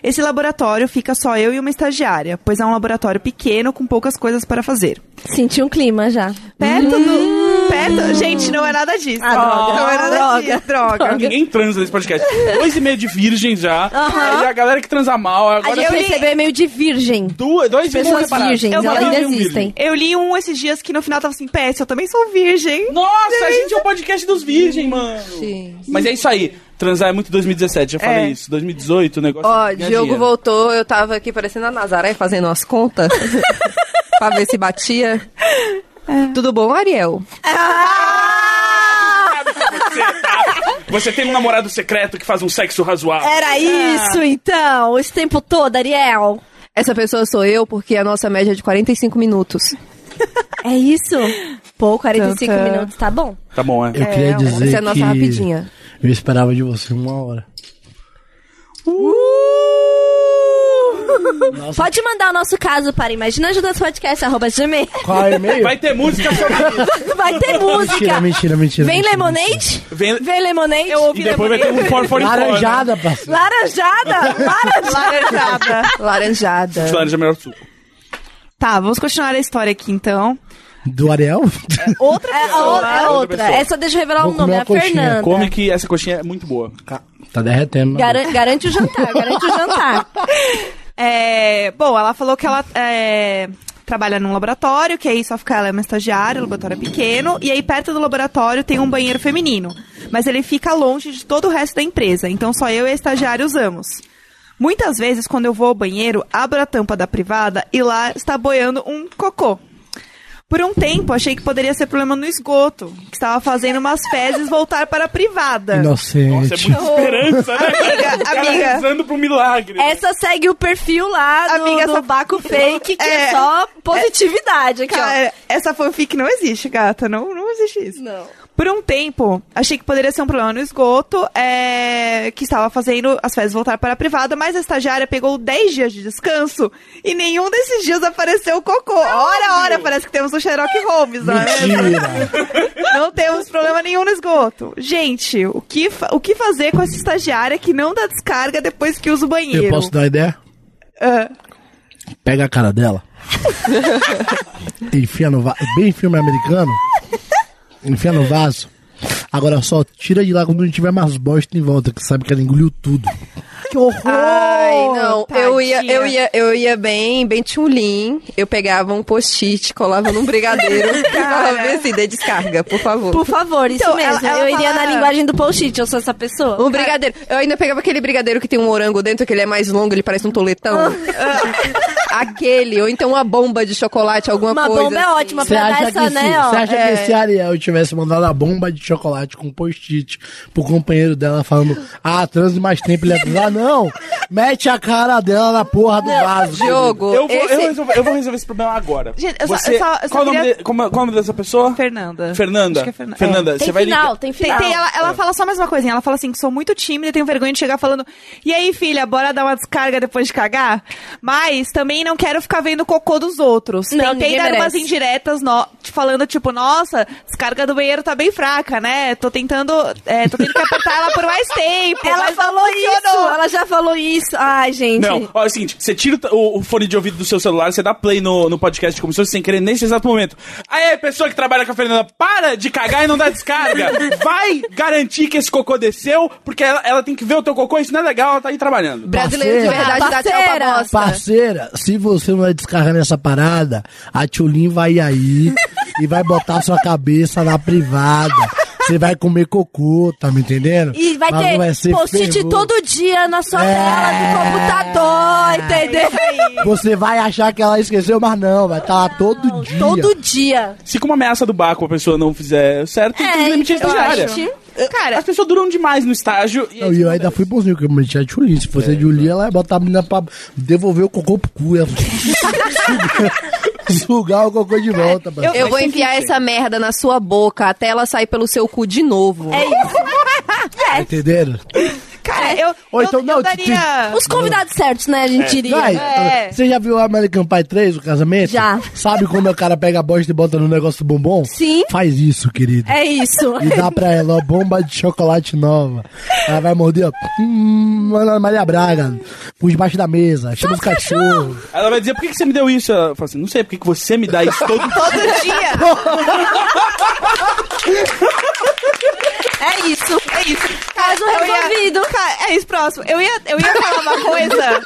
Esse laboratório fica só eu e uma estagiária, pois é um laboratório pequeno com poucas coisas para fazer.
Senti um clima já.
Perto do. Perto. Gente, não é nada disso.
Ah, droga.
Não é nada
Droga.
disso. Droga.
Ninguém transa nesse podcast. Dois e meio de virgem já. Aí a galera que transa mal. Agora
Aí eu
li-
recebi meio de virgem.
duas, dois e meio
Pessoas
separados.
virgens,
Eu
elas
nunca
ainda
vi um virgem.
existem.
Eu li um esses dias que no final tava assim, PS, eu também sou virgem.
Nossa, a gente é um podcast dos virgens, mano. Sim. Mas é isso aí. Transar é muito 2017, já falei
É.
isso. 2018, o negócio.
Ó,
ganha
Diogo
dinheiro.
voltou, eu tava aqui parecendo a Nazaré fazendo as contas pra ver se batia.
É.
Tudo bom, Ariel?
Você, tá- você tem um namorado secreto que faz um sexo razoável.
Ah.
Era isso, então. Esse tempo todo, Ariel.
Essa pessoa sou eu porque a nossa média é de 45 minutos.
É isso? Pô, 45
Tanta.
minutos, tá bom.
Tá bom, é.
Eu queria dizer
essa é a nossa
que
rapidinha.
eu esperava de você uma hora.
Pode mandar o nosso caso para imaginanjudaspodcast.gmail.
Qual é o e-mail?
Vai ter música sobre isso.
Vai ter música.
Mentira, mentira, mentira.
Vem
mentira,
Lemonade?
Vem-
Vem Lemonade?
Eu
E
ouvi
depois vai ter um 444.
mentira. Laranjada, parceiro.
Laranjada? Laranjada.
Laranjada.
Laranjada.
Laranja é melhor do suco.
Tá, vamos continuar a história aqui então.
Do Ariel?
Outra é, a outra, é a outra.
pessoa.
Essa deixa eu revelar
Vou
o
comer
nome, é
uma
a
coxinha.
Fernanda.
Come que essa coxinha é muito boa.
tá derretendo. né?
Garan- garante o jantar, garante o jantar.
É, bom, ela falou que ela é, trabalha num laboratório, que aí só fica ela é uma estagiária, o laboratório é pequeno, e aí perto do laboratório tem um banheiro feminino. Mas ele fica longe de todo o resto da empresa, então só eu e a estagiária usamos. Muitas vezes, quando eu vou ao banheiro, abro a tampa da privada e lá está boiando um cocô. Por um tempo, achei que poderia ser problema no esgoto, que estava fazendo umas fezes voltar para a privada.
Inocente.
Nossa, é muita esperança, né?
Amiga,
O cara
amiga. É
rezando pro milagre.
Essa segue o perfil lá do,
Amiga,
do
essa-
Baco Fake, que é,
É.
só positividade aqui, ó.
Cara, essa fanfic não existe, gata. Não, não existe isso.
Não.
Por um tempo, achei que poderia ser um problema no esgoto, é, que estava fazendo as fezes voltar para a privada, mas a estagiária pegou 10 dias de descanso e nenhum desses dias apareceu o cocô. Ora, ora, parece que temos um Sherlock Holmes, não é mesmo?
Mentira.
Não temos problema nenhum no esgoto. Gente, o que, fa- o que fazer com essa estagiária que não dá descarga depois que usa o banheiro?
Eu posso dar uma ideia?
É.
Ah.
Pega a cara dela. enfia no vaso. Bem filme americano. Enfia no vaso. Agora só tira de lá quando não tiver mais bosta em volta, que sabe que ela engoliu tudo.
Que horror!
Ai, não. Eu ia, eu
tadinha.
ia, eu ia bem, bem tchulim. Eu pegava um post-it, colava num brigadeiro e falava bem assim, dê descarga, por favor.
Por favor, isso
Então,
mesmo.
ela- ela
eu iria
fala-
na linguagem do post-it, eu sou essa pessoa.
Um brigadeiro. Eu ainda pegava aquele brigadeiro que tem um morango dentro, que ele é mais longo, ele parece um toletão. aquele, ou então uma bomba de chocolate, alguma
Uma
coisa.
bomba é
assim.
ótima
Você
pra dar
acha, que
essa,
se,
né, ó.
você acha
É.
que se a Ariel tivesse mandado a bomba de chocolate com post-it pro companheiro dela falando, ah, transe mais tempo, ele ia falar, não, mete a cara dela na porra do vaso.
Diogo,
Eu vou,
esse-
eu, resolvo- eu vou resolver esse problema agora.
Gente, eu só-
Você-
eu só- eu só
qual, o nome
queria-
de- como é- qual é o nome dessa pessoa?
Fernanda.
Fernanda.
Acho que é Fernan-
Fernanda,
Tem
você vai
final,
ligar.
tem
Tem,
final.
tem- ela ela fala só mais uma coisinha. Ela fala assim que sou muito tímida, tenho vergonha de chegar falando. E aí, filha, bora dar uma descarga depois de cagar? Mas também não quero ficar vendo o cocô dos outros.
Não,
Tentei
ninguém
dar umas
merece.
indiretas no- te falando, tipo, nossa, descarga do banheiro tá bem fraca, né? Tô tentando. é, tô tendo que apertar ela por mais tempo.
Ela
mas não
falou isso,
funcionou.
ela já falou isso. Ai, gente.
Não, ó, é o seguinte, você tira o t- o, o fone de ouvido do seu celular, você dá play no, no podcast de comissões sem querer nesse exato momento. Aí, pessoa que trabalha com a Fernanda, para de cagar e não dá descarga. Vai garantir que esse cocô desceu, porque ela, ela tem que ver o teu cocô, isso não é legal, ela tá aí trabalhando.
brasileiro de
Parceira.
verdade dá tchau pra
Parceira.
bosta.
Parceira, se você não vai descargar nessa parada, a Tchulin vai aí e vai botar sua cabeça na privada. Você vai comer cocô, tá me entendendo?
E vai
Mas não
ter
ser
post-it
fervor.
todo dia na sua
É.
tela do computador, entendeu?
Você vai achar que ela esqueceu, mas não, vai estar lá todo dia.
Todo dia.
Se com uma ameaça do barco a pessoa não fizer certo, tem que demitir a
É, eu
estagiária.
acho.
Cara, as pessoas duram demais no estágio. E
Não, e eu ainda fui bonzinho, porque eu meti a Julinha. Se fosse a Julinha, ela ia botar a menina pra devolver o cocô pro cu. Ela... Sugar o cocô de volta, parceiro.
Eu vou enfiar essa merda na sua boca até ela sair pelo seu cu de novo.
É isso.
Tá Entenderam?
Cara, É, eu,
Ou
eu,
então,
eu
não,
daria...
Os convidados certos, né? A gente diria.
Vai,
Tá É.
você já viu American Pie 3, o casamento?
Já.
Sabe quando o cara pega a bosta e bota no negócio do bombom?
Sim.
Faz isso, querido.
É isso.
E dá pra ela uma bomba de chocolate nova. Ela vai morder, ó. Hum, Ana Maria Braga. Por debaixo da mesa. Chama os cachorros.
Ela vai dizer, por que, que você me deu isso? Ela fala assim, não sei, por que, que você me dá isso todo
Todo dia.
É isso.
É isso.
Caso
Eu ia-
resolvido.
Cara, é isso, próximo. Eu ia, eu ia falar uma coisa.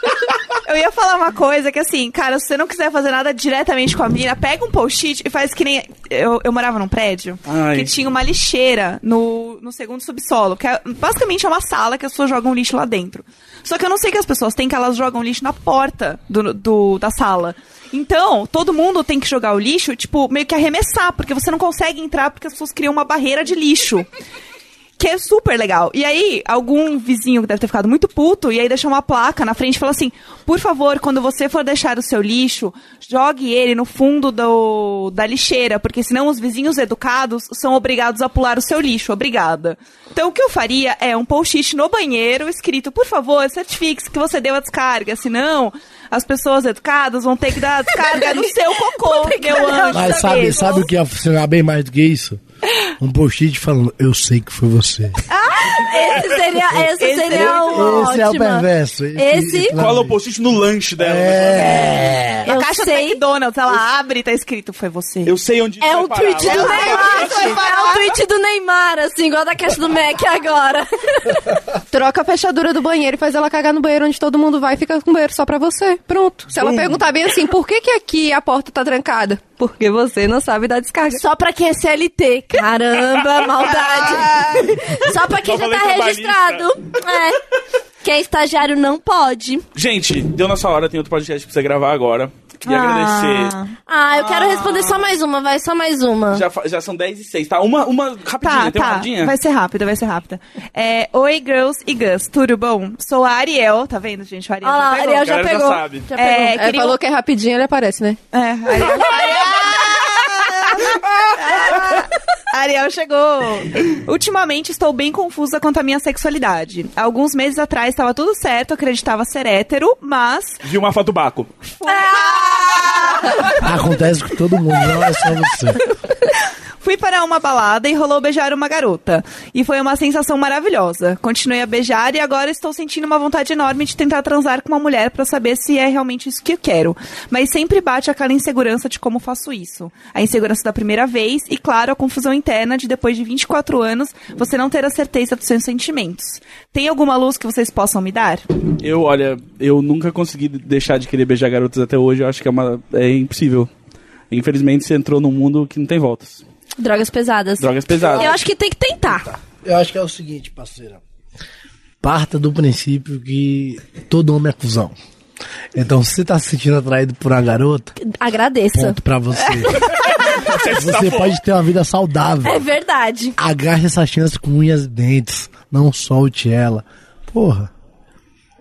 Eu ia falar uma coisa que, assim, cara, se você não quiser fazer nada diretamente com a menina, pega um post-it e faz que nem. Eu, eu morava num prédio
Ai.
que tinha uma lixeira no, no segundo subsolo, que é, basicamente é uma sala que as pessoas jogam lixo lá dentro. Só que eu não sei o que as pessoas têm, que elas jogam lixo na porta do, do- da sala. Então, todo mundo tem que jogar o lixo, tipo, meio que arremessar, porque você não consegue entrar porque as pessoas criam uma barreira de lixo. Que é super legal. E aí, algum vizinho que deve ter ficado muito puto, e aí deixou uma placa na frente e falou assim: por favor, quando você for deixar o seu lixo, jogue ele no fundo do, da lixeira, porque senão os vizinhos educados são obrigados a pular o seu lixo. Obrigada. Então, o que eu faria é um post-it no banheiro escrito: por favor, certifique-se que você deu a descarga, senão as pessoas educadas vão ter que dar a descarga no seu cocô, meu anjo.
Mas
da
sabe,
vez.
sabe o que ia funcionar bem mais do que isso? Um post-it falando, eu sei que foi você.
Ah, Esse seria, essa
Esse-
seria uma
Esse é o
ótima.
perverso.
Esse-
Cola o post no lanche dela.
É.
Na
Eu
caixa do
sei.
McDonald's, ela abre e tá escrito: foi você.
Eu sei onde
É
isso vai
um
parar.
tweet do
Ela-
Neymar. É um tweet do Neymar, assim, igual da caixa do Mac agora.
Troca a fechadura do banheiro e faz ela cagar no banheiro onde todo mundo vai e fica com o banheiro só pra você. Pronto. Se ela perguntar bem assim, por que que aqui a porta tá trancada? Porque você não sabe dar descarga.
Só pra quem é CLT. Caramba, maldade.
Ah!
Só pra quem
Nova
já tá
lei
registrado. É. Quem é estagiário não pode.
Gente, deu nossa hora, tem outro podcast pra você gravar agora. Queria agradecer.
Ah, eu quero responder só mais uma, vai, só mais uma.
Já, fa- já são 10 e 6, tá? Uma, uma rapidinha,
Tá,
tem uma
tá.
rapidinha?
Vai ser rápida, vai ser rápida. É, Oi, girls e Gus, tudo bom? Sou a Ariel, tá vendo, gente? O Ariel
Olha
já
lá,
pegou.
Ariel
A
já
galera já
pegou.
sabe.
Já
É,
pegou.
É,
queria-
falou que é rapidinho, ele aparece, né?
É, Ariel. Ah, Ariel chegou. Ultimamente estou bem confusa quanto à minha sexualidade. Alguns meses atrás estava tudo certo, acreditava ser hétero, mas
Viu uma foto Baco.
Acontece com todo mundo, não é só você.
Fui para uma balada e rolou beijar uma garota. E foi uma sensação maravilhosa. Continuei a beijar e agora estou sentindo uma vontade enorme de tentar transar com uma mulher para saber se é realmente isso que eu quero. Mas sempre bate aquela insegurança de como faço isso. A insegurança da primeira vez e, claro, a confusão interna de depois de 24 anos você não ter a certeza dos seus sentimentos. Tem alguma luz que vocês possam me dar?
Eu, olha, eu nunca consegui deixar de querer beijar garotas até hoje, eu acho que é, uma, é impossível. Infelizmente, você entrou num mundo que não tem voltas.
Drogas pesadas.
Drogas pesadas.
Eu acho que tem que tentar.
Eu acho que é o seguinte, parceira. Parta do princípio que todo homem é cuzão. Então, se você tá se sentindo atraído por uma garota,
Agradeça.
ponto pra você. Você pode ter uma vida
É
saudável.
verdade.
Agarre essa chance com unhas e dentes. Não solte ela. Porra.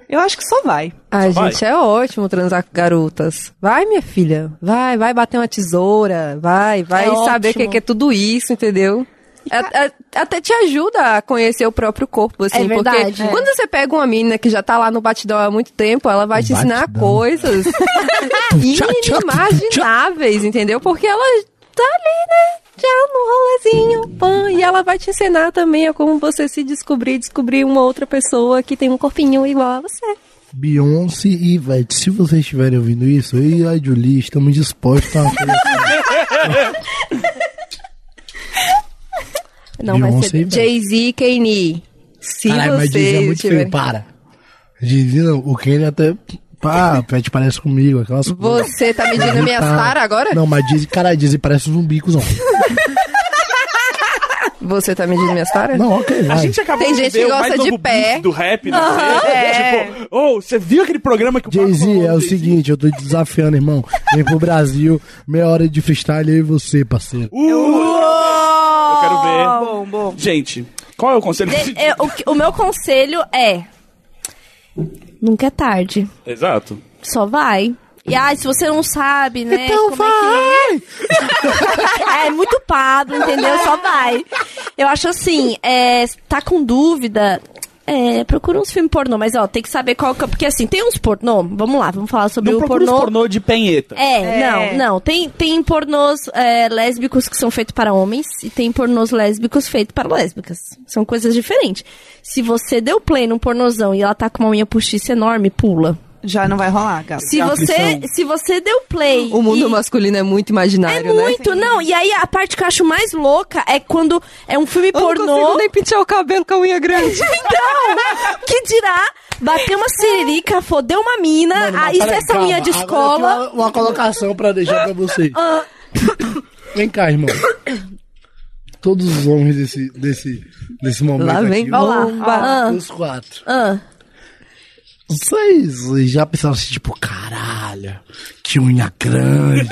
Eu acho que só vai.
Ai,
vai.
gente, é ótimo transar com garotas. Vai, minha filha. Vai, vai bater uma tesoura. Vai, vai
É
saber o que,
ótimo.
que é tudo isso, entendeu? A- a- até te ajuda a conhecer o próprio corpo, assim.
É verdade.
Porque
É.
quando você pega uma menina que já tá lá no batidão há muito tempo, ela vai te ensinar
Batidão.
coisas inimagináveis, entendeu? Porque ela tá ali, né? Já no rolezinho, pã, e ela vai te ensinar também a como você se descobrir, descobrir uma outra pessoa que tem um corpinho igual a você.
Beyoncé e Ivete, se vocês estiverem ouvindo isso, eu e a Julie estamos dispostos a uma coisa assim.
Não vai
Beyoncé e
ser
Beyoncé.
Jay-Z e Kanye. Se
Caralho, mas Dizzy é
vocês
muito
tiverem...
feio, para. Dizzy não, o Kenny até. Pá, Pet parece comigo, aquelas coisas.
Você tá medindo
Ele
minhas
tá-
taras agora?
Não, mas Dizzy, cara, Dizzy parece um zumbi, cuzão.
Você tá medindo minhas taras?
Não, ok, vai.
A gente acabou
Tem
de
gente
ver
que
o
gosta
Michael
de
Bublé
pé.
do rap, né? Tipo, oh, você viu aquele programa que o Marco
Jay-Z,
falou
é o
do Jay-Z?
seguinte, eu tô te desafiando, irmão. Vem pro Brasil, meia hora de freestyle, eu e você, parceiro.
Uh,
Eu quero ver.
Bom, bom.
Gente, qual é o conselho?
De- eu- o que- o meu conselho é. Nunca é tarde.
Exato.
Só vai. E ai, se você não sabe, né?
Então
como é,
vai!
que... é muito Pablo, entendeu? Só vai. Eu acho assim, é, se tá com dúvida. É, procura uns filmes pornô, mas ó, tem que saber qual que é. Porque assim, tem uns pornô, vamos lá, vamos falar sobre
Não
o
procura os
pornô.
pornô de penheta.
É,
É.
não, não. Tem, tem pornôs é, lésbicos que são feitos para homens e tem pornôs lésbicos feitos para lésbicas. São coisas diferentes. Se você deu play num pornozão e ela tá com uma unha postiça enorme, pula.
Já não vai rolar, Gabi.
Se
É
você,
aflição.
se você deu play.
O
e...
mundo masculino é
É
muito imaginário, né?
muito, não. E aí a parte que eu acho mais louca é quando é um filme
Eu não
pornô.
consigo nem pintar o cabelo com a unha grande.
Então, que dirá bater uma ciririca, foder uma mina,
Mano,
ah,
mas
aí se
peraí,
é
essa
calma.
unha de
Agora eu
escola.
tenho Uma, uma colocação pra deixar pra vocês.
Ah.
Vem cá, irmão. Todos os homens desse, desse, desse momento
Lá vem
aqui,
bomba.
os quatro.
Ah.
Vocês já pensaram assim, tipo, caralho, que unha grande.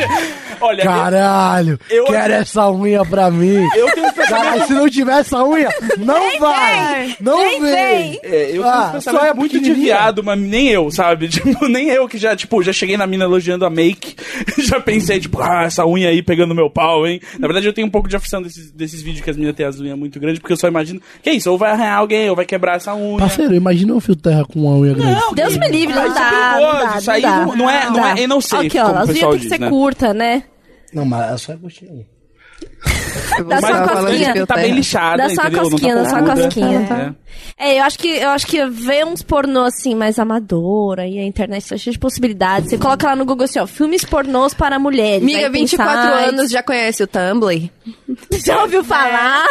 Olha,
Caralho,
eu-
quero essa unha pra mim.
eu tenho um
Caralho, se não tiver essa unha, não vai. não vem.
É, eu
Ah,
ah,
só é
muito de
pequenininha.
viado, mas nem eu, sabe? Tipo, nem eu que já, tipo, já cheguei na mina elogiando a make, já pensei, tipo, ah, essa unha aí pegando meu pau, hein? Na verdade, eu tenho um pouco de aflição desses, desses vídeos que as minas têm as unhas muito grandes, porque eu só imagino que é isso, ou vai arranhar alguém, ou vai quebrar essa unha.
Parceiro, imagina um fio terra com uma unha grande.
Não,
Deus me livre,
Ah,
não
isso
dá,
é
não
perigoso,
dá,
isso aí
dá.
não- não é- não é
dá.
innovative,
Aqui, ó,
como o
as unhas
pessoal
tem que
diz,
ser
né?
curta, né?
Não, mas é só gostinho.
Dá só
Mas
uma
tá falando de
cosquinha.
fio
Tá bem
terra.
lixada,
Dá só uma
entendeu? Não tá
cosquinha, dá só uma
pontuda.
cosquinha.
É.
É, eu acho que eu acho que ver uns pornô assim mais amadora e a internet tá cheia de possibilidades. Você coloca lá no Google assim, ó, filmes pornôs para mulheres.
Amiga,
Aí tem
24
sites.
anos, já conhece o Tumblr?
Já ouviu falar?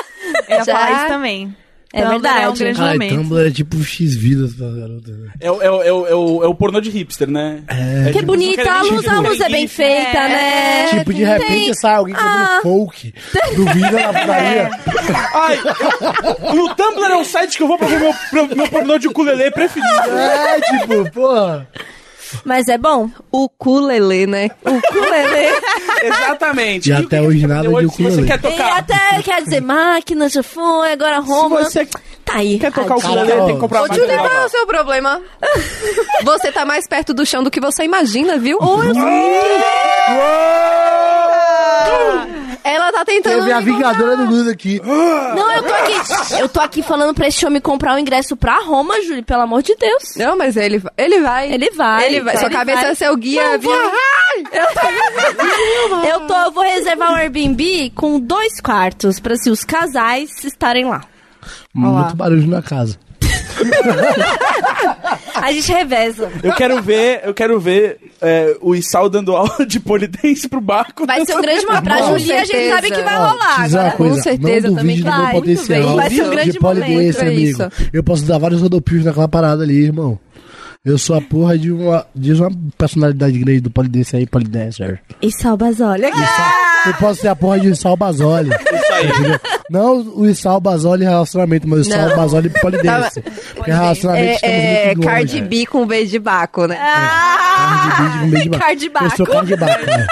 Eu ia falar
Já.
isso também.
É
Tumblr É um
verdade.
grande
Ai,
momento.
Tumblr é tipo X-Vidas pra garota. né?
É, o- é o- é o- é o- é o pornô de hipster, né? É,
Que
tipo, eles não
bonita,
querem
a
nem
luz,
gente
a
com
luz é bem
preguiça.
feita, né?
É,
tipo, de repente sai alguém cantando
Ah.
folk do vídeo
É.
na putaria.
Ai, eu- no Tumblr é um site que eu vou pra ver meu, pro- meu pornô de ukulele preferido.
É, tipo, porra.
assim.
Mas é bom.
O culelê, né? O culelê.
Exatamente.
E
o
até
que você
hoje
quer
nada
fazer
de
hoje se você
ukulele.
E
quer tocar.
até quer dizer máquina, já foi, agora Roma.
Se você
Tá aí.
quer tocar o
Ai,
ukulele, tem que comprar
Ô,
uma
Julia,
máquina
qual é o
nova.
seu problema? Você tá mais perto do chão do que você imagina, viu? Ela tá tentando.
Teve a
me
Vingadora do Luz aqui.
Não, eu tô aqui. Eu tô aqui falando pra esse homem comprar o ingresso pra Roma, Júlio, pelo amor de Deus.
Não, mas ele, ele vai.
Ele vai.
Ele vai. Sua
Ele
cabeça
vai.
é seu guia.
Não
viu?
vou. Eu tô, eu vou reservar um Airbnb com dois quartos pra se os casais estarem lá.
Muito barulho na casa. Ah.
A gente reveza.
Eu quero ver, eu quero ver é, o Isal dando aula de polidense pro barco.
Vai ser um grande momento. Pra
É Com
Julia, a gente
certeza.
sabe que vai
Ó,
rolar
te dizer uma
agora.
coisa,
Com certeza,
não
também
duvide do
vai,
meu
muito
potencial
bem. Vai ser um grande
de polidense,
momento, é
amigo.
isso.
Eu posso dar vários rodopios naquela parada ali, irmão. Eu sou a porra de uma, de uma personalidade grande do polidense aí, polidancer.
E Salbas, olha.
Ah!
Eu posso ser a porra de Issal Basoli.
Isso aí.
Entendeu? Não o Issal Basoli relacionamento, mas o Issal
Não.
Basoli polidense. Porque relacionamento
É, é
estamos muito longe.
Cardi B com B de Baco, né?
Cardi B, de meio de
Cardi
baco. Eu sou cardibaco, né?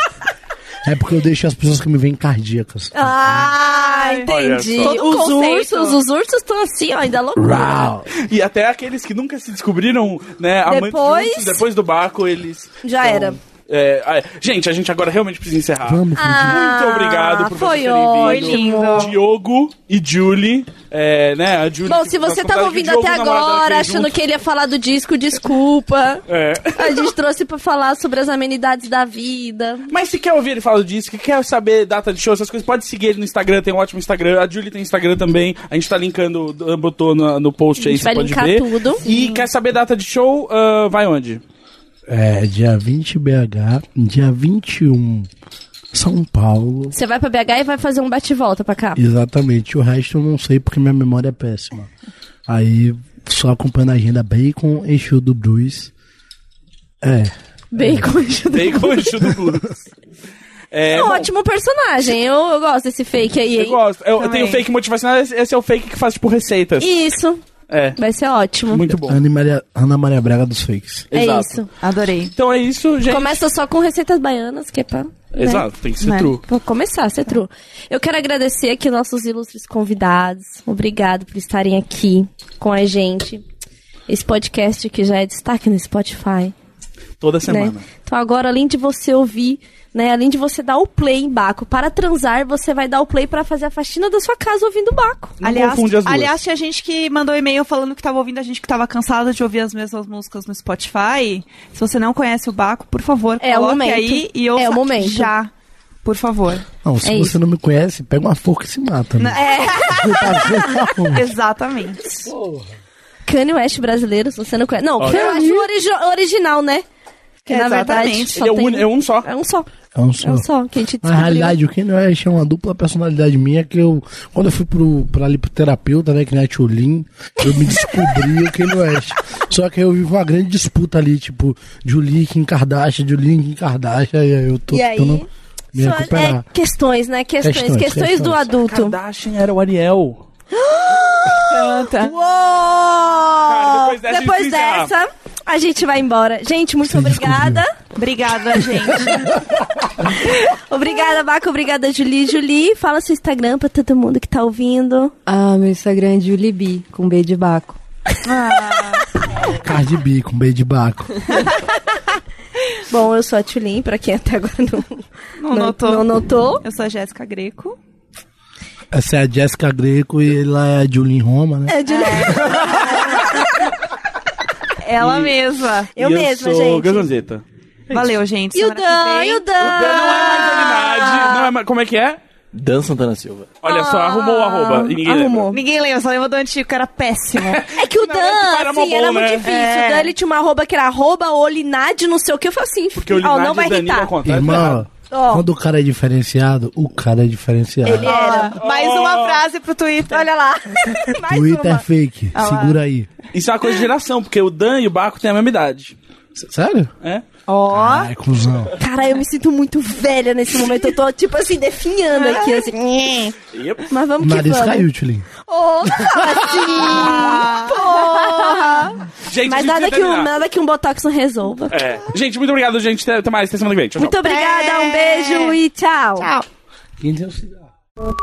É porque eu deixo as pessoas que me veem cardíacas.
Ah, entendi.
Olha só.
os
Todo o conceito.
ursos, os ursos estão assim, ó, ainda loucura.
Ah.
Uau!
E até aqueles que nunca se descobriram, né? amantes
Depois-
juntos, depois do barco, eles.
Já
Então,
era.
é, ai, gente, a gente agora realmente precisa encerrar.
Vamos, Felipe.
Muito obrigado por
Ah, foi
vocês terem vindo.
ótimo.
Diogo e Julie. É, né, a Julie
Bom,
que
se
foi nossa
você tava
convidada, que o
ouvindo até
Diogo, o namorado dela,
agora
fez
achando
junto.
que ele ia falar do disco, desculpa.
É.
A gente trouxe pra falar sobre as amenidades da vida.
Mas se quer ouvir ele falar disso, que quer saber data de show, essas coisas, pode seguir ele no Instagram, tem um ótimo Instagram. A Julie tem Instagram também. A gente tá linkando, botou no, no post aí,
gente
você
vai
pode
linkar
ver.
tudo.
E quer saber data de show, ah, vai onde?
É, dia 20 BH, dia 21 São Paulo.
Você vai pra BH e vai fazer um bate-volta pra cá.
Exatamente. O resto eu não sei porque minha memória é péssima. Aí, só acompanhando a agenda Bacon e Show do Blues. É,
Bacon ajuda.
Bacon e Chu do Blues. É,
É um
bom,
ótimo personagem. Eu, eu gosto desse fake aí,
Eu
hein?
gosto. Eu, eu
Também.
tenho fake motivacional, esse esse é o fake que faz, tipo, receitas.
Isso.
É.
Vai ser ótimo.
Muito bom.
Ana Maria, Ana Maria Braga dos Fakes.
é
Exato.
isso.
Adorei.
Então é isso, gente.
Começa só com receitas baianas, que é pra. né?
Exato, tem que ser
Né?
true.
Vou começar, ser true. Eu quero agradecer aqui nossos ilustres convidados. Obrigado por estarem aqui com a gente. Esse podcast que já é destaque no Spotify.
Toda
né?
semana.
Então agora, além de você ouvir, né, além de você dar o play em Baco para transar, você vai dar o play para fazer a faxina da sua casa ouvindo Baco.
Não confunde as duas.
aliás, tinha gente que mandou e-mail falando que tava ouvindo a gente que tava cansada de ouvir as mesmas músicas no Spotify. Se você não conhece o Baco, por favor,
É o
coloque
momento.
aí e ouça
É o momento.
já. Por favor.
Não, se
É
você
isso.
não me conhece, pega uma forca e se mata. Né? É.
Exatamente.
Kanye West brasileiro, se você não conhece. Não,
tá
Kanye West é o origi- original, né? Que na verdade
Exatamente.
só
Ele é,
tem-
um, é um só.
é um só.
é um som.
É um só que a gente
Na
descobriu.
realidade, o que não é é uma dupla personalidade minha que eu, quando eu fui pro, pra ali pro terapeuta, né, que nem a Tchulin, eu me descobri o que não é. Só que eu vivo uma grande disputa ali, tipo, Julie Kim Kardashian, Julie Kim Kardashian, e aí eu tô
E aí,
tentando me
Só-
recuperar.
é, questões, né? Questões, questões,
Questões,
do
questões.
adulto.
Kardashian era o Ariel.
Canta.
Cara, depois
é
dessa, a
Depois
gente encerra.
dessa, a gente vai embora. Gente, muito obrigada.
Obrigada, gente.
Obrigada, Baco. Obrigada, Julie. Julie, fala seu Instagram pra todo mundo que tá ouvindo.
Ah, meu Instagram é Julibi, com B de Baco.
Cardi B com B de Baco.
Bom, eu sou a Tulin, pra quem até agora não,
Não notou.
Não notou.
Eu sou a Jéssica Greco.
Essa é a Jéssica Greco e ela é a Julie Roma, né?
É, Julie.
Ela mesma.
Eu
E
mesma,
eu sou
gente. Ah!
Gazanzeta.
Valeu, gente.
E o
Semana que
Dan,
vem-
e o Dan.
Não é mais Animad, não é mais... Como é que é?
Dan Santana Silva.
Olha só, arrumou o arroba. e Ninguém
Ah! Arrumou.
Ninguém lembra, só lembra do antigo, que era péssimo.
É que o
Na
Dan,
verdade, para
assim,
mó
era
bom,
muito
né?
difícil.
É.
O Dan, ele tinha uma arroba que era arroba olinade, não sei o que. Eu falei assim,
Porque o
ó,
Linad
não vai
e Danilo é
irritar.
acontece.
Irmão,
É Ó.
quando o cara é diferenciado, o cara é diferenciado.
Ele era.
Mais uma frase pro Twitter.
Olha lá. Mais
Twitter é
uma.
fake,
lá.
segura aí.
Isso é uma coisa de geração, porque o Dan e o Baco têm a mesma idade.
S- Sério?
É?
Ó.
Ah.
Ai, cuzão.
Cara, eu me sinto muito velha nesse momento. Eu tô, tipo assim, definhando aqui, assim.
Hum.
Yep.
Mas
O
vamos que
nariz
vamos.
caiu, Tchulin.
Ô,
Gente, a
Mas
gente
nada
precisa
que, um,
terminar.
nada que um Botox não resolva.
É. Gente, muito obrigado, gente. Até até mais. Até semana que vem. Tchau, tchau.
Muito obrigada, um beijo e tchau.
Quem tem o cigarro?